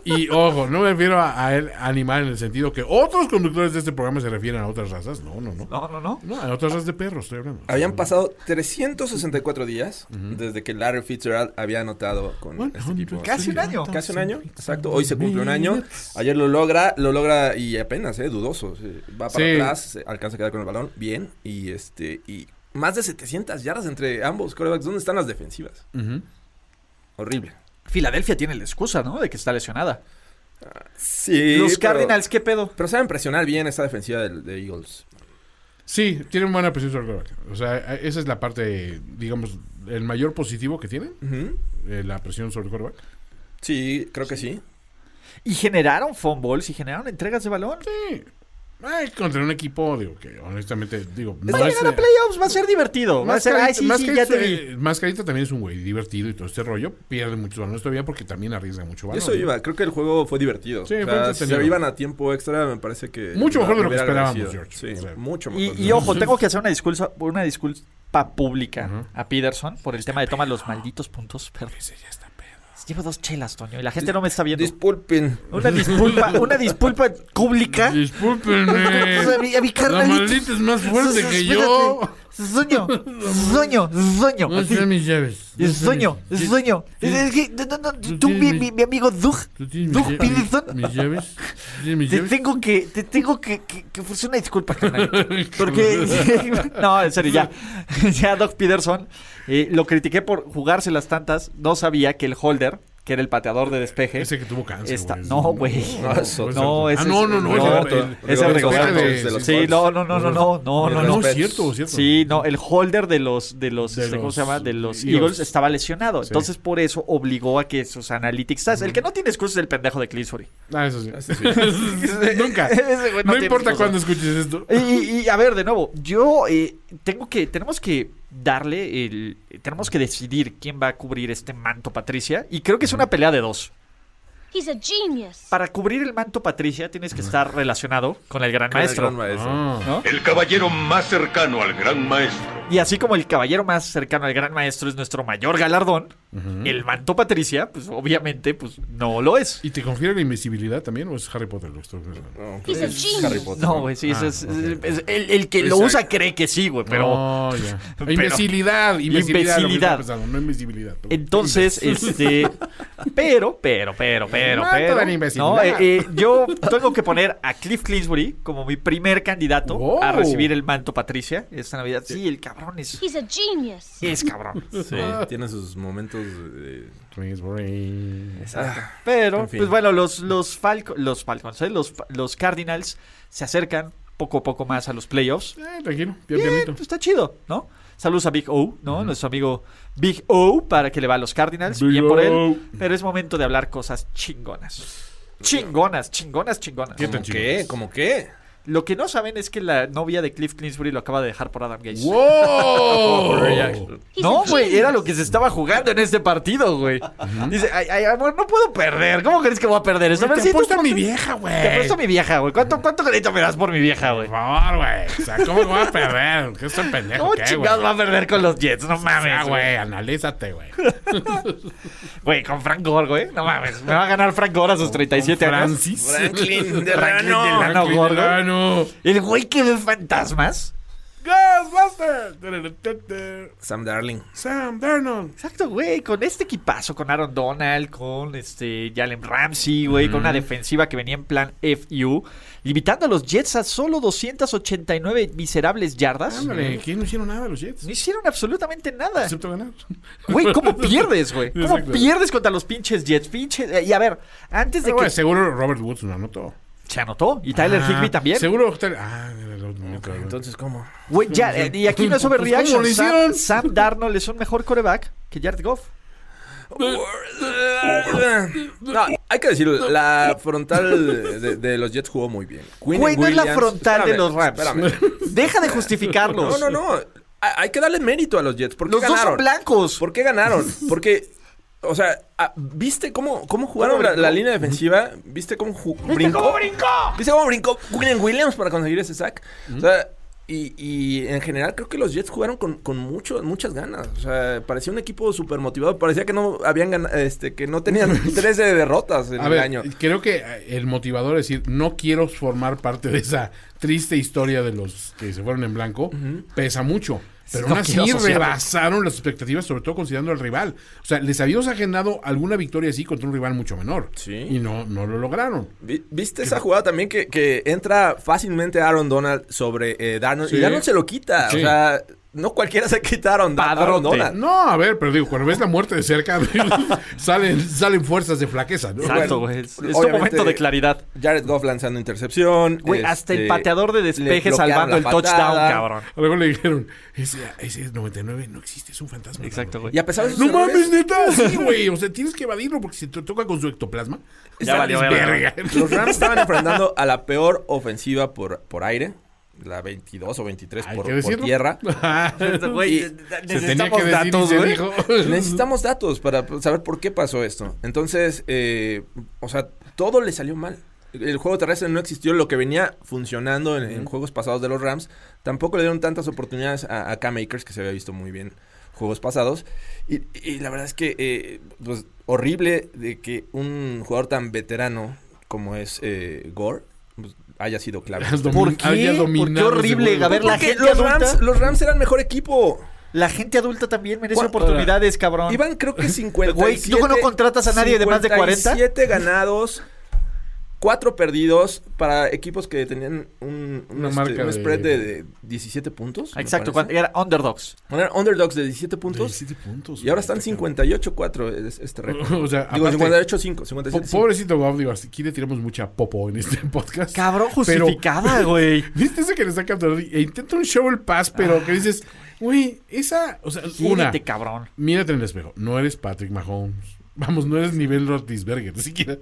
Speaker 4: Y ojo, no me refiero a, a el animal en el sentido que otros conductores de este programa se refieren a otras razas. No, no, no.
Speaker 3: No, no, no.
Speaker 4: No, a otras razas de perros estoy hablando.
Speaker 2: Habían pasado 364 días desde que Larry Fitzgerald había anotado con este equipo.
Speaker 3: Casi un año.
Speaker 2: Casi un año, exacto. Hoy se cumple un año. Ayer lo logra, lo logra y apenas, eh, dudoso. Sí, Va para
Speaker 4: Sí.
Speaker 2: atrás, se alcanza a quedar con el balón, bien. Y este, y más de 700 yardas entre ambos corebacks. ¿Dónde están las defensivas? Horrible.
Speaker 3: Filadelfia tiene la excusa, ¿no? De que está lesionada.
Speaker 2: Sí.
Speaker 3: Los Cardinals, ¿qué pedo?
Speaker 2: Pero saben presionar bien esta defensiva del- de, Eagles.
Speaker 4: Sí, tienen buena presión sobre el quarterback. O sea, a- esa es la parte, digamos, el mayor positivo que tienen,
Speaker 2: Ujú.
Speaker 4: eh, la presión sobre el quarterback.
Speaker 2: Sí, creo que sí.
Speaker 3: Y generaron fumbles y generaron entregas de balón.
Speaker 4: Sí. Ay, contra un equipo, digo, que honestamente, digo,
Speaker 3: Va a llegar a playoffs, va a ser divertido. Va a ser, ay, sí, sí, ya te vi.
Speaker 4: Mascarita eh, también es un güey divertido y todo este rollo. Pierde muchos balones todavía porque también arriesga mucho
Speaker 2: Y
Speaker 4: balón. ¿eh?
Speaker 2: eso
Speaker 4: ¿no?
Speaker 2: iba, creo que el juego fue divertido.
Speaker 4: Sí,
Speaker 2: O
Speaker 4: fue
Speaker 2: sea,
Speaker 4: entretenido.
Speaker 2: si iban a tiempo extra, me parece que.
Speaker 4: Mucho
Speaker 2: me
Speaker 4: mejor de lo que
Speaker 2: hubiera
Speaker 4: esperábamos,
Speaker 2: agradecido.
Speaker 4: George.
Speaker 2: Sí,
Speaker 4: O sea,
Speaker 2: mucho
Speaker 4: pues,
Speaker 2: mejor.
Speaker 3: Y, y ojo, tengo que hacer una disculpa, una disculpa pública a Peterson por el tema de toma los malditos puntos. Pero llevo dos chelas, Toño, y la gente no me está viendo.
Speaker 2: Disculpen.
Speaker 3: Una disculpa, una disculpa pública. Pues a
Speaker 4: Discúlpenme.
Speaker 3: mi- a mi
Speaker 4: La
Speaker 3: carnalito.
Speaker 4: maldita es más fuerte que yo.
Speaker 3: Sueño, sueño, sueño.
Speaker 4: No sean mis llaves. No sean
Speaker 3: Es
Speaker 4: mis-
Speaker 3: sueño, es sueño. Es- es que, no, no, no,
Speaker 4: Tú
Speaker 3: tú, mi,
Speaker 4: tienes
Speaker 3: mi-
Speaker 4: mi-
Speaker 3: mi amigo Doug,
Speaker 4: ¿Tú tienes mis,
Speaker 3: Doug
Speaker 4: lla-
Speaker 3: Peterson,
Speaker 4: mis llaves? ¿Tú tienes mis
Speaker 3: te
Speaker 4: llaves?
Speaker 3: tengo que, te tengo que, que, que ofrecer una disculpa, carnal. Porque, no, en serio, ya, ya Doug Peterson, eh, lo critiqué por jugarse las tantas, no sabía que el holder, que era el pateador de despeje,
Speaker 4: Ese que tuvo cáncer.
Speaker 3: está,
Speaker 4: güey.
Speaker 3: no, güey.
Speaker 2: No, es otro.
Speaker 3: No,
Speaker 4: Ah,
Speaker 3: ese
Speaker 4: no,
Speaker 3: es-
Speaker 4: no, no,
Speaker 3: no,
Speaker 4: ese- el-
Speaker 3: ese
Speaker 4: el-
Speaker 3: Rigoberto
Speaker 4: el-
Speaker 3: Santos.
Speaker 4: de los
Speaker 3: Sí, no, no, no, no, no, no,
Speaker 4: No,
Speaker 3: no, no.
Speaker 4: es cierto, es cierto.
Speaker 3: Sí, no, el holder de los, de los,
Speaker 4: De
Speaker 3: este, ¿cómo
Speaker 4: los
Speaker 3: se llama? De los
Speaker 4: Eagles.
Speaker 3: Eagles, estaba lesionado. Entonces, por eso obligó a que sus analytics. ¿sabes? El que no tiene excusa es el pendejo de Clifford.
Speaker 4: Ah, eso sí. Nunca.
Speaker 3: Ese güey
Speaker 4: No
Speaker 3: tiene
Speaker 4: importa
Speaker 3: excusa.
Speaker 4: cuándo escuches esto.
Speaker 3: Y, y- y, a ver, de nuevo, yo eh, tengo que, tenemos que darle el, tenemos que decidir quién va a cubrir este manto Patricia. Y creo que es una pelea de dos.
Speaker 8: He's a genius.
Speaker 3: Para cubrir el manto Patricia tienes que estar relacionado con el gran maestro.
Speaker 2: Gran maestro.
Speaker 4: Ah.
Speaker 7: El caballero más cercano al gran maestro.
Speaker 3: Y así como el caballero más cercano al gran maestro es nuestro mayor galardón, el manto Patricia, pues obviamente, pues no lo es.
Speaker 4: ¿Y te confiere la invisibilidad también o es Harry Potter? Lo que estoy pensando?
Speaker 2: No,
Speaker 8: He's a
Speaker 2: es Harry
Speaker 8: genius.
Speaker 2: Potter.
Speaker 3: No, güey, sí, eso
Speaker 4: Ah,
Speaker 3: es,
Speaker 4: ok.
Speaker 3: es- el, el que lo usa cree que sí, güey, pero...
Speaker 4: No, ya.
Speaker 3: pero-
Speaker 4: Imbecilidad. Imbecilidad. lo que
Speaker 3: Imbecilidad.
Speaker 4: estoy pensando, No invisibilidad. perdón.
Speaker 3: Entonces, este... Pero, pero, pero, pero,
Speaker 4: No,
Speaker 3: pero...
Speaker 4: toda la imbecilidad.
Speaker 3: no, eh, eh, yo tengo que poner a Cliff Clinsbury como mi primer candidato a
Speaker 4: Wow.
Speaker 3: recibir el manto Patricia esta Navidad. Sí, el cabrón es...
Speaker 8: He's a genius.
Speaker 3: Es cabrón.
Speaker 2: Sí, tiene sus momentos. eh,
Speaker 4: Kingsbury.
Speaker 2: ah,
Speaker 3: Pero,
Speaker 2: En fin.
Speaker 3: pues bueno, los, los, Falco- los Falcons, ¿eh? los, los Cardinals se acercan poco a poco más a los playoffs.
Speaker 4: Eh, tranquilo, bien,
Speaker 3: Bien,
Speaker 4: pianito.
Speaker 3: pues, está chido, ¿no? Saludos a Big O, ¿no? Nuestro amigo Big O para que le va a los Cardinals.
Speaker 4: Big
Speaker 3: bien por
Speaker 4: O.
Speaker 3: él. Pero es momento de hablar cosas chingonas. Chingonas, chingonas, chingonas.
Speaker 4: ¿Qué
Speaker 2: ¿Cómo qué? ¿Cómo qué?
Speaker 3: Lo que no saben es que la novia de Cliff Clinsbury lo acaba de dejar por Adam Gates.
Speaker 4: ¡Wow!
Speaker 8: He's
Speaker 3: No,
Speaker 8: a
Speaker 3: güey, era lo
Speaker 8: genius.
Speaker 3: que se estaba jugando en este partido, güey. Dice, ay, ay, amor, no puedo perder. ¿Cómo crees que voy a perder esto? pues, A ver,
Speaker 4: Te
Speaker 3: si tú
Speaker 4: apuesto a mi
Speaker 3: ponte-
Speaker 4: vieja, güey.
Speaker 3: Te apuesto a mi vieja, güey. ¿Cuánto, ¿Cuánto crédito me das por mi vieja, güey?
Speaker 4: Por favor, güey. O sea, ¿cómo me voy a perder? ¿Qué es tan pendejo?
Speaker 3: ¿Cómo
Speaker 4: ¿Qué,
Speaker 3: chingados
Speaker 4: güey?
Speaker 3: va a perder con los Jets? No
Speaker 4: O sea,
Speaker 3: mames, güey.
Speaker 4: güey, analízate, güey.
Speaker 3: Güey, con Frank Gore, güey. No mames. Me va a ganar Frank Gore a sus 37 años.
Speaker 4: Francis.
Speaker 2: Franklin de
Speaker 3: Franklin
Speaker 2: Rano.
Speaker 3: de Rano
Speaker 4: Franklin
Speaker 3: Gordo.
Speaker 4: Delano.
Speaker 3: El güey que ve fantasmas.
Speaker 4: Ghostbusters.
Speaker 2: Sam Darling.
Speaker 4: Sam Darnold.
Speaker 3: Exacto, güey. Con este equipazo, con Aaron Donald, con este Jalen Ramsey, güey. Con una defensiva que venía en plan FU. Limitando a los Jets a solo 289 miserables yardas.
Speaker 4: Ándale, ¿quién no hicieron nada los Jets?
Speaker 3: No hicieron absolutamente nada.
Speaker 4: Excepto ganar. Ah,
Speaker 3: Güey, ¿cómo pierdes, güey? ¿Cómo
Speaker 4: Exacto.
Speaker 3: pierdes contra los pinches Jets? Pinches. eh, Y a ver, antes de
Speaker 4: Pero, güey,
Speaker 3: que.
Speaker 4: seguro Robert Woods no anotó.
Speaker 3: Se anotó. Y Tyler
Speaker 4: Ah,
Speaker 3: Higby también.
Speaker 4: Seguro. Ah, no, no, no, cabrón.
Speaker 2: Entonces, ¿cómo?
Speaker 3: Güey, ya, eh, y aquí no es
Speaker 4: Pues, ¿cómo
Speaker 3: overreaction.
Speaker 4: lo
Speaker 3: Sam,
Speaker 4: hicieron?
Speaker 3: Sam Darnold es un mejor coreback que Jared Goff.
Speaker 2: No, hay que decirlo, la frontal de, de los Jets jugó muy bien. Quinn
Speaker 3: Güey, no es la
Speaker 2: Williams-
Speaker 3: frontal de
Speaker 2: espérame,
Speaker 3: los Rams.
Speaker 2: espérame.
Speaker 3: Deja de justificarlos.
Speaker 2: No, no, no. Hay hay que darle mérito a los Jets. ¿Por qué
Speaker 3: Los dos
Speaker 2: ganaron?
Speaker 3: son blancos.
Speaker 2: ¿Por qué ganaron? Porque, o sea, ah, ¿viste cómo, cómo jugaron la, la línea defensiva? ¿Viste cómo ju- brincó? ¿Viste cómo brincó William Williams para conseguir ese sack? O sea, y, y en general creo que los Jets jugaron con, con mucho, muchas ganas. O sea, parecía un equipo súper motivado. Parecía que no habían ganado, este, que no tenían 13 derrotas en
Speaker 4: A
Speaker 2: el
Speaker 4: ver,
Speaker 2: año.
Speaker 4: creo que eh, el motivador es decir, no quiero formar parte de esa triste historia de los que se fueron en blanco, pesa mucho. Pero
Speaker 3: No
Speaker 4: aún así
Speaker 3: quiero asociarme.
Speaker 4: rebasaron las expectativas, sobre todo considerando al rival. O sea, les habíamos ajenado alguna victoria así contra un rival mucho menor.
Speaker 2: Sí.
Speaker 4: Y no, no lo lograron.
Speaker 2: Vi- ¿Viste esa jugada también que, que entra fácilmente Aaron Donald sobre eh, Darnold?
Speaker 4: Sí.
Speaker 2: Y Darnold se lo quita.
Speaker 4: Sí.
Speaker 2: O sea, no cualquiera se quita a Aaron,
Speaker 3: Padrote.
Speaker 2: Aaron Donald.
Speaker 4: No, a ver, pero digo, cuando ves la muerte de cerca, salen, salen fuerzas de flaqueza, ¿no?
Speaker 3: Exacto,
Speaker 2: Bueno,
Speaker 3: güey. Es, es tu
Speaker 2: obviamente-
Speaker 3: momento de claridad.
Speaker 2: Jared Goff lanzando intercepción.
Speaker 3: Güey, hasta el pateador de
Speaker 2: Este,
Speaker 3: despeje
Speaker 2: le bloquearon
Speaker 3: salvando
Speaker 2: la
Speaker 3: el touchdown,
Speaker 2: patada.
Speaker 3: cabrón.
Speaker 4: Luego le dijeron, ese, ese 99 no existe, es un fantasma.
Speaker 3: Exacto,
Speaker 4: cabrón".
Speaker 3: güey.
Speaker 2: Y a pesar de sus
Speaker 4: No
Speaker 2: errores,
Speaker 4: mames, neta. Sí, güey. O sea, tienes que evadirlo porque si te toca con su ectoplasma.
Speaker 3: Ya valió
Speaker 4: sales
Speaker 3: verga.
Speaker 2: Los Rams estaban enfrentando a la peor ofensiva por, por aire. La 22 o 23
Speaker 4: Hay
Speaker 2: por,
Speaker 4: que
Speaker 2: por
Speaker 4: decirlo.
Speaker 2: tierra.
Speaker 3: Este Güey,
Speaker 2: Y-
Speaker 4: Se tenía que decir
Speaker 3: necesitamos
Speaker 4: y
Speaker 3: datos,
Speaker 4: se
Speaker 3: güey.
Speaker 4: dijo.
Speaker 2: Necesitamos datos para saber por qué pasó esto. Entonces, eh, o sea, todo le salió mal. El juego terrestre no existió. Lo que venía funcionando en, en juegos pasados de los Rams, tampoco le dieron tantas oportunidades a, a Cam Akers, que se había visto muy bien juegos pasados. Y, y la verdad es que, eh, pues, horrible de que un jugador tan veterano como es eh, Gore pues, haya sido clave.
Speaker 4: Has domin-
Speaker 3: ¿Por qué?
Speaker 4: habías
Speaker 3: ¿Por qué
Speaker 4: dominado
Speaker 3: horrible?
Speaker 4: seguro.
Speaker 3: A ver, la-
Speaker 2: Porque
Speaker 3: gente
Speaker 2: los
Speaker 3: adulta-
Speaker 2: Rams, los Rams eran mejor equipo.
Speaker 3: La gente adulta también merece
Speaker 2: ¿Cuál-
Speaker 3: oportunidades, cabrón.
Speaker 2: Iban creo que 57.
Speaker 3: Güey, ¿tú no contratas a nadie de más de 40?
Speaker 2: 57 ganados, 4 perdidos para equipos que tenían un, un,
Speaker 4: Una
Speaker 2: este,
Speaker 4: marca
Speaker 2: un
Speaker 4: de-
Speaker 2: spread de, de 17 puntos. me
Speaker 3: Exacto, cuando
Speaker 2: parece.
Speaker 3: era underdogs.
Speaker 2: Eran underdogs de 17 puntos.
Speaker 4: 17 puntos.
Speaker 2: Y ahora
Speaker 4: güey,
Speaker 2: están
Speaker 4: cabrón.
Speaker 2: 58-4 es- este récord.
Speaker 4: O sea,
Speaker 2: Digo,
Speaker 4: aparte,
Speaker 2: 58-5,
Speaker 4: po-
Speaker 2: 57
Speaker 4: pobrecito Bob, digo, aquí le tiramos mucha popo en este podcast.
Speaker 3: Cabrón,
Speaker 4: Pero-
Speaker 3: justificada, güey.
Speaker 4: ¿Viste ese que le saca a Tordi? E intenta un shovel pass, pero que dices, güey, esa. O sea, una.
Speaker 3: Quítate, cabrón.
Speaker 4: Mírate en el espejo. No eres Patrick Mahomes. Vamos, no eres nivel Rotisberger, ni siquiera.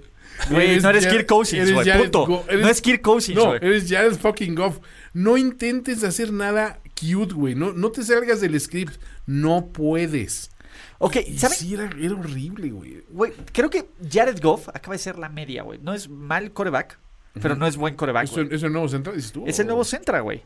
Speaker 3: Güey, no eres Kirk Cousins,
Speaker 4: eres
Speaker 3: güey,
Speaker 4: Jared
Speaker 3: punto.
Speaker 4: Go-
Speaker 3: No es Kirk Cousins,
Speaker 4: No,
Speaker 3: güey.
Speaker 4: eres Jared fucking Goff. No intentes hacer nada cute, güey. No, no te salgas del script. No puedes.
Speaker 3: Ok,
Speaker 4: Y
Speaker 3: ¿sabes?
Speaker 4: Sí, era, era horrible, güey.
Speaker 3: Güey, creo que Jared Goff acaba de ser la media, güey. No es mal coreback, pero no es buen coreback.
Speaker 4: ¿Es, el- es el nuevo Centra, dices tú?
Speaker 3: Es el nuevo Centra, güey.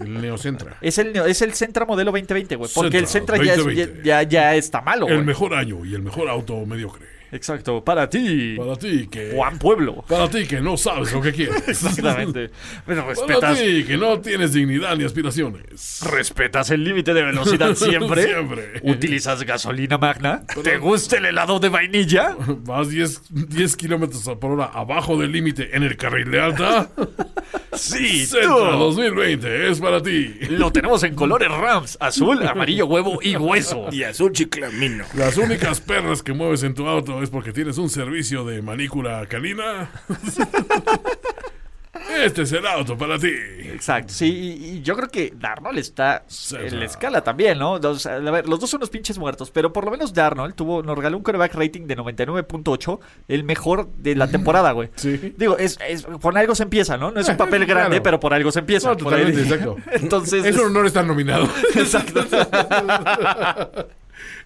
Speaker 4: El Neocentra.
Speaker 3: Es el, neo- es el Centra modelo 2020, güey. Porque el
Speaker 4: Sentra
Speaker 3: Centra ya, es-
Speaker 4: 2020.
Speaker 3: ya, ya- ya está malo,
Speaker 4: El
Speaker 3: güey.
Speaker 4: mejor año y el mejor auto mediocre.
Speaker 3: Exacto, para ti,
Speaker 4: Para ti que.
Speaker 3: Juan Pueblo.
Speaker 4: Para ti que no sabes lo que quieres.
Speaker 3: Exactamente. Pero
Speaker 4: Para
Speaker 3: respetas,
Speaker 4: ti que no tienes dignidad ni aspiraciones.
Speaker 3: respetas el límite de velocidad siempre.
Speaker 4: Siempre.
Speaker 3: Utilizas gasolina magna. ¿Te gusta el helado de vainilla?
Speaker 4: Vas 10, 10 kilómetros por hora abajo del límite en el carril de alta.
Speaker 3: Sí,
Speaker 4: Centra
Speaker 3: tú.
Speaker 4: 2020 es para ti.
Speaker 3: Lo tenemos en colores Rams, azul, amarillo, huevo y hueso.
Speaker 2: Y azul chiclamino.
Speaker 4: Las únicas perras que mueves en tu auto es porque tienes un servicio de manícula calina. Este es el auto para ti.
Speaker 3: Exacto, sí, y, y yo creo que Darnold está en la escala también, ¿no? Los, a ver, los dos son unos pinches muertos, pero por lo menos Darnold tuvo, nos regaló un coreback rating de 99.8, el mejor de la temporada, güey.
Speaker 4: Sí. Eh,
Speaker 3: Digo, es, es- por algo se empieza, ¿no? No es un papel
Speaker 4: Claro.
Speaker 3: grande, pero por algo se empieza.
Speaker 4: No,
Speaker 3: por ahí
Speaker 4: totalmente,
Speaker 3: dije.
Speaker 4: exacto.
Speaker 3: Entonces,
Speaker 4: Es un honor estar nominado.
Speaker 3: exacto.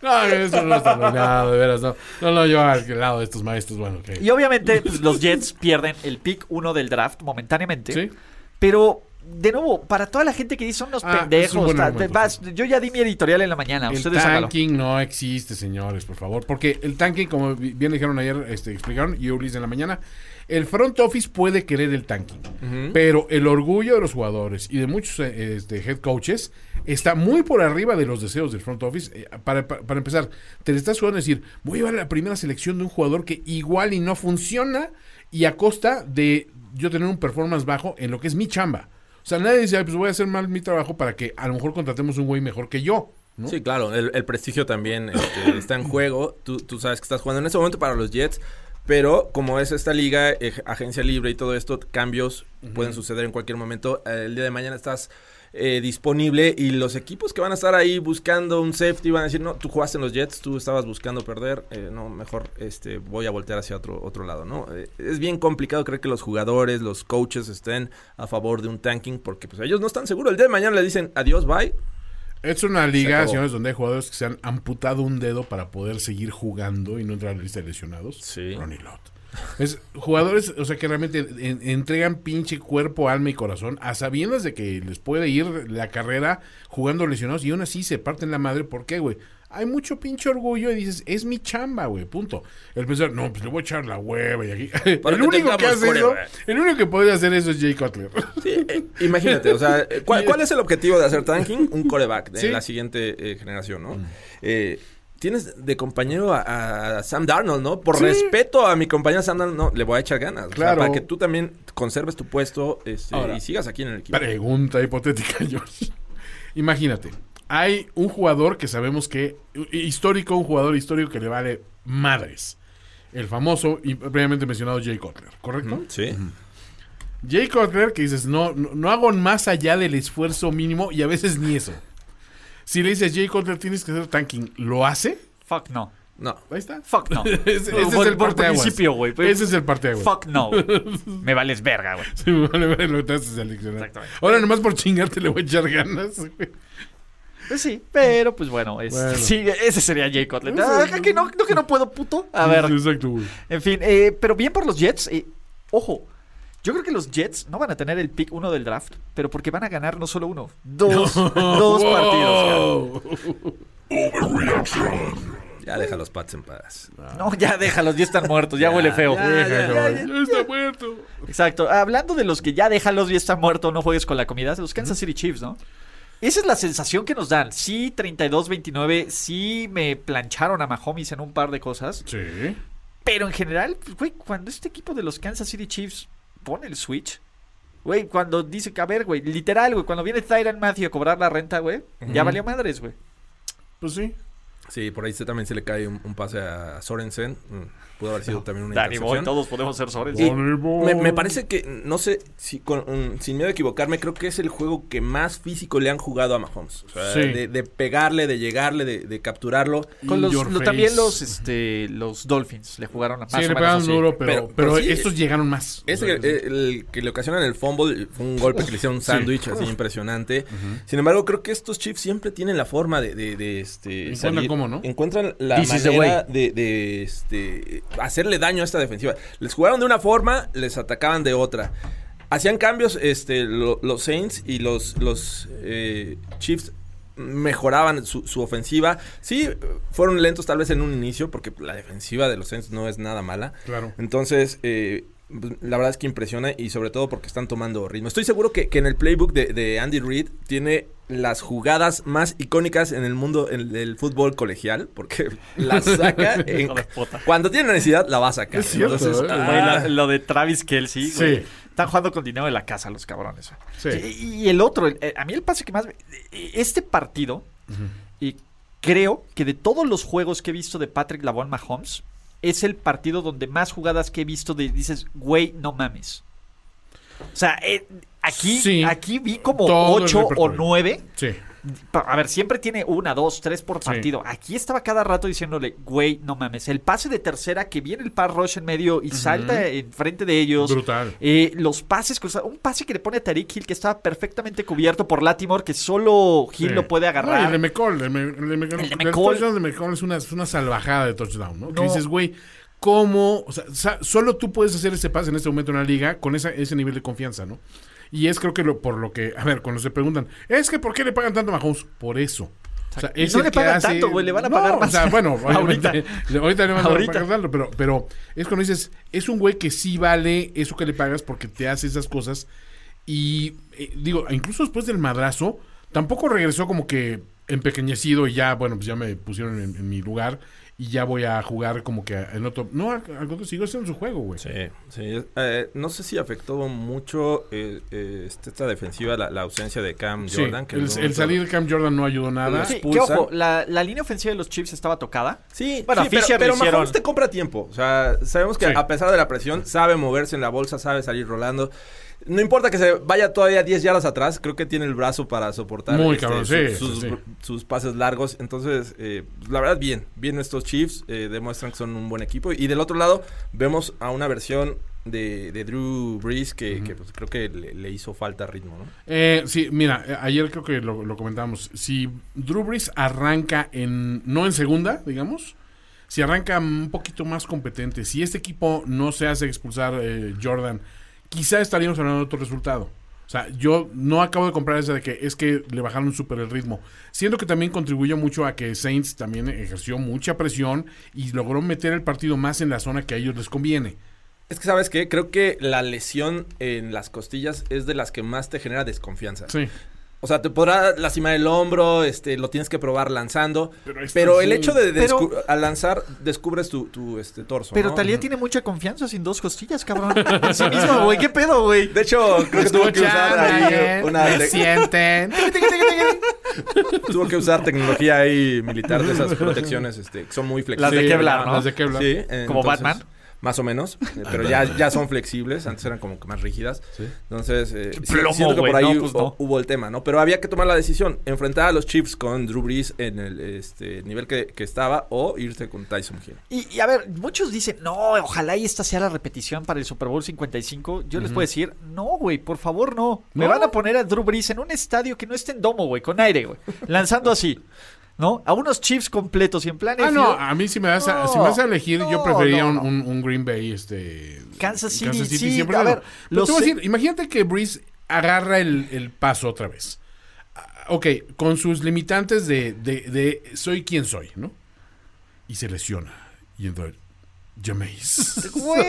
Speaker 4: No, es un honor estar nominado, de veras, no. No, no, yo al lado de estos maestros, bueno, ok.
Speaker 3: Y obviamente pues, los Jets pierden el pick 1 del draft momentáneamente.
Speaker 4: Sí.
Speaker 3: Pero, de nuevo, para toda la gente que dice son unos
Speaker 4: Ah, es un
Speaker 3: pendejos.
Speaker 4: buen
Speaker 3: ta-
Speaker 4: argumento,
Speaker 3: vas- yo ya di mi editorial en la mañana.
Speaker 4: El
Speaker 3: ustedes hágalo.
Speaker 4: tanking no existe, señores, por favor. Porque el tanking, como bi- bien dijeron ayer, este, explicaron, y Ulises en la mañana, el front office puede querer el tanking. Pero el orgullo de los jugadores y de muchos eh, este, head coaches está muy por arriba de los deseos del front office. Eh, para, para- para empezar, te le estás jugando a decir, voy a llevar la primera selección de un jugador que igual y no funciona y a costa de yo tener un performance bajo en lo que es mi chamba. O sea, nadie dice, "Ay, pues voy a hacer mal mi trabajo para que a lo mejor contratemos un güey mejor que yo. ¿no?
Speaker 2: Sí, claro, el, el prestigio también este, está en juego. Tú, tú sabes que estás jugando en ese momento para los Jets, pero como es esta liga, eh, agencia libre y todo esto, cambios pueden suceder en cualquier momento. Eh, El día de mañana estás eh, disponible y los equipos que van a estar ahí buscando un safety van a decir, no, tú jugaste en los Jets, tú estabas buscando perder, eh, no, mejor este, voy a voltear hacia otro, otro lado, ¿no? Eh, es bien complicado creer que los jugadores, los coaches estén a favor de un tanking porque pues ellos no están seguros. El día de mañana le dicen, adiós, bye.
Speaker 4: Es una
Speaker 2: Se
Speaker 4: liga,
Speaker 2: acabó.
Speaker 4: señores, donde hay jugadores que se han amputado un dedo para poder seguir jugando y no entrar a la lista de lesionados.
Speaker 2: Sí.
Speaker 4: Ronnie Lott. Es jugadores, o sea, que realmente en- entregan pinche cuerpo, alma y corazón a sabiendas de que les puede ir la carrera jugando lesionados y aún así se parten la madre. ¿Por qué, güey? Hay mucho pinche orgullo y dices, es mi chamba, güey, punto. El pensar, no, pues le voy a echar la hueva y aquí.
Speaker 2: Para
Speaker 4: el
Speaker 2: que
Speaker 4: único que
Speaker 2: tengamos eh.
Speaker 4: hace eso,
Speaker 2: coreback.
Speaker 4: el único que podría hacer eso es Jay Cutler.
Speaker 2: Sí, eh, imagínate, o sea, eh, ¿cuál, cuál es el objetivo de hacer tanking? Un coreback de
Speaker 4: Sí. Mm.
Speaker 2: la siguiente eh, generación, ¿no? Eh, tienes de compañero a, a Sam Darnold, ¿no? Por respeto a mi compañero Sam Darnold, no, le voy a echar ganas. O sea,
Speaker 4: Claro.
Speaker 2: para que tú también conserves tu puesto este,
Speaker 4: Ahora,
Speaker 2: y sigas aquí en el equipo.
Speaker 4: Pregunta hipotética, George. Imagínate, hay un jugador que sabemos que, histórico, un jugador histórico que le vale madres. El famoso y previamente mencionado Jay Cutler, ¿correcto?
Speaker 2: Sí.
Speaker 4: Jay Cutler que dices, no, no, no hago más allá del esfuerzo mínimo y a veces ni eso. Si le dices, Jay Cutler, tienes que hacer tanking, ¿lo hace?
Speaker 3: Fuck no.
Speaker 2: No.
Speaker 4: Ahí está.
Speaker 3: Fuck no.
Speaker 4: Ese, ese
Speaker 3: Por-
Speaker 4: es el
Speaker 3: por
Speaker 4: parte
Speaker 3: principio, güey. pues.
Speaker 4: Ese es el parte
Speaker 3: Fuck no. Me vales verga, güey.
Speaker 4: Sí, me vale ver lo que te haces seleccionar.
Speaker 3: Exactamente.
Speaker 4: Ahora nomás por chingarte le voy a echar ganas. güey.
Speaker 3: Pues sí, pero pues bueno, es-
Speaker 4: Bueno.
Speaker 3: sí, ese sería Jay Cutler. Ah, que no, no que no puedo, puto. A ver,
Speaker 4: Exacto, güey.
Speaker 3: en fin, eh, pero bien por los Jets. eh, ojo, yo creo que los Jets no van a tener el pick uno del draft, pero porque van a ganar no solo uno, dos, dos partidos. cara.
Speaker 2: Ya deja los Pats en paz.
Speaker 3: No, ya déjalos, ya están muertos, ya huele feo.
Speaker 4: Ya está muerto.
Speaker 3: Exacto. Hablando de los que ya déjalos y está muerto, no juegues con la comida, los Kansas City Chiefs, ¿no? Esa es la sensación que nos dan. Sí, 32-29, sí me plancharon a Mahomes en un par de cosas,
Speaker 4: Sí.
Speaker 3: pero en general, pues, güey, cuando este equipo de los Kansas City Chiefs pone el switch, güey, cuando dice que, a ver, güey, literal, güey, cuando viene Tyron Matthew a cobrar la renta, güey, ya valió madres, güey.
Speaker 4: Pues sí.
Speaker 2: Sí, por ahí se- también se le cae un, un pase a Sorensen. Mm, Pudo haber sido también una
Speaker 3: Danny Boy,
Speaker 2: intercepción.
Speaker 3: todos podemos ser sobres.
Speaker 2: Y
Speaker 4: Voleibol.
Speaker 2: me, me parece que, no sé, si con- mm, sin miedo a equivocarme, creo que es el juego que más físico le han jugado a Mahomes. O sea,
Speaker 4: Sí.
Speaker 2: de, de pegarle, de llegarle, de, de capturarlo.
Speaker 3: Con
Speaker 4: In
Speaker 3: los,
Speaker 4: your
Speaker 3: lo- también
Speaker 4: face.
Speaker 3: los, este, los Dolphins le jugaron a más
Speaker 4: Sí,
Speaker 3: o
Speaker 4: le
Speaker 3: menos
Speaker 4: pegaron
Speaker 3: así.
Speaker 4: duro, pero,
Speaker 2: Pero-
Speaker 4: pero,
Speaker 2: pero sí,
Speaker 3: eh,
Speaker 4: estos llegaron más.
Speaker 2: Ese
Speaker 4: O sea,
Speaker 2: que, el que le ocasionan el fumble fue un golpe que le hicieron un sándwich así impresionante. Sin embargo, creo que estos Chiefs siempre tienen la forma de, de- de, este,
Speaker 4: Encuentran cómo, ¿no?
Speaker 2: Encuentran la
Speaker 3: This is the
Speaker 2: manera de, de, este, hacerle daño a esta defensiva. Les jugaron de una forma, les atacaban de otra. Hacían cambios este, lo- los Saints y los, los eh, Chiefs mejoraban su, su ofensiva. Sí, fueron lentos tal vez en un inicio porque la defensiva de los Saints no es nada mala.
Speaker 4: Claro.
Speaker 2: Entonces, eh, la verdad es que impresiona y sobre todo porque están tomando ritmo. Estoy seguro que, que en el playbook de, de Andy Reid tiene las jugadas más icónicas en el mundo en- del fútbol colegial porque las saca en-
Speaker 3: Hijo de puta.
Speaker 2: cuando tiene necesidad la va a sacar.
Speaker 4: Es cierto, ¿eh?
Speaker 3: Güey,
Speaker 2: ah,
Speaker 3: la- lo de Travis Kelsey, güey.
Speaker 4: Sí.
Speaker 3: Están jugando con dinero de la casa los cabrones.
Speaker 4: Sí.
Speaker 3: güey. Y, y el otro, el- eh, a mí el pase que más... me- eh, Este partido, y creo que de todos los juegos que he visto de Patrick Lavon Mahomes, es el partido donde más jugadas que he visto de dices, güey, no mames. O sea, eh, aquí,
Speaker 4: Sí.
Speaker 3: aquí vi como
Speaker 4: Todo el
Speaker 3: ocho o
Speaker 4: repertorio.
Speaker 3: nueve.
Speaker 4: Sí.
Speaker 3: Pa- A ver, siempre tiene una, dos, tres por partido. Aquí estaba cada rato diciéndole, güey, no mames. El pase de tercera que viene el par rush en medio y salta enfrente de ellos.
Speaker 4: Brutal.
Speaker 3: Eh, los pases, cruzados. un pase que le pone a Tariq Hill que estaba perfectamente cubierto por Latimore, que solo Hill
Speaker 4: Sí.
Speaker 3: lo
Speaker 4: No,
Speaker 3: puede
Speaker 4: y
Speaker 3: agarrar.
Speaker 4: el de McCall. El, de- el de McCall.
Speaker 3: El de
Speaker 4: El
Speaker 3: McCall.
Speaker 4: touchdown de McCall es una, es una salvajada de touchdown, ¿no? Que
Speaker 3: No.
Speaker 4: dices, güey, ¿cómo? O sea, sa- solo tú puedes hacer ese pase en este momento en la liga con esa- ese nivel de confianza, ¿no? Y es creo que lo, por lo que, a ver, cuando se preguntan, es que ¿por qué le pagan tanto a Mahomes? Por eso. O sea,
Speaker 3: Y
Speaker 4: es
Speaker 3: no
Speaker 4: el
Speaker 3: le
Speaker 4: que
Speaker 3: pagan tanto, güey, le van a pagar
Speaker 4: O sea,
Speaker 3: más.
Speaker 4: bueno,
Speaker 3: Ahorita.
Speaker 4: ahorita, ahorita le van a
Speaker 3: Ahorita.
Speaker 4: pagar tanto, pero, pero es cuando dices, es un güey que sí vale eso que le pagas porque te hace esas cosas y eh, digo, incluso después del madrazo, tampoco regresó como que empequeñecido y ya, bueno, pues ya me pusieron en, en mi lugar y ya voy a jugar como que en otro. No, al al contrario, siguió haciendo su juego, güey.
Speaker 2: Sí, sí. Eh, no sé si afectó mucho eh, eh, este- esta defensiva la, la ausencia de Cam
Speaker 4: Sí,
Speaker 2: Jordan. que en
Speaker 4: el,
Speaker 2: algún
Speaker 4: el
Speaker 2: momento-
Speaker 4: salir de Cam Jordan no ayudó nada.
Speaker 3: Sí, que
Speaker 2: expulsan.
Speaker 3: ojo, la, la línea ofensiva de los Chiefs estaba tocada.
Speaker 4: Oh.
Speaker 2: Sí,
Speaker 3: Bueno,
Speaker 2: sí,
Speaker 3: a Fisher
Speaker 2: pero, pero
Speaker 3: le hicieron-
Speaker 2: Mahomes te compra tiempo. O sea, sabemos que
Speaker 4: Sí.
Speaker 2: a pesar de la presión, sabe moverse en la bolsa, sabe salir rolando. No importa que se vaya todavía 10 yardas atrás, creo que tiene el brazo para soportar este,
Speaker 4: Muy cabrón, sí,
Speaker 2: sus,
Speaker 4: sí, sí.
Speaker 2: sus pases largos. Entonces, eh, la verdad, bien. Bien estos Chiefs, eh, demuestran que son un buen equipo. Y del otro lado, vemos a una versión de, de Drew Brees que, que, pues, creo que le, le hizo falta ritmo, ¿no?
Speaker 4: Eh, sí, mira, eh, ayer creo que lo, lo comentábamos. Si Drew Brees arranca en. No en segunda, digamos. Si arranca un poquito más competente. Si este equipo no se hace expulsar eh, Jordan, quizá estaríamos hablando de otro resultado. O sea, yo no acabo de comprar esa de que es que le bajaron súper el ritmo. Siento que también contribuyó mucho a que Saints también ejerció mucha presión y logró meter el partido más en la zona que a ellos les conviene.
Speaker 2: Es que, ¿sabes qué? Creo que la lesión en las costillas es de las que más te genera desconfianza.
Speaker 4: Sí.
Speaker 2: O sea, te podrá lastimar el hombro, este, lo tienes que probar lanzando.
Speaker 4: Pero esto
Speaker 2: Pero, el
Speaker 4: sí.
Speaker 2: hecho de, de
Speaker 3: Pero-
Speaker 2: descu- al lanzar, descubres tu, tu, este, torso.
Speaker 3: Pero
Speaker 2: ¿no?
Speaker 3: Talía tiene mucha confianza sin dos costillas, cabrón. En sí mismo, güey. ¿Qué pedo, güey?
Speaker 2: De hecho, creo que tuvo que usar ahí una
Speaker 4: ¿Me
Speaker 2: tec-
Speaker 4: sienten?
Speaker 2: tuvo que usar tecnología ahí militar de esas protecciones, este, que son muy flexibles.
Speaker 3: Las de Kevlar, ¿no?
Speaker 4: Las de Kevlar.
Speaker 2: Sí, eh,
Speaker 3: ¿Como Batman?
Speaker 2: Más o menos, eh, pero ya, ya son flexibles, antes eran como que más rígidas. Entonces, eh, sí,
Speaker 3: plomo,
Speaker 2: siento que
Speaker 3: güey,
Speaker 2: por ahí
Speaker 3: no, pues
Speaker 2: hubo,
Speaker 3: no.
Speaker 2: hubo el tema, ¿no? Pero había que tomar la decisión, enfrentar a los Chiefs con Drew Brees en el este, nivel que, que estaba o irse con Tyson Hill.
Speaker 3: Y, y a ver, muchos dicen, no, ojalá y esta sea la repetición para el Super Bowl 55. Yo les puedo decir, no, güey, por favor, no. Me
Speaker 4: No.
Speaker 3: van a poner a Drew Brees en un estadio que no esté en domo, güey, con aire, güey. Lanzando así, ¿no? A unos Chiefs completos y en plan...
Speaker 4: Ah,
Speaker 3: NFL,
Speaker 4: no, a mí si me vas a, si me vas a
Speaker 3: No,
Speaker 4: elegir,
Speaker 3: no,
Speaker 4: yo preferiría
Speaker 3: no,
Speaker 4: un-
Speaker 3: no.
Speaker 4: Un, un Green Bay, este...
Speaker 3: Kansas City, sí,
Speaker 4: siempre
Speaker 3: a
Speaker 4: ganó.
Speaker 3: ver,
Speaker 4: Pero
Speaker 3: lo
Speaker 4: te voy a
Speaker 3: sé.
Speaker 4: decir, imagínate que Breeze agarra el, el paso otra vez. Ah, Ok, con sus limitantes de, de, de soy quien soy, ¿no? Y se lesiona. Y entonces, Jameis.
Speaker 3: Güey,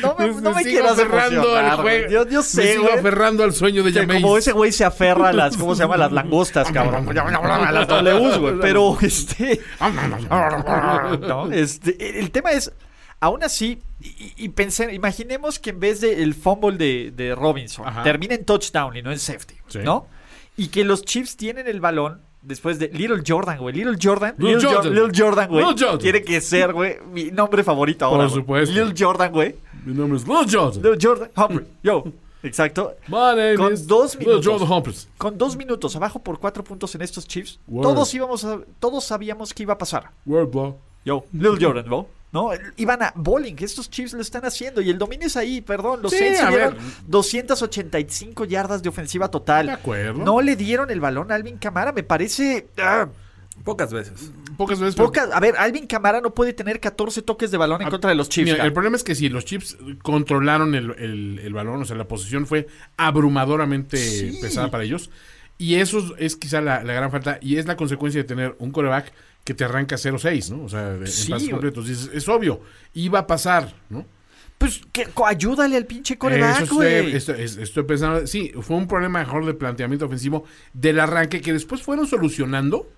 Speaker 3: no me, no me
Speaker 4: Sigo
Speaker 3: quieras
Speaker 4: aferrando al
Speaker 3: emocionar, güey.
Speaker 4: juego.
Speaker 3: Yo, yo
Speaker 4: Me
Speaker 3: sé,
Speaker 4: sigo
Speaker 3: güey.
Speaker 4: aferrando al sueño de
Speaker 3: que
Speaker 4: Jameis.
Speaker 3: Como ese güey se aferra a las, ¿cómo se llama? Las langostas, cabrón. A las W's, güey. Pero, este... ¿no? Este, el- el tema es, aún así, y, y pensé- imaginemos que en vez del el fumble de, de Robinson,
Speaker 4: Ajá.
Speaker 3: termina en touchdown y no en safety,
Speaker 4: Sí.
Speaker 3: ¿no? Y que los Chiefs tienen el balón después de Little Jordan, güey. Little Jordan.
Speaker 4: Little
Speaker 3: Jor-
Speaker 4: Jordan.
Speaker 3: Little Jordan, güey.
Speaker 4: Little Jordan.
Speaker 3: Tiene que ser, güey, mi nombre favorito ahora. güey.
Speaker 4: supuesto.
Speaker 3: Little Jordan, güey.
Speaker 4: Mi nombre es Lil Jordan.
Speaker 3: Little Jordan. Humphrey. Yo. Exacto.
Speaker 4: My name
Speaker 3: Con
Speaker 4: is
Speaker 3: dos
Speaker 4: Lil
Speaker 3: minutos.
Speaker 4: Jordan Humphries.
Speaker 3: Con dos minutos abajo por cuatro puntos en estos Chiefs,
Speaker 4: Word.
Speaker 3: todos íbamos a- todos sabíamos que iba a pasar.
Speaker 4: Word, bro.
Speaker 3: Yo, Lil Jordan, ¿no? ¿No? Iban a bowling, que estos Chiefs lo están haciendo. Y el dominio es ahí, perdón. Los
Speaker 4: Sí,
Speaker 3: Saints
Speaker 4: a
Speaker 3: tuvieron
Speaker 4: ver.
Speaker 3: 285 yardas de ofensiva total.
Speaker 4: De acuerdo.
Speaker 3: No le dieron el balón a Alvin Camara, me parece. ah,
Speaker 2: Pocas veces.
Speaker 4: Pocas veces. pero-
Speaker 3: poca- A ver, Alvin Camara no puede tener 14 toques de balón en
Speaker 4: Ah,
Speaker 3: contra de los Chiefs.
Speaker 4: Mira,
Speaker 3: cara.
Speaker 4: el problema es que si los Chips controlaron el, el- el balón, o sea, la posición fue abrumadoramente
Speaker 3: Sí.
Speaker 4: pesada para ellos. Y eso es quizá la, la gran falta. Y es la consecuencia de tener un coreback que te arranca 0-6, ¿no? O sea, de- en
Speaker 3: Sí,
Speaker 4: pases
Speaker 3: güey.
Speaker 4: completos. Dices, es obvio, iba a pasar, ¿no?
Speaker 3: Pues que, co- ayúdale al pinche
Speaker 4: Eso
Speaker 3: coreback,
Speaker 4: estoy-
Speaker 3: güey.
Speaker 4: esto- es- estoy pensando, sí, fue un problema mejor de planteamiento ofensivo del arranque que después fueron solucionando.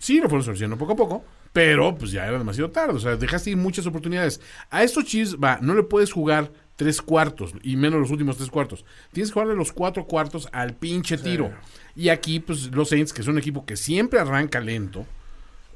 Speaker 4: Sí, lo fueron solucionando poco a poco, pero pues ya era demasiado tarde. O sea, dejaste ir muchas oportunidades. A estos Chiefs, va, no le puedes jugar tres cuartos y menos los últimos tres cuartos. Tienes que jugarle los cuatro cuartos al pinche tiro. Y aquí, pues los Saints, que es un equipo que siempre arranca lento,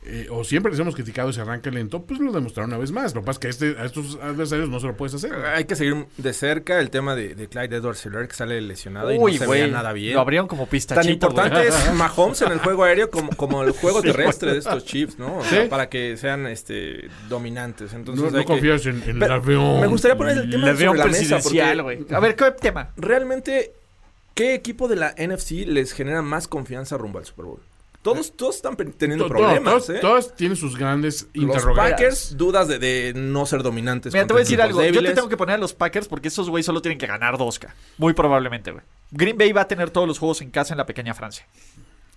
Speaker 4: eh, o siempre les hemos criticado ese arranque lento, pues lo demostraron una vez más. Lo que pasa es que a este- a estos adversarios no se lo puedes hacer.
Speaker 3: Ah,
Speaker 2: Hay que seguir de cerca el tema de, de Clyde Edwards Seller que sale lesionado y
Speaker 3: Uy,
Speaker 2: no se
Speaker 3: güey.
Speaker 2: veía nada bien.
Speaker 3: Lo abrieron como pistachito.
Speaker 2: Tan importante
Speaker 3: güey.
Speaker 2: es Mahomes en el juego aéreo como, como el juego
Speaker 3: Sí,
Speaker 2: terrestre
Speaker 3: güey.
Speaker 2: de estos chips, ¿no? O sea, para que sean este dominantes. Entonces
Speaker 4: No- no
Speaker 2: hay que-
Speaker 4: confías en- en el
Speaker 2: Pero
Speaker 4: avión.
Speaker 2: Me gustaría poner el tema
Speaker 3: Le veo
Speaker 2: sobre
Speaker 3: un
Speaker 2: la mesa
Speaker 3: presidencial,
Speaker 2: porque
Speaker 3: güey. A ver, ¿qué tema?
Speaker 2: realmente ¿qué equipo de la NFC les genera más confianza rumbo al Super Bowl?
Speaker 3: Eh,
Speaker 2: Todos, todos están pe- teniendo
Speaker 4: To-
Speaker 2: problemas,
Speaker 4: todos,
Speaker 2: ¿eh?
Speaker 4: todos tienen sus grandes
Speaker 2: Los
Speaker 4: interrogantes.
Speaker 2: Packers dudas de, de no ser dominantes.
Speaker 3: Mira, te voy
Speaker 2: contra
Speaker 3: a decir
Speaker 2: equipos
Speaker 3: algo. Yo te
Speaker 2: débiles.
Speaker 3: tengo que poner a los Packers porque esos güey solo tienen que ganar 2K. Muy probablemente, güey. Green Bay va a tener todos los juegos en casa en la pequeña Francia.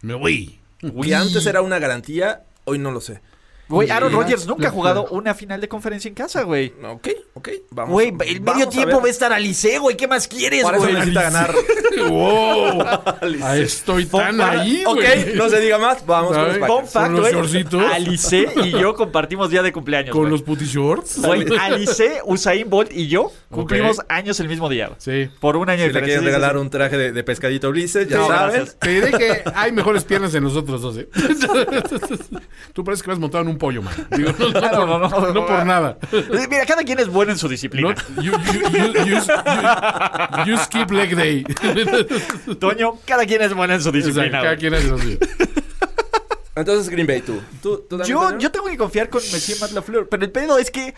Speaker 4: Me voy.
Speaker 2: Que antes era una garantía, hoy no lo sé.
Speaker 3: Güey, Aaron Rodgers nunca ha jugado una final de conferencia en casa, güey.
Speaker 2: Ok, ok, vamos.
Speaker 3: Güey, el medio tiempo va a
Speaker 2: ves
Speaker 3: estar al Liceo, güey. ¿Qué más quieres,
Speaker 2: Para eso
Speaker 3: güey?
Speaker 2: necesita ganar.
Speaker 4: ¡Wow! Ah, Estoy tan ahí,
Speaker 2: ok,
Speaker 4: güey.
Speaker 2: no se diga más, vamos con los
Speaker 4: Ay,
Speaker 3: Fun
Speaker 2: Packers.
Speaker 3: fact,
Speaker 4: los
Speaker 3: güey.
Speaker 4: shortcitos.
Speaker 3: Alice y yo compartimos día de cumpleaños.
Speaker 4: Con
Speaker 3: güey.
Speaker 4: los puti shorts.
Speaker 3: Güey, Alice, Usain Bolt y yo cumplimos
Speaker 4: Ok.
Speaker 3: años el mismo día. güey.
Speaker 4: Sí.
Speaker 3: Por un año
Speaker 2: Si
Speaker 3: de
Speaker 2: le quieres
Speaker 3: diferencia, sí,
Speaker 2: regalar un traje de, de pescadito Ulises, ya
Speaker 3: No,
Speaker 2: sabes.
Speaker 3: gracias.
Speaker 4: Te diré que hay mejores piernas en nosotros dos, ¿eh? Tú pareces que vas montado en un pollo, man. Digo, no, no,
Speaker 3: Claro, no, no,
Speaker 4: por- no por nada.
Speaker 3: sí. Eh, Mira, cada quien es bueno en su disciplina.
Speaker 4: No, you, you- you- you- you skip leg day.
Speaker 3: Toño, cada quien es bueno en su
Speaker 4: O sea,
Speaker 3: disciplina.
Speaker 4: cada
Speaker 3: güey.
Speaker 4: quien hace lo suyo.
Speaker 2: Entonces, Green Bay, tú. ¿Tú, tú también,
Speaker 3: Yo,
Speaker 2: Daniel?
Speaker 3: yo tengo que confiar con Messi Matt Lafleur, pero el pedo es que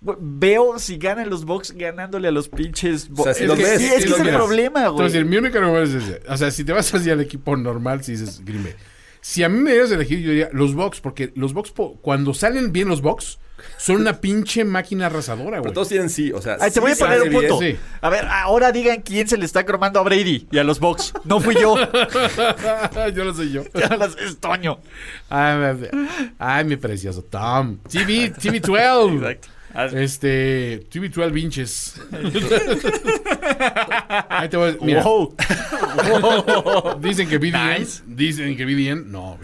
Speaker 3: güey, veo si ganan los Bucks ganándole a los pinches Bo-
Speaker 2: O sea, si
Speaker 3: es
Speaker 2: los
Speaker 3: que,
Speaker 2: ves,
Speaker 3: sí,
Speaker 2: si
Speaker 3: es, que
Speaker 2: los
Speaker 3: es el
Speaker 2: ves.
Speaker 3: problema, güey.
Speaker 4: Entonces, mi única argumento es ese. O sea, si te vas hacia el equipo normal, si dices Green Bay. Si a mí me dieras a elegir, yo diría los Bucks, porque los Bucks, po- cuando salen bien los Bucks, son una pinche máquina arrasadora, güey.
Speaker 2: Pero todos tienen sí, o sea.
Speaker 3: Ay, te
Speaker 2: sí
Speaker 3: voy a
Speaker 2: se
Speaker 3: poner
Speaker 2: hace
Speaker 3: un punto.
Speaker 4: bien, sí.
Speaker 3: A ver, ahora digan quién se le está cromando a Brady y a los Bucks. No fui yo.
Speaker 4: yo lo soy yo.
Speaker 3: Ya las- es Toño.
Speaker 4: Ay, mi- ay, mi precioso Tom. TV, TV12.
Speaker 3: Exacto. Haz-
Speaker 4: Este, TV12 vinches. Ahí te voy. Mira,
Speaker 3: Wow.
Speaker 4: dicen que BDN.
Speaker 3: Nice.
Speaker 4: Dicen que BDN. No.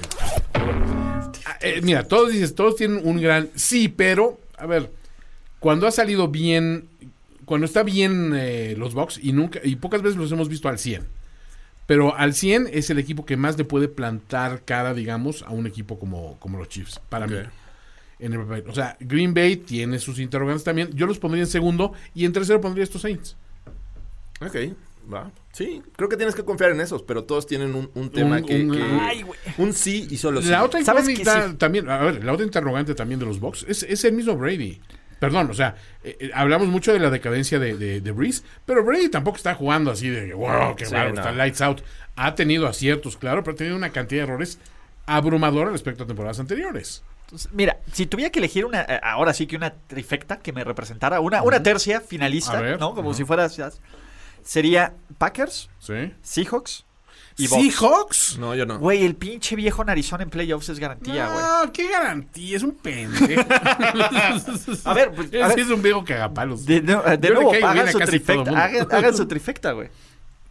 Speaker 4: Ah, eh, mira, todos dices, todos tienen un gran sí, pero, a ver, cuando ha salido bien, cuando está bien eh, los box y nunca y pocas veces los hemos visto al 100. Pero al 100 es el equipo que más le puede plantar cara, digamos, a un equipo como, como los Chiefs, para mí. En el papel. O sea, Green Bay tiene sus interrogantes también. Yo los pondría en segundo y en tercero pondría estos Saints.
Speaker 2: Ok, va. Sí, creo que tienes que confiar en esos, pero todos tienen un, un tema
Speaker 4: Un-
Speaker 2: que.
Speaker 4: un-
Speaker 2: que-
Speaker 4: Ay,
Speaker 2: un sí y solo sí.
Speaker 4: La otra
Speaker 3: ¿Sabes qué?
Speaker 4: incógnita
Speaker 3: Sí.
Speaker 4: también, a ver, la otra interrogante también de los Bucks es, es el mismo Brady. Perdón, o sea, eh, eh, hablamos mucho de la decadencia de, de, de Breeze, pero Brady tampoco está jugando así de wow, qué
Speaker 2: Sí,
Speaker 4: bárbaro,
Speaker 2: no.
Speaker 4: está lights out. Ha tenido aciertos, claro, pero ha tenido una cantidad de errores abrumadora respecto a temporadas anteriores.
Speaker 3: Entonces, Mira, si tuviera que elegir una, eh, ahora sí que una trifecta que me representara, una, una tercia finalista,
Speaker 4: A ver,
Speaker 3: ¿no? Como
Speaker 4: ujú.
Speaker 3: si fuera, ya- sería Packers,
Speaker 4: ¿Sí?
Speaker 3: Seahawks y Bucks.
Speaker 4: ¿Seahawks?
Speaker 2: No, yo no.
Speaker 3: Güey, el pinche viejo narizón en playoffs es garantía, güey.
Speaker 4: No, Ah, qué garantía, es un pendejo.
Speaker 3: A ver, pues,
Speaker 4: Ese
Speaker 3: a ver.
Speaker 4: es un viejo cagapalos.
Speaker 3: De, no- de
Speaker 4: Yo le caigo
Speaker 3: nuevo,
Speaker 4: bien
Speaker 3: hagan
Speaker 4: a
Speaker 3: su,
Speaker 4: casi todo
Speaker 3: trifecta,
Speaker 4: mundo.
Speaker 3: hagan, hagan su trifecta, güey.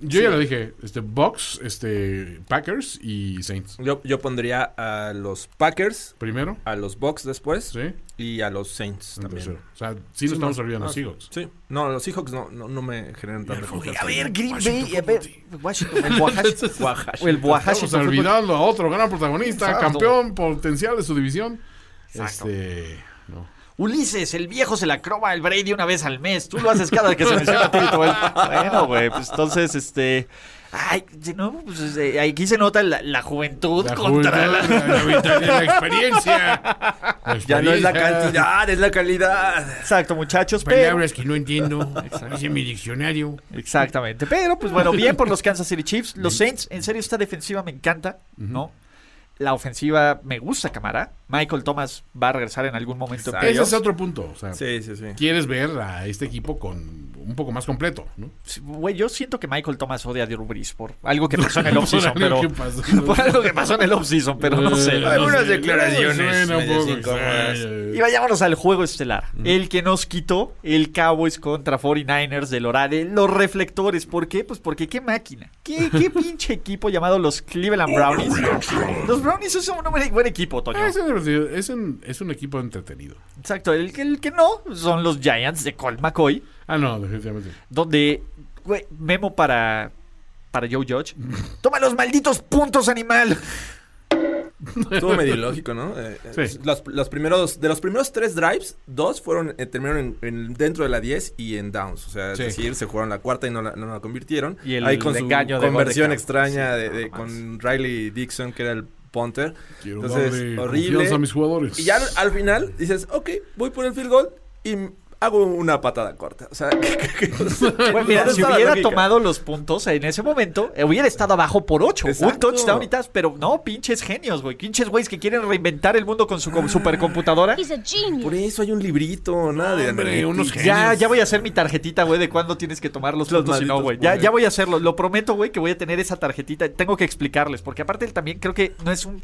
Speaker 4: Yo ya lo dije, este Bucks, este Packers y Saints.
Speaker 2: Yo, yo pondría a los Packers,
Speaker 4: Primero,
Speaker 2: a los Bucks después
Speaker 4: ¿sí?
Speaker 2: y a los Saints
Speaker 4: En
Speaker 2: también.
Speaker 4: tercero. O sea, sí nos estamos olvidando, los Seahawks.
Speaker 2: Sí. No, los Seahawks no, no, no me generan tanta confianza.
Speaker 3: A ver, Green Bay, a ver, Washington, el Washington,
Speaker 2: Guajash.
Speaker 3: el
Speaker 4: Estamos
Speaker 3: Washington Football
Speaker 4: olvidando a otro gran protagonista,
Speaker 3: Exacto.
Speaker 4: campeón potencial de su división.
Speaker 3: Exacto.
Speaker 4: Este. No.
Speaker 3: Ulises, el viejo se la croba al Brady una vez al mes. Tú lo haces cada que se menciona Tito. Él. Bueno, güey, pues entonces, este. Ay, de nuevo, pues, este, aquí se nota la, la juventud
Speaker 4: La
Speaker 3: contra
Speaker 4: juventud,
Speaker 3: la.
Speaker 4: la, vitalidad, la experiencia. La
Speaker 2: Ya no es la
Speaker 4: experiencia.
Speaker 2: cantidad, es la calidad.
Speaker 3: Exacto, muchachos, pero.
Speaker 4: Palabras que no entiendo. Dice mi diccionario.
Speaker 3: Exactamente. Pero, pues bueno, bien por los Kansas City Chiefs. Los Saints, en serio, esta defensiva me encanta, ¿no? La ofensiva me gusta, Camara. Michael Thomas va a regresar en algún momento.
Speaker 2: Exacto.
Speaker 4: Ese
Speaker 2: Adiós.
Speaker 4: es otro punto. O sea,
Speaker 2: Sí, sí, sí.
Speaker 4: quieres ver a este equipo con un poco más completo, ¿no?
Speaker 3: Güey, yo siento que Michael Thomas odia a Drew Brees por algo que pasó en el offseason,
Speaker 4: Por algo
Speaker 3: pero.
Speaker 4: que pasó. Eh,
Speaker 3: Por algo que pasó en el offseason, pero no sé.
Speaker 2: Algunas
Speaker 4: Sí,
Speaker 2: declaraciones
Speaker 4: suena un
Speaker 2: medio
Speaker 4: poco
Speaker 2: incómodas.
Speaker 4: extraño.
Speaker 3: Y vayámonos al juego estelar. El que nos quitó el Cowboys contra 49ers del horario, los reflectores. ¿Por qué? Pues porque qué máquina. ¿Qué, qué pinche equipo llamado los
Speaker 4: Oh,
Speaker 3: Cleveland Brownies? Los Brownies son un buen- buen equipo, Toño.
Speaker 4: Ah, Es, divertido, es un, es un equipo entretenido.
Speaker 3: Exacto. El, que- el que no son los Giants de Colt McCoy,
Speaker 4: Ah, no, definitivamente.
Speaker 3: donde, güey, memo para, para Joe Judge. Toma los malditos puntos, animal.
Speaker 2: Estuvo medio ilógico, ¿no? Eh, eh,
Speaker 4: Sí.
Speaker 2: los, los primeros, de los primeros tres drives, dos fueron, eh, terminaron en- en- dentro de la 10 y en downs. O sea, es
Speaker 4: Sí.
Speaker 2: decir, se jugaron la cuarta y no la, no la convirtieron.
Speaker 3: Y el
Speaker 2: Ahí con su
Speaker 3: engaño de
Speaker 2: conversión
Speaker 3: Gordon.
Speaker 2: extraña
Speaker 3: Sí,
Speaker 2: de- de-
Speaker 3: no más.
Speaker 2: con Riley Dixon, que era el punter.
Speaker 4: Quiero
Speaker 2: Entonces,
Speaker 4: darle
Speaker 2: horrible.
Speaker 4: confianza a mis jugadores.
Speaker 2: Y ya al- al final dices, ok, voy por el field goal y m- hago una patada corta. O sea, que- que-
Speaker 3: Bueno, Pues mira,
Speaker 2: ¿dónde
Speaker 3: si
Speaker 2: está la
Speaker 3: hubiera
Speaker 2: lógica?
Speaker 3: tomado los puntos en ese momento, eh, hubiera estado abajo por 8. Un
Speaker 2: Exacto.
Speaker 3: touchdown y tas, pero no, pinches genios, güey. Pinches güeyes que quieren reinventar el mundo con su co- supercomputadora.
Speaker 8: He's a
Speaker 2: Por
Speaker 8: genius.
Speaker 2: eso hay un librito, nada de
Speaker 4: Hombre, unos genios.
Speaker 3: Ya, ya voy a hacer mi tarjetita, güey, de cuándo tienes que tomar los,
Speaker 2: Los
Speaker 3: puntos y no,
Speaker 2: malditos
Speaker 3: güey. Ya,
Speaker 2: poderes.
Speaker 3: ya voy a hacerlo. Lo prometo, güey, que voy a tener esa tarjetita. Tengo que explicarles, porque aparte él también creo que no es un.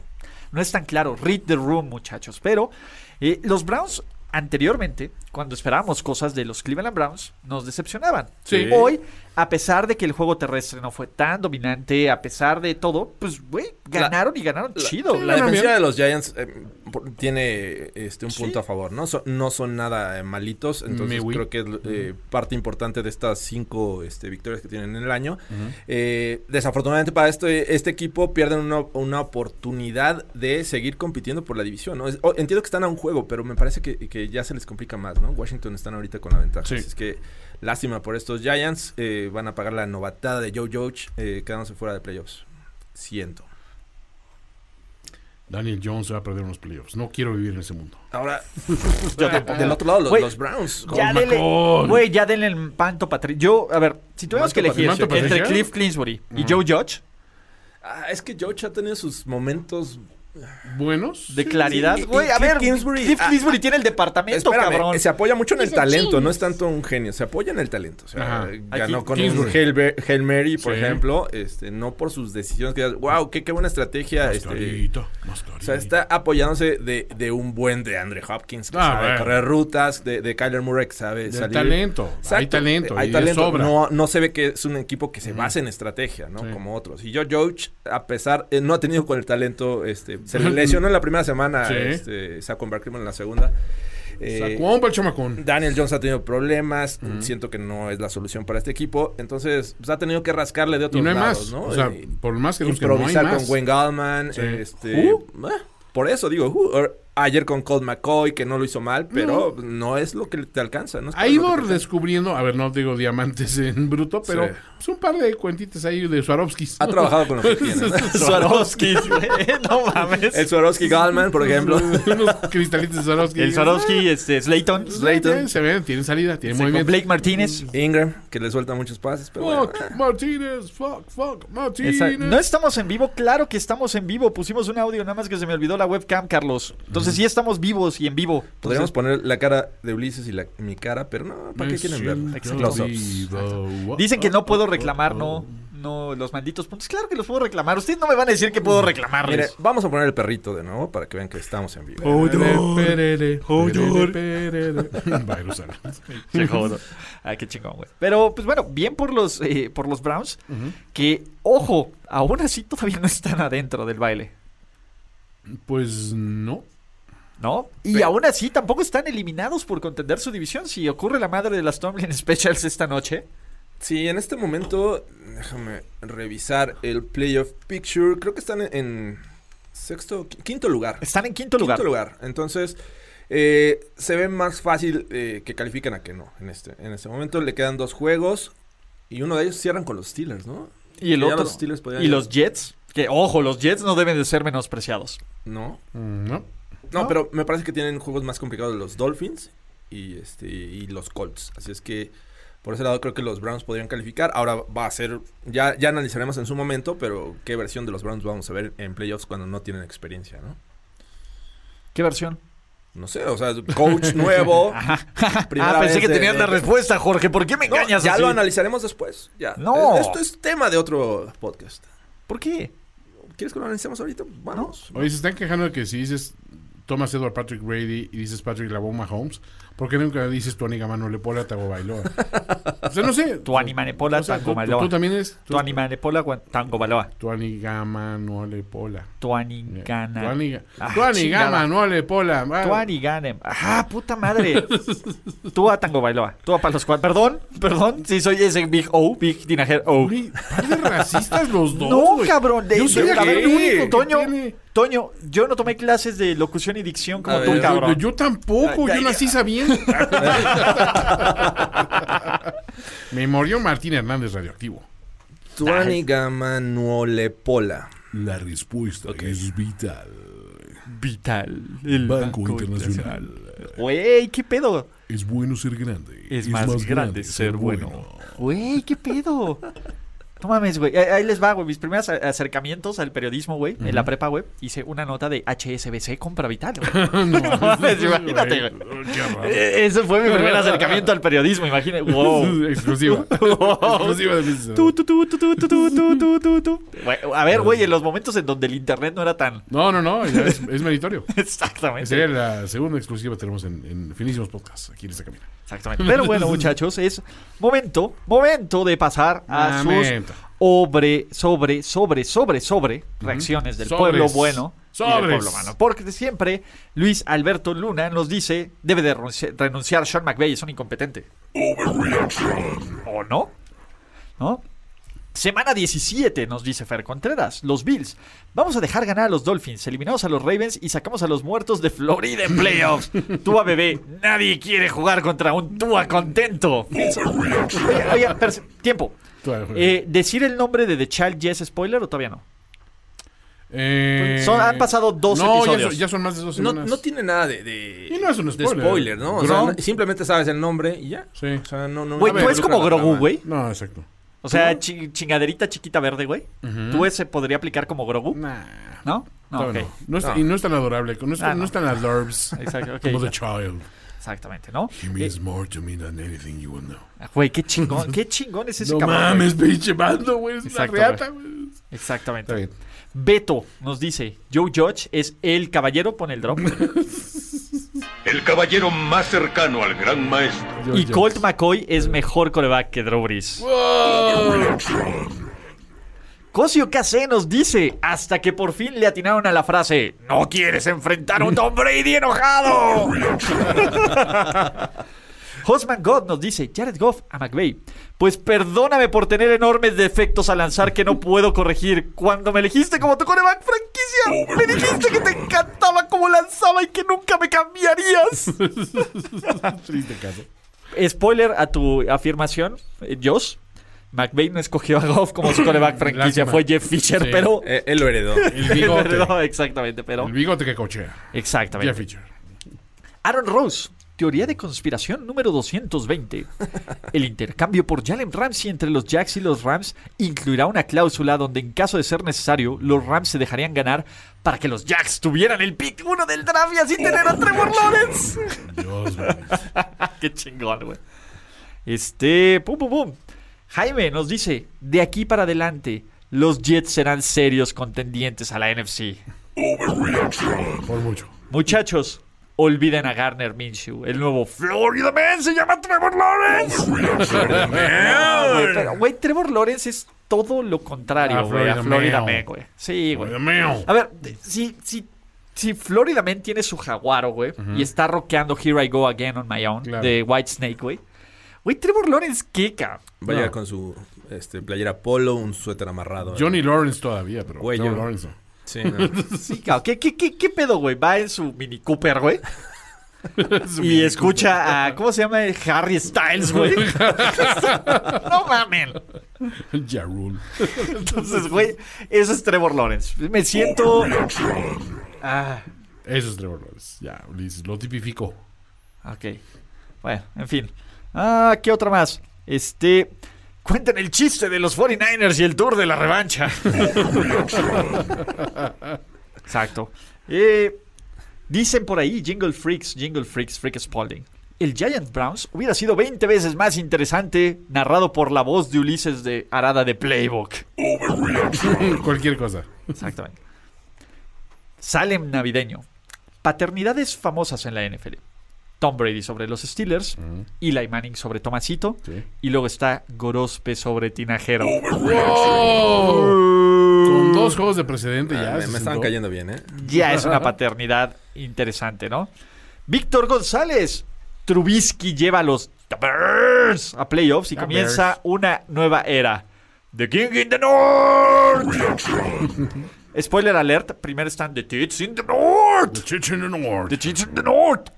Speaker 3: No es tan claro. Read the room, muchachos. Pero eh, los Browns anteriormente, cuando esperábamos cosas de los Cleveland Browns, nos decepcionaban.
Speaker 4: Sí.
Speaker 3: Hoy, a pesar de que el juego terrestre no fue tan dominante, a pesar de todo, pues, güey, ganaron y ganaron chido.
Speaker 2: La
Speaker 4: Bueno,
Speaker 2: defensiva
Speaker 4: mira.
Speaker 2: de los Giants eh, por- tiene este, un punto a favor, ¿no? So- no son nada eh, malitos, entonces
Speaker 4: Mewi.
Speaker 2: creo que es eh, parte importante de estas cinco este, victorias que tienen en el año. Eh, desafortunadamente para este, este equipo pierden una, una oportunidad de seguir compitiendo por la división, ¿no? Es- oh, entiendo que están a un juego, pero me parece que, que ya se les complica más, ¿no? Washington están ahorita con la ventaja.
Speaker 4: Sí.
Speaker 2: así es que lástima por estos Giants, eh, van a pagar la novatada de Joe Judge eh, quedándose fuera de playoffs. Siento.
Speaker 4: Daniel Jones va a perder unos playoffs. No quiero vivir en ese mundo. Ah,
Speaker 2: Ahora, del otro lado, los,
Speaker 3: Güey,
Speaker 2: los Browns.
Speaker 3: Ya
Speaker 4: Colt
Speaker 3: denle,
Speaker 4: McCoy.
Speaker 3: güey, ya denle el manto Patricia. Yo, a ver, si tuviéramos
Speaker 4: ¿Manto
Speaker 3: que elegir
Speaker 4: Patri- manto
Speaker 3: entre
Speaker 4: Patricia?
Speaker 3: Cliff Clinsbury y Joe Judge
Speaker 2: Ah, es que George ha tenido sus momentos.
Speaker 4: ¿Buenos?
Speaker 3: de claridad,
Speaker 2: sí.
Speaker 3: güey,
Speaker 2: Y
Speaker 3: a
Speaker 2: Cliff
Speaker 3: ver,
Speaker 2: Kingsbury,
Speaker 3: Cliff
Speaker 2: ah,
Speaker 3: Clinsbury tiene el departamento,
Speaker 2: Espérame,
Speaker 3: cabrón.
Speaker 2: se apoya mucho en el
Speaker 8: He's a
Speaker 2: talento, no
Speaker 8: genius.
Speaker 2: es tanto un genio, se apoya en el talento. O sea, eh,
Speaker 4: Ajá.
Speaker 2: ganó
Speaker 3: Aquí,
Speaker 2: con un
Speaker 4: Kingsbury.
Speaker 2: Hail, Ba- Hail Mary, por
Speaker 4: Sí.
Speaker 2: ejemplo, este, no por sus decisiones que wow, qué, qué buena estrategia. Este,
Speaker 4: Mascarito, mascarito.
Speaker 2: o sea, está apoyándose de, de un buen de Andre Hopkins que
Speaker 4: Ah,
Speaker 2: sabe
Speaker 4: bueno.
Speaker 2: correr rutas, de, de Kyler Murray que sabe
Speaker 4: Del
Speaker 2: salir.
Speaker 4: talento. Hay
Speaker 2: Exacto,
Speaker 4: talento.
Speaker 2: Hay
Speaker 4: y
Speaker 2: talento.
Speaker 4: sobra.
Speaker 2: No, no se ve que es un equipo que se basa en estrategia, ¿no?
Speaker 4: Sí.
Speaker 2: Como otros. Y yo, George, a pesar, eh, no ha tenido con el talento, este, se le lesionó en la primera semana,
Speaker 4: Sí.
Speaker 2: este, Saquon Barkley en la segunda. Eh,
Speaker 4: Sacón para el chamacón.
Speaker 2: Daniel Jones ha tenido problemas, siento que no es la solución para este equipo, entonces pues, ha tenido que rascarle de
Speaker 4: Y
Speaker 2: otros
Speaker 4: no hay
Speaker 2: lados,
Speaker 4: más.
Speaker 2: ¿no?
Speaker 4: O sea,
Speaker 2: Eh,
Speaker 4: por más que busquen, no hay
Speaker 2: improvisar
Speaker 4: más.
Speaker 2: con Wayne Gallman,
Speaker 4: Sí.
Speaker 2: este,
Speaker 4: Uh.
Speaker 2: ah, por eso digo, uh, or- ayer con Colt McCoy que no lo hizo mal, pero no es lo que te alcanza, no es
Speaker 4: Ha
Speaker 2: para
Speaker 4: ido
Speaker 2: lo que te alcanza.
Speaker 4: descubriendo, a ver, no digo diamantes en bruto, pero
Speaker 2: Sí.
Speaker 4: pues, un par de cuentitas ahí de Swarovskis.
Speaker 2: ha trabajado con los que tiene. ¿no?
Speaker 3: Swarovski, güey, no mames.
Speaker 2: El Swarovski Gallman, por ejemplo.
Speaker 4: Unos cristalitos de Swarovski.
Speaker 3: El Swarovski, este, Slayton,
Speaker 4: Eh,
Speaker 2: Slayton.
Speaker 4: Se ven, tienen salida, tienen
Speaker 3: con
Speaker 4: movimiento.
Speaker 3: Blake Martínez.
Speaker 2: Ingram, que le suelta muchos pases, pero bueno. eh,
Speaker 4: Fuck, Martínez, fuck, fuck, Martínez.
Speaker 3: Esa- No estamos en vivo, claro que estamos en vivo. Pusimos un audio, nada más que se me olvidó la webcam, Carlos. Entonces sí estamos vivos y en vivo.
Speaker 2: Podríamos
Speaker 4: Pues,
Speaker 3: Entonces,
Speaker 4: eh,
Speaker 2: poner la cara de Ulises y la- mi cara, pero no, ¿para qué quieren verla? Close-ups.
Speaker 3: dicen que no puedo reclamar,
Speaker 2: Oh,
Speaker 3: no, no, los malditos puntos. Claro que los puedo reclamar. Ustedes no me van a decir que puedo reclamarles.
Speaker 2: Mire, vamos a poner el perrito de nuevo para que vean que estamos en vivo.
Speaker 3: eh, Qué jodo. Ay, ah, qué chingón, güey. Pero, pues bueno, bien por los, eh, por los Browns, que, ojo, aún así todavía no están adentro del baile,
Speaker 4: Pues no.
Speaker 3: ¿no? Y aún así tampoco están eliminados por contender su división. Si ocurre la madre de las Tomlin Specials esta noche,
Speaker 2: Sí, en este momento, déjame revisar el playoff picture. Creo que están en, en sexto, qui- quinto lugar.
Speaker 3: están en quinto lugar.
Speaker 2: Quinto lugar. Entonces, eh, se ve más fácil eh, que califican a que no en este, en este momento. Le quedan dos juegos y uno de ellos cierran con los Steelers, ¿no?
Speaker 3: Y el
Speaker 2: Ya
Speaker 3: otro.
Speaker 2: los Steelers podrían
Speaker 3: y
Speaker 2: ir.
Speaker 3: los Jets. Que, ojo, los Jets no deben de ser menospreciados.
Speaker 2: No.
Speaker 4: No.
Speaker 2: No, pero me parece que tienen juegos más complicados los Dolphins y este y los Colts. Así es que por ese lado creo que los Browns podrían calificar. Ahora va a ser, ya, ya analizaremos en su momento, pero qué versión de los Browns vamos a ver en playoffs cuando no tienen experiencia, ¿no?
Speaker 3: ¿Qué versión?
Speaker 2: No sé, o sea, coach nuevo. primera
Speaker 3: ah, pensé
Speaker 2: vez
Speaker 3: que
Speaker 2: de-
Speaker 3: tenías
Speaker 2: de-
Speaker 3: la respuesta, Jorge. ¿Por qué me
Speaker 2: No,
Speaker 3: engañas
Speaker 2: ya
Speaker 3: así?
Speaker 2: lo analizaremos después. Ya.
Speaker 3: No.
Speaker 2: Es- Esto es tema de otro podcast.
Speaker 3: ¿Por qué?
Speaker 2: ¿Quieres que lo analicemos ahorita? Vamos.
Speaker 4: Oye, se están quejando de que si dices Thomas Edward Patrick Brady y dices Patrick Laboma Holmes, ¿por qué nunca dices tu anima Manuel Pola Tagovailoa? O sea, no sé.
Speaker 3: Tu animanepola,
Speaker 4: O sea, tú-
Speaker 3: Tagovailoa.
Speaker 4: Tú, tú también es
Speaker 3: Tu animanepola, guan- tango baloa.
Speaker 4: Tu anigama no le pola.
Speaker 3: Tu
Speaker 4: Yeah.
Speaker 3: anigana.
Speaker 4: Tu aniga-
Speaker 3: Ah,
Speaker 4: tu anigama
Speaker 3: chingada.
Speaker 4: no le pola. Ah,
Speaker 3: Tuani Ganem. ¡Ah, puta madre! Tú a Tango Bailoa. Tú a Palos Cuatro. Perdón, perdón. Sí, soy ese Big O, Big Dinajer O.
Speaker 4: Güey, par de racistas los dos.
Speaker 3: No,
Speaker 4: güey.
Speaker 3: cabrón. De,
Speaker 4: Yo
Speaker 3: de-
Speaker 4: soy
Speaker 3: a
Speaker 4: aquí
Speaker 3: ver,
Speaker 4: el único que
Speaker 3: Toño,
Speaker 4: tiene-
Speaker 3: Toño, yo no tomé clases de locución y dicción como
Speaker 2: A
Speaker 3: tú,
Speaker 2: ver,
Speaker 3: cabrón.
Speaker 4: Yo tampoco, yo nací sabiendo. Me murió Martín Hernández radioactivo.
Speaker 2: Tuani Gamanuolepola.
Speaker 1: La respuesta es vital.
Speaker 3: Vital. El
Speaker 1: Banco, Internacional.
Speaker 3: Güey, ¿qué pedo?
Speaker 1: Es bueno ser grande.
Speaker 3: Es, más, grande, ser bueno. Güey, ¿qué pedo? No mames, güey. Ahí ahí les va, güey. Mis primeros a- acercamientos al periodismo, güey. En la prepa, güey. Hice una nota de HSBC compra vital, güey. no mames, imagínate, güey.
Speaker 4: Qué raro.
Speaker 3: Eh, Ese fue mi primer acercamiento al periodismo, imagínate. Wow.
Speaker 4: Exclusiva. Exclusiva de mis-
Speaker 3: Tu, tu, tu, tu, tu, tu, tu, tu, tu, tu, tu. Güey, A ver, güey, en los momentos en donde el internet no era tan.
Speaker 4: No, no, no, ya es, es meritorio. Sería
Speaker 3: Exactamente.
Speaker 4: la segunda exclusiva que tenemos en, en Finísimos Podcasts, aquí en este esta cabina.
Speaker 3: Exactamente. Pero bueno, muchachos, es momento, momento de pasar
Speaker 4: Ah,
Speaker 3: a sus obre, sobre, sobre, sobre, sobre reacciones del
Speaker 4: Sobres.
Speaker 3: pueblo bueno y del
Speaker 4: Sobres.
Speaker 3: pueblo malo. Porque siempre Luis Alberto Luna nos dice, debe de renunci- renunciar Sean McVeigh, es un incompetente. ¿O no? ¿No? Semana 17, nos dice Fer Contreras, los Bills. Vamos a dejar ganar a los Dolphins, eliminamos a los Ravens y sacamos a los muertos de Florida en playoffs. Tua bebé, nadie quiere jugar contra un Tua contento. Oye, oye, espérate, tiempo.
Speaker 4: Todavía juega.
Speaker 3: Eh, ¿Decir el nombre de The Child Yes spoiler o todavía no?
Speaker 4: Eh,
Speaker 3: son- han pasado dos
Speaker 4: no, ya
Speaker 3: episodios.
Speaker 4: son- Ya son más de dos
Speaker 2: No,
Speaker 4: semanas.
Speaker 2: no tiene nada de, de-
Speaker 4: Y no es un
Speaker 2: de
Speaker 4: spoiler.
Speaker 2: ¿no? O sea,
Speaker 4: Gronk.
Speaker 2: no- simplemente sabes el nombre y ya.
Speaker 4: Sí.
Speaker 2: O sea, no, no.
Speaker 3: Güey,
Speaker 2: no
Speaker 3: tú es
Speaker 2: involucra
Speaker 3: como
Speaker 2: la
Speaker 3: Grogu,
Speaker 2: trama.
Speaker 3: güey.
Speaker 4: No, exacto.
Speaker 3: O sea, chi- chingaderita chiquita verde, güey. ¿Tú ese podría aplicar como Grogu?
Speaker 4: Nah.
Speaker 3: ¿No? No, ok.
Speaker 4: todavía no. No es, Y no es tan adorable, no es,
Speaker 3: Ah,
Speaker 4: no
Speaker 3: no.
Speaker 4: es tan adorbs
Speaker 3: Exacto, ok.
Speaker 4: como The Child.
Speaker 3: Exactamente, ¿no?
Speaker 1: He means more to me than anything you will know.
Speaker 3: Güey, qué chingón, qué chingón es ese
Speaker 4: No
Speaker 3: cabrón. güey.
Speaker 4: mames, pinche bando, güey. Es
Speaker 3: Exacto,
Speaker 4: una reata, güey.
Speaker 3: Exactamente.
Speaker 4: Está bien.
Speaker 3: Beto nos dice, Joe Judge es el caballero, pone el drop.
Speaker 7: El caballero más cercano al gran maestro.
Speaker 3: y Colt McCoy es mejor coreback que Drew Brees. Cosio KC nos dice, hasta que por fin le atinaron a la frase, no quieres enfrentar a un Tom Brady enojado. Hosman God nos dice, Jared Goff a McVay, pues perdóname por tener enormes defectos al lanzar que no puedo corregir. Cuando me elegiste como tu coreback franquicia, me dijiste que te encantaba cómo lanzaba y que nunca me cambiarías.
Speaker 4: Triste caso.
Speaker 3: Spoiler a tu afirmación, eh, Josh. McVay no escogió a Goff como su coreback franquicia,
Speaker 4: Lástima.
Speaker 3: fue Jeff Fisher,
Speaker 4: Sí.
Speaker 3: pero...
Speaker 2: Eh, él lo heredó.
Speaker 4: El bigote.
Speaker 3: Pero- exactamente, pero...
Speaker 4: El bigote que cochea. Ya
Speaker 3: Exactamente.
Speaker 4: feature.
Speaker 3: Aaron Rose, teoría de conspiración número 220. El intercambio por Jalen Ramsey entre los Jacks y los Rams incluirá una cláusula donde en caso de ser necesario, los Rams se dejarían ganar para que los Jacks tuvieran el pick uno del draft y así tener a Trevor Lawrence.
Speaker 4: Dios, güey.
Speaker 3: Ah, Qué chingón, güey. Este, pum, pum, pum. Jaime nos dice, de aquí para adelante, los Jets serán serios contendientes a la NFC.
Speaker 4: Por mucho.
Speaker 3: Muchachos, olviden a Garner Minshew, el nuevo Florida Man se llama Trevor Lawrence. No, güey, pero, güey, Trevor Lawrence es todo lo
Speaker 4: A
Speaker 3: contrario, güey, a
Speaker 4: Ah, Florida
Speaker 3: Florida
Speaker 4: Man.
Speaker 3: Man, güey. Sí, güey.
Speaker 4: Dios mío.
Speaker 3: A ver, de- si, si, si Florida Man tiene su jaguaro, güey, y está rockeando Here I Go Again on My Own
Speaker 4: Claro.
Speaker 3: de White Snake, güey. Güey, Trevor Lawrence, ¿qué, cabrón?
Speaker 2: Va a llegar con su este, playera polo, un suéter amarrado.
Speaker 4: Johnny Lawrence todavía, pero.
Speaker 2: Güey,
Speaker 4: Johnny
Speaker 2: yo-
Speaker 4: Lawrence no.
Speaker 2: Sí, no.
Speaker 3: Sí, cabrón. ¿Qué, qué, qué, qué pedo, güey? Va en su Mini Cooper, güey. y escucha a. ¿Cómo se llama? Harry Styles, güey. no mamen.
Speaker 4: Ja Rule.
Speaker 3: Entonces, güey, eso es Trevor Lawrence. Me siento. Ah,
Speaker 4: Eso es Trevor Lawrence. Ya, Ulises, lo tipifico.
Speaker 3: ok. Bueno, en fin. Ah, ¿qué otra más? Este. Cuenten el chiste de los 49ers y el tour de la revancha. Exacto. Eh, dicen por ahí, Jingle Freaks, Jingle Freaks, Freak Spalding. El Giant Browns hubiera sido 20 veces más interesante narrado por la voz de Ulises de Arada de Playbook.
Speaker 4: Cualquier cosa.
Speaker 3: Exactamente. Salem navideño. Paternidades famosas en la NFL. Tom Brady sobre los Steelers, Eli Manning sobre Tomasito, y luego está Gorospe sobre Tinajero.
Speaker 4: Con dos juegos de precedente ya.
Speaker 2: Ah, me,
Speaker 4: se
Speaker 2: me estaban
Speaker 4: sentó.
Speaker 2: cayendo bien, ¿eh?
Speaker 3: Ya es una paternidad interesante, ¿no? Víctor González. Trubisky lleva a los The Bears a playoffs y comienza una nueva era. The King in the North. Spoiler alert, primero están The Tits in the North. The Tits in the North.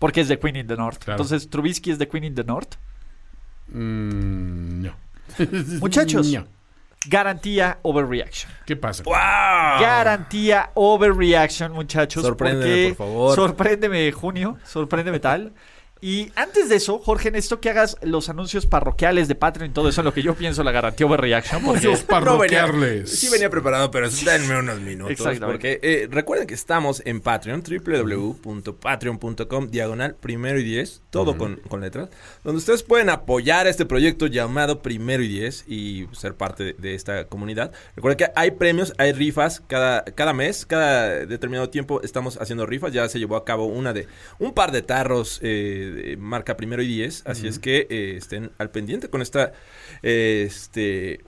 Speaker 3: Porque es de Queen in the North.
Speaker 4: Claro.
Speaker 3: Entonces, Trubisky es de Queen in the North.
Speaker 4: Mm, no.
Speaker 3: Muchachos.
Speaker 4: No.
Speaker 3: Garantía overreaction.
Speaker 4: ¿Qué pasa?
Speaker 3: Ah. Garantía overreaction, muchachos.
Speaker 2: Sorpréndeme,
Speaker 3: porque-
Speaker 2: por favor.
Speaker 3: Sorpréndeme, junio. Sorpréndeme, tal. Y antes de eso, Jorge, necesito que hagas los anuncios parroquiales de Patreon y todo eso en lo que yo pienso la garantía overreaction. Porque
Speaker 4: Anuncios parroquiarles.
Speaker 2: sí venía preparado, pero denme unos minutos.
Speaker 3: Exactamente.
Speaker 2: Porque eh, recuerden que estamos en Patreon, www.patreon.com, diagonal, primero y diez, todo con, con letras, donde ustedes pueden apoyar este proyecto llamado Primero y Diez y ser parte de, de esta comunidad. Recuerden que hay premios, hay rifas cada, cada mes, cada determinado tiempo estamos haciendo rifas. Ya se llevó a cabo una de un par de tarros eh, de marca Primero y Diez, así es que eh, estén al pendiente con esta... eh, este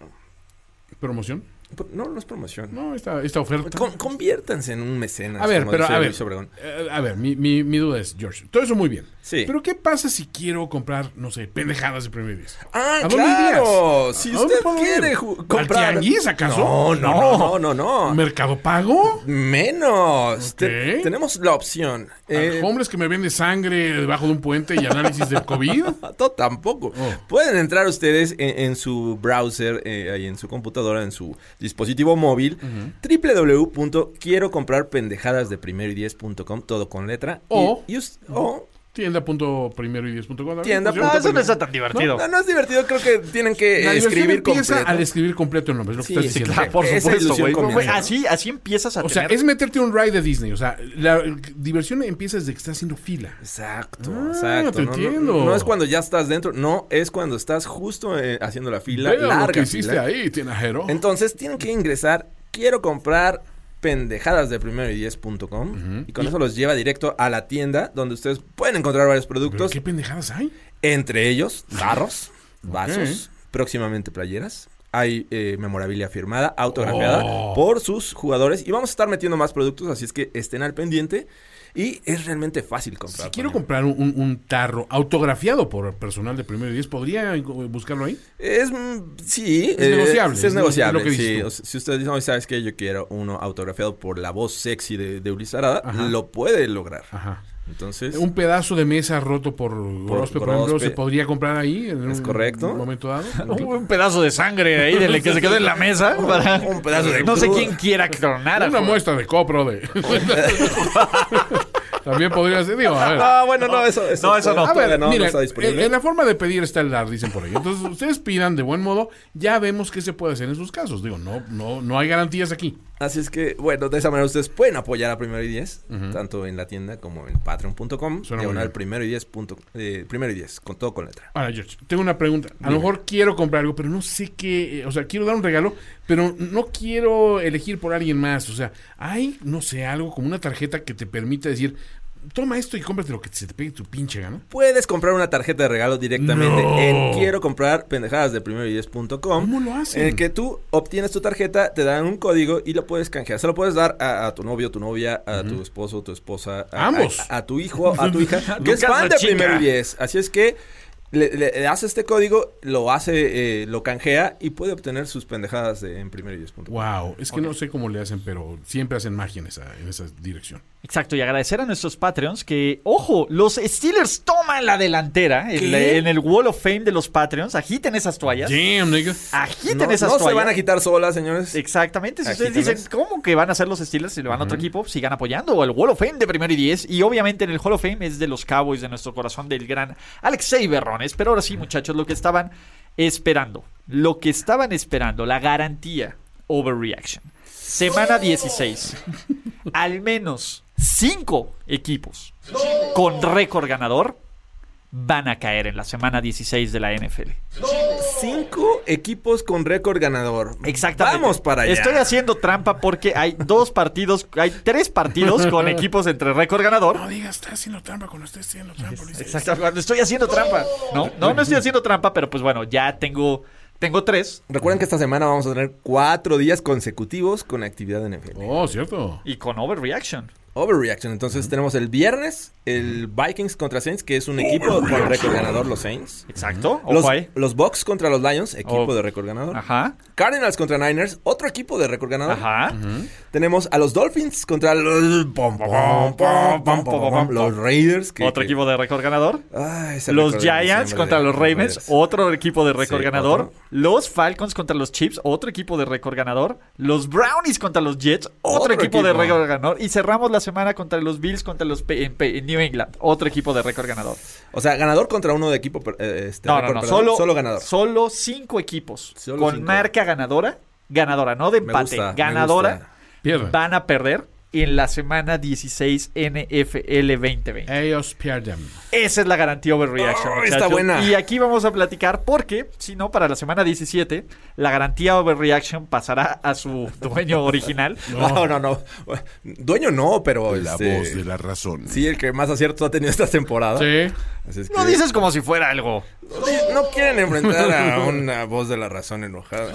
Speaker 4: ¿Promoción?
Speaker 2: Pro- Pues, No, no es promoción.
Speaker 4: No, esta, esta oferta.
Speaker 2: Con- conviértanse en un mecenas.
Speaker 4: A ver,
Speaker 2: como
Speaker 4: pero
Speaker 2: decía
Speaker 4: a ver.
Speaker 2: Luis Obregón.
Speaker 4: eh, a ver, mi, mi, mi duda es, George. Todo eso muy bien.
Speaker 2: Sí.
Speaker 4: Pero ¿qué pasa si quiero comprar, no sé, pendejadas de Premier League?
Speaker 2: Ah,
Speaker 4: ¿A dónde
Speaker 2: claro.
Speaker 4: irías?
Speaker 2: Si
Speaker 4: ¿A dónde
Speaker 2: usted
Speaker 4: puedo
Speaker 2: quiere
Speaker 4: ir?
Speaker 2: ju-
Speaker 4: ¿Al
Speaker 2: comprar.
Speaker 4: tianguis, acaso?
Speaker 2: No, no, no, no, no.
Speaker 4: ¿Mercado Pago?
Speaker 2: Menos.
Speaker 4: Ok.
Speaker 2: Te- tenemos la opción. Eh,
Speaker 4: ¿Al homeless que me vende sangre debajo de un puente y análisis del COVID?
Speaker 2: to- tampoco.
Speaker 4: Oh.
Speaker 2: Pueden entrar ustedes en, en su browser, eh, ahí en su computadora, en su dispositivo móvil, www.quierocomprarpendejadasdeprimero10.com, todo con letra.
Speaker 4: O-
Speaker 2: y, y us- o
Speaker 4: Tienda.primero y 10.com.
Speaker 2: Tienda
Speaker 3: No, eso no está tan divertido.
Speaker 2: No, no es divertido, creo que tienen que
Speaker 4: La diversión
Speaker 2: escribir
Speaker 4: empieza
Speaker 2: completo.
Speaker 4: al escribir completo el nombre, es lo que
Speaker 2: Sí,
Speaker 4: estás
Speaker 2: sí,
Speaker 4: diciendo.
Speaker 2: claro.
Speaker 3: Por
Speaker 2: Esa
Speaker 3: supuesto,
Speaker 2: ilusión
Speaker 3: güey.
Speaker 2: comienza.
Speaker 3: Así, así empiezas a
Speaker 4: O sea,
Speaker 3: tener-
Speaker 4: es meterte un ride de Disney. O sea, la eh, diversión empieza desde que estás haciendo fila.
Speaker 2: Exacto,
Speaker 4: Ah,
Speaker 2: exacto.
Speaker 4: te
Speaker 2: no, no,
Speaker 4: entiendo.
Speaker 2: no es cuando ya estás dentro, no, es cuando estás justo eh, haciendo la fila
Speaker 4: Veo
Speaker 2: larga.
Speaker 4: lo que hiciste
Speaker 2: fila.
Speaker 4: ahí, tinajero.
Speaker 2: Entonces tienen que ingresar, quiero comprar pendejadas de primero y 10.com y con eso los lleva directo a la tienda donde ustedes pueden encontrar varios
Speaker 4: ¿Pero
Speaker 2: productos,
Speaker 4: ¿Qué pendejadas hay?
Speaker 2: entre ellos tarros, vasos, próximamente playeras. Hay eh, memorabilia firmada, autografiada
Speaker 4: Oh.
Speaker 2: por sus jugadores y vamos a estar metiendo más productos, así es que estén al pendiente y es realmente fácil comprar.
Speaker 4: Si quiero
Speaker 2: también.
Speaker 4: comprar un, un- un tarro autografiado por personal de primero y diez, ¿podría eh, buscarlo ahí?
Speaker 2: Es, mm, sí,
Speaker 4: Es negociable,
Speaker 2: sí
Speaker 4: es
Speaker 2: es negociable.
Speaker 4: lo que dices
Speaker 2: sí.
Speaker 4: tú.
Speaker 2: O sea, si usted dice, "Oye, ¿sabes qué? Yo quiero uno autografiado por la voz sexy de, de Ulises Arada,
Speaker 4: Ajá.
Speaker 2: lo puede lograr.
Speaker 4: Ajá.
Speaker 2: Entonces,
Speaker 4: Un pedazo de mesa roto por Grospe, por ejemplo,
Speaker 2: Grospe.
Speaker 4: ¿se podría comprar ahí en
Speaker 2: Es
Speaker 4: un
Speaker 2: correcto.
Speaker 4: momento dado?
Speaker 3: un pedazo de sangre ahí del que se quedó en la mesa. para-
Speaker 2: un pedazo de
Speaker 3: No sé
Speaker 2: cruda.
Speaker 3: quién quiera clonar. a
Speaker 4: Una
Speaker 3: Jorge.
Speaker 4: muestra de copro de... También podría ser, digo, a ver.
Speaker 2: Ah, bueno, no, eso, eso,
Speaker 3: No, eso no.
Speaker 2: todavía
Speaker 4: A ver,
Speaker 2: no, no
Speaker 4: mira,
Speaker 2: está
Speaker 4: en-
Speaker 2: disponible.
Speaker 4: en la forma de pedir está el dar, dicen por ahí. Entonces, ustedes pidan de buen modo, ya vemos qué se puede hacer en sus casos. Digo, no, no, no hay garantías aquí.
Speaker 2: Así es que, bueno, de esa manera ustedes pueden apoyar a Primero y Diez, tanto en la tienda como en patreon.com,
Speaker 4: Suena muy
Speaker 2: diagonal
Speaker 4: bien.
Speaker 2: primero y diez, punto, eh, primero y diez, con todo con letra.
Speaker 4: Ahora, George, tengo una pregunta. A lo mejor quiero comprar algo, pero no sé qué. eh, O sea, quiero dar un regalo, pero no quiero elegir por alguien más. O sea, hay, no sé, algo como una tarjeta que te permita decir, toma esto y cómprate lo que se te pegue tu pinche gana.
Speaker 2: Puedes comprar una tarjeta de regalo directamente
Speaker 4: No.
Speaker 2: en quiero comprar pendejadas de primero y diez punto com.
Speaker 4: ¿Cómo lo hacen?
Speaker 2: En el que tú obtienes tu tarjeta, te dan un código y lo puedes canjear. Se lo puedes dar a, a tu novio, tu novia, a tu esposo, tu esposa, a,
Speaker 4: Ambos.
Speaker 2: a, a tu hijo, a tu hija, que es
Speaker 3: Nunca
Speaker 2: fan
Speaker 3: lo
Speaker 2: de
Speaker 3: chinga.
Speaker 2: primero y diez. Así es que le, le- le hace este código, lo hace, eh, lo canjea y puede obtener sus pendejadas de- en primero y diez punto com.
Speaker 4: Wow, es que no sé cómo le hacen, pero siempre hacen magia en esa, en esa dirección.
Speaker 3: Exacto, y agradecer a nuestros Patreons que, ojo, los Steelers toman la delantera en, la- en el Wall of Fame de los Patreons. Agiten esas toallas.
Speaker 4: Damn, nigga.
Speaker 3: Agiten
Speaker 2: No,
Speaker 3: esas
Speaker 2: no
Speaker 3: toallas.
Speaker 2: se van a quitar solas, señores.
Speaker 3: Exactamente, si ustedes
Speaker 2: Agítenlas.
Speaker 3: dicen, ¿cómo que van a ser los Steelers si le van a otro equipo? Sigan apoyando al Wall of Fame de primero y diez. Y obviamente en el Hall of Fame es de los Cowboys de nuestro corazón, del gran Alexei Berrones. Pero ahora sí, muchachos, lo que estaban esperando, lo que estaban esperando, la garantía overreaction. Semana 16. Al menos cinco equipos con récord ganador van a caer en la semana 16 de la NFL.
Speaker 2: Cinco equipos con récord ganador.
Speaker 3: Exactamente.
Speaker 2: Vamos para allá.
Speaker 3: Estoy haciendo trampa porque hay dos partidos, hay tres partidos con equipos entre récord ganador.
Speaker 4: No digas, estás haciendo trampa cuando estés haciendo trampa, Luis.
Speaker 3: Exactamente. Estoy haciendo trampa. No, no, no estoy haciendo trampa, pero pues bueno, ya tengo, tengo tres.
Speaker 2: Recuerden que esta semana vamos a tener cuatro días consecutivos con actividad en NFL.
Speaker 4: Oh, cierto.
Speaker 3: Y con overreaction.
Speaker 2: Overreaction. Entonces tenemos el viernes el Vikings contra Saints, que es un equipo con récord ganador, los Saints.
Speaker 3: Exacto.
Speaker 2: Los,
Speaker 3: Ojo ahí.
Speaker 2: los Bucks contra los Lions, equipo
Speaker 3: Oh.
Speaker 2: de récord ganador.
Speaker 3: Ajá.
Speaker 2: Cardinals contra Niners, otro equipo de récord ganador.
Speaker 3: Ajá.
Speaker 2: Tenemos a los Dolphins contra los, pom, pom, pom, pom, pom, pom, los Raiders. que-
Speaker 3: Otro
Speaker 2: que-
Speaker 3: equipo de récord ganador.
Speaker 2: Ay, ese
Speaker 3: Los
Speaker 2: récord de-
Speaker 3: Giants
Speaker 2: siempre
Speaker 3: contra
Speaker 2: de-
Speaker 3: los Ravens, otro equipo de récord
Speaker 2: Sí,
Speaker 3: ganador.
Speaker 2: otro.
Speaker 3: Los Falcons contra los Chiefs, otro equipo de récord ganador. Los Brownies contra los Jets, otro,
Speaker 2: Otro
Speaker 3: equipo, de
Speaker 2: equipo.
Speaker 3: récord ganador. Y cerramos la semana contra los Bills, contra los P- en P- en New England, otro equipo de récord ganador.
Speaker 2: O sea, ganador contra uno de equipo. pero, eh, este,
Speaker 3: No, no,
Speaker 2: récord
Speaker 3: no,
Speaker 2: perdedor,
Speaker 3: solo,
Speaker 2: solo ganador.
Speaker 3: Solo cinco equipos
Speaker 2: Solo
Speaker 3: con
Speaker 2: cinco.
Speaker 3: marca ganadora, ganadora, no de
Speaker 2: Me
Speaker 3: empate,
Speaker 2: gusta, me
Speaker 3: ganadora,
Speaker 2: gusta.
Speaker 4: Pierden.
Speaker 3: van a perder. En la semana 16 NFL 2020.
Speaker 4: Ellos pierden.
Speaker 3: Esa es la garantía overreaction.
Speaker 2: Oh,
Speaker 3: muchachos.
Speaker 2: está buena.
Speaker 3: Y aquí vamos a platicar porque, si no, para la semana 17, la garantía overreaction pasará a su dueño original.
Speaker 2: No, no, no. Dueño no, pero.
Speaker 1: La
Speaker 2: este,
Speaker 1: voz de la razón.
Speaker 2: Sí, el que más aciertos ha tenido esta temporada.
Speaker 4: Sí.
Speaker 2: Así es que-
Speaker 3: No dices como si fuera algo.
Speaker 2: No quieren enfrentar a una voz de la razón enojada.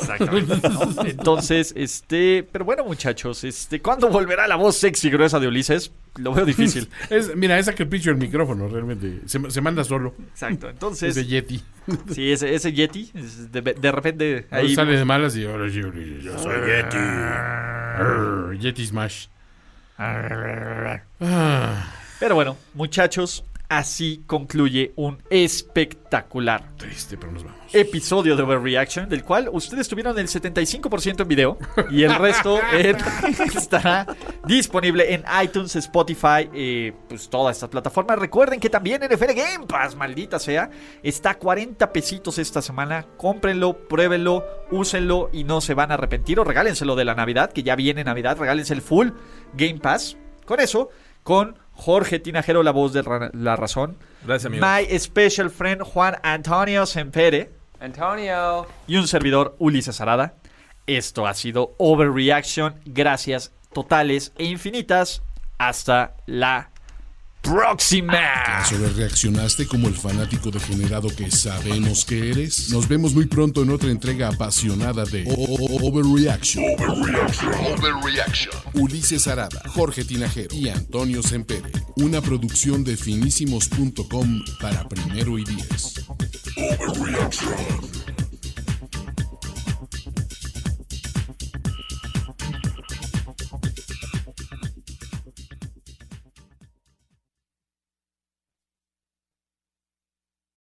Speaker 3: Exactamente. Entonces, este. Pero bueno, muchachos, este, ¿cuándo volverá la voz sexy y gruesa de Ulises? Lo veo difícil.
Speaker 4: Es, mira, esa que picho el micrófono, realmente. Se, se manda solo.
Speaker 3: Exacto. Entonces,
Speaker 4: Es de Yeti.
Speaker 3: sí, ese, ese Yeti, es de, de repente ahí.
Speaker 4: Sale de malas y ahora sí, yo soy Yeti. Arr, Yeti Smash.
Speaker 3: Pero bueno, muchachos, así concluye un espectacular
Speaker 4: Triste, pero nos vamos.
Speaker 3: episodio de Overreaction, del cual ustedes tuvieron el 75% en video y el resto en- estará disponible en iTunes, Spotify, eh, pues todas estas plataformas. Recuerden que también NFL Game Pass, maldita sea, está a 40 pesitos esta semana. Cómprenlo, pruébenlo, úsenlo y no se van a arrepentir. O regálenselo de la Navidad, que ya viene Navidad, regálense el full Game Pass. Con eso, con Jorge Tinajero, la voz de ra- la razón.
Speaker 2: Gracias, amigo.
Speaker 3: My special friend Juan Antonio Sempere. Antonio. Y un servidor Ulises Arada. Esto ha sido Overreaction. Gracias totales e infinitas. Hasta la próxima.
Speaker 1: ¿Sobre reaccionaste como el fanático degenerado que sabemos que eres? Nos vemos muy pronto en otra entrega apasionada de O- O- O- Overreaction. Ulises Arada, Jorge Tinajero y Antonio Sempere. Una producción de finísimos.com para primero y diez.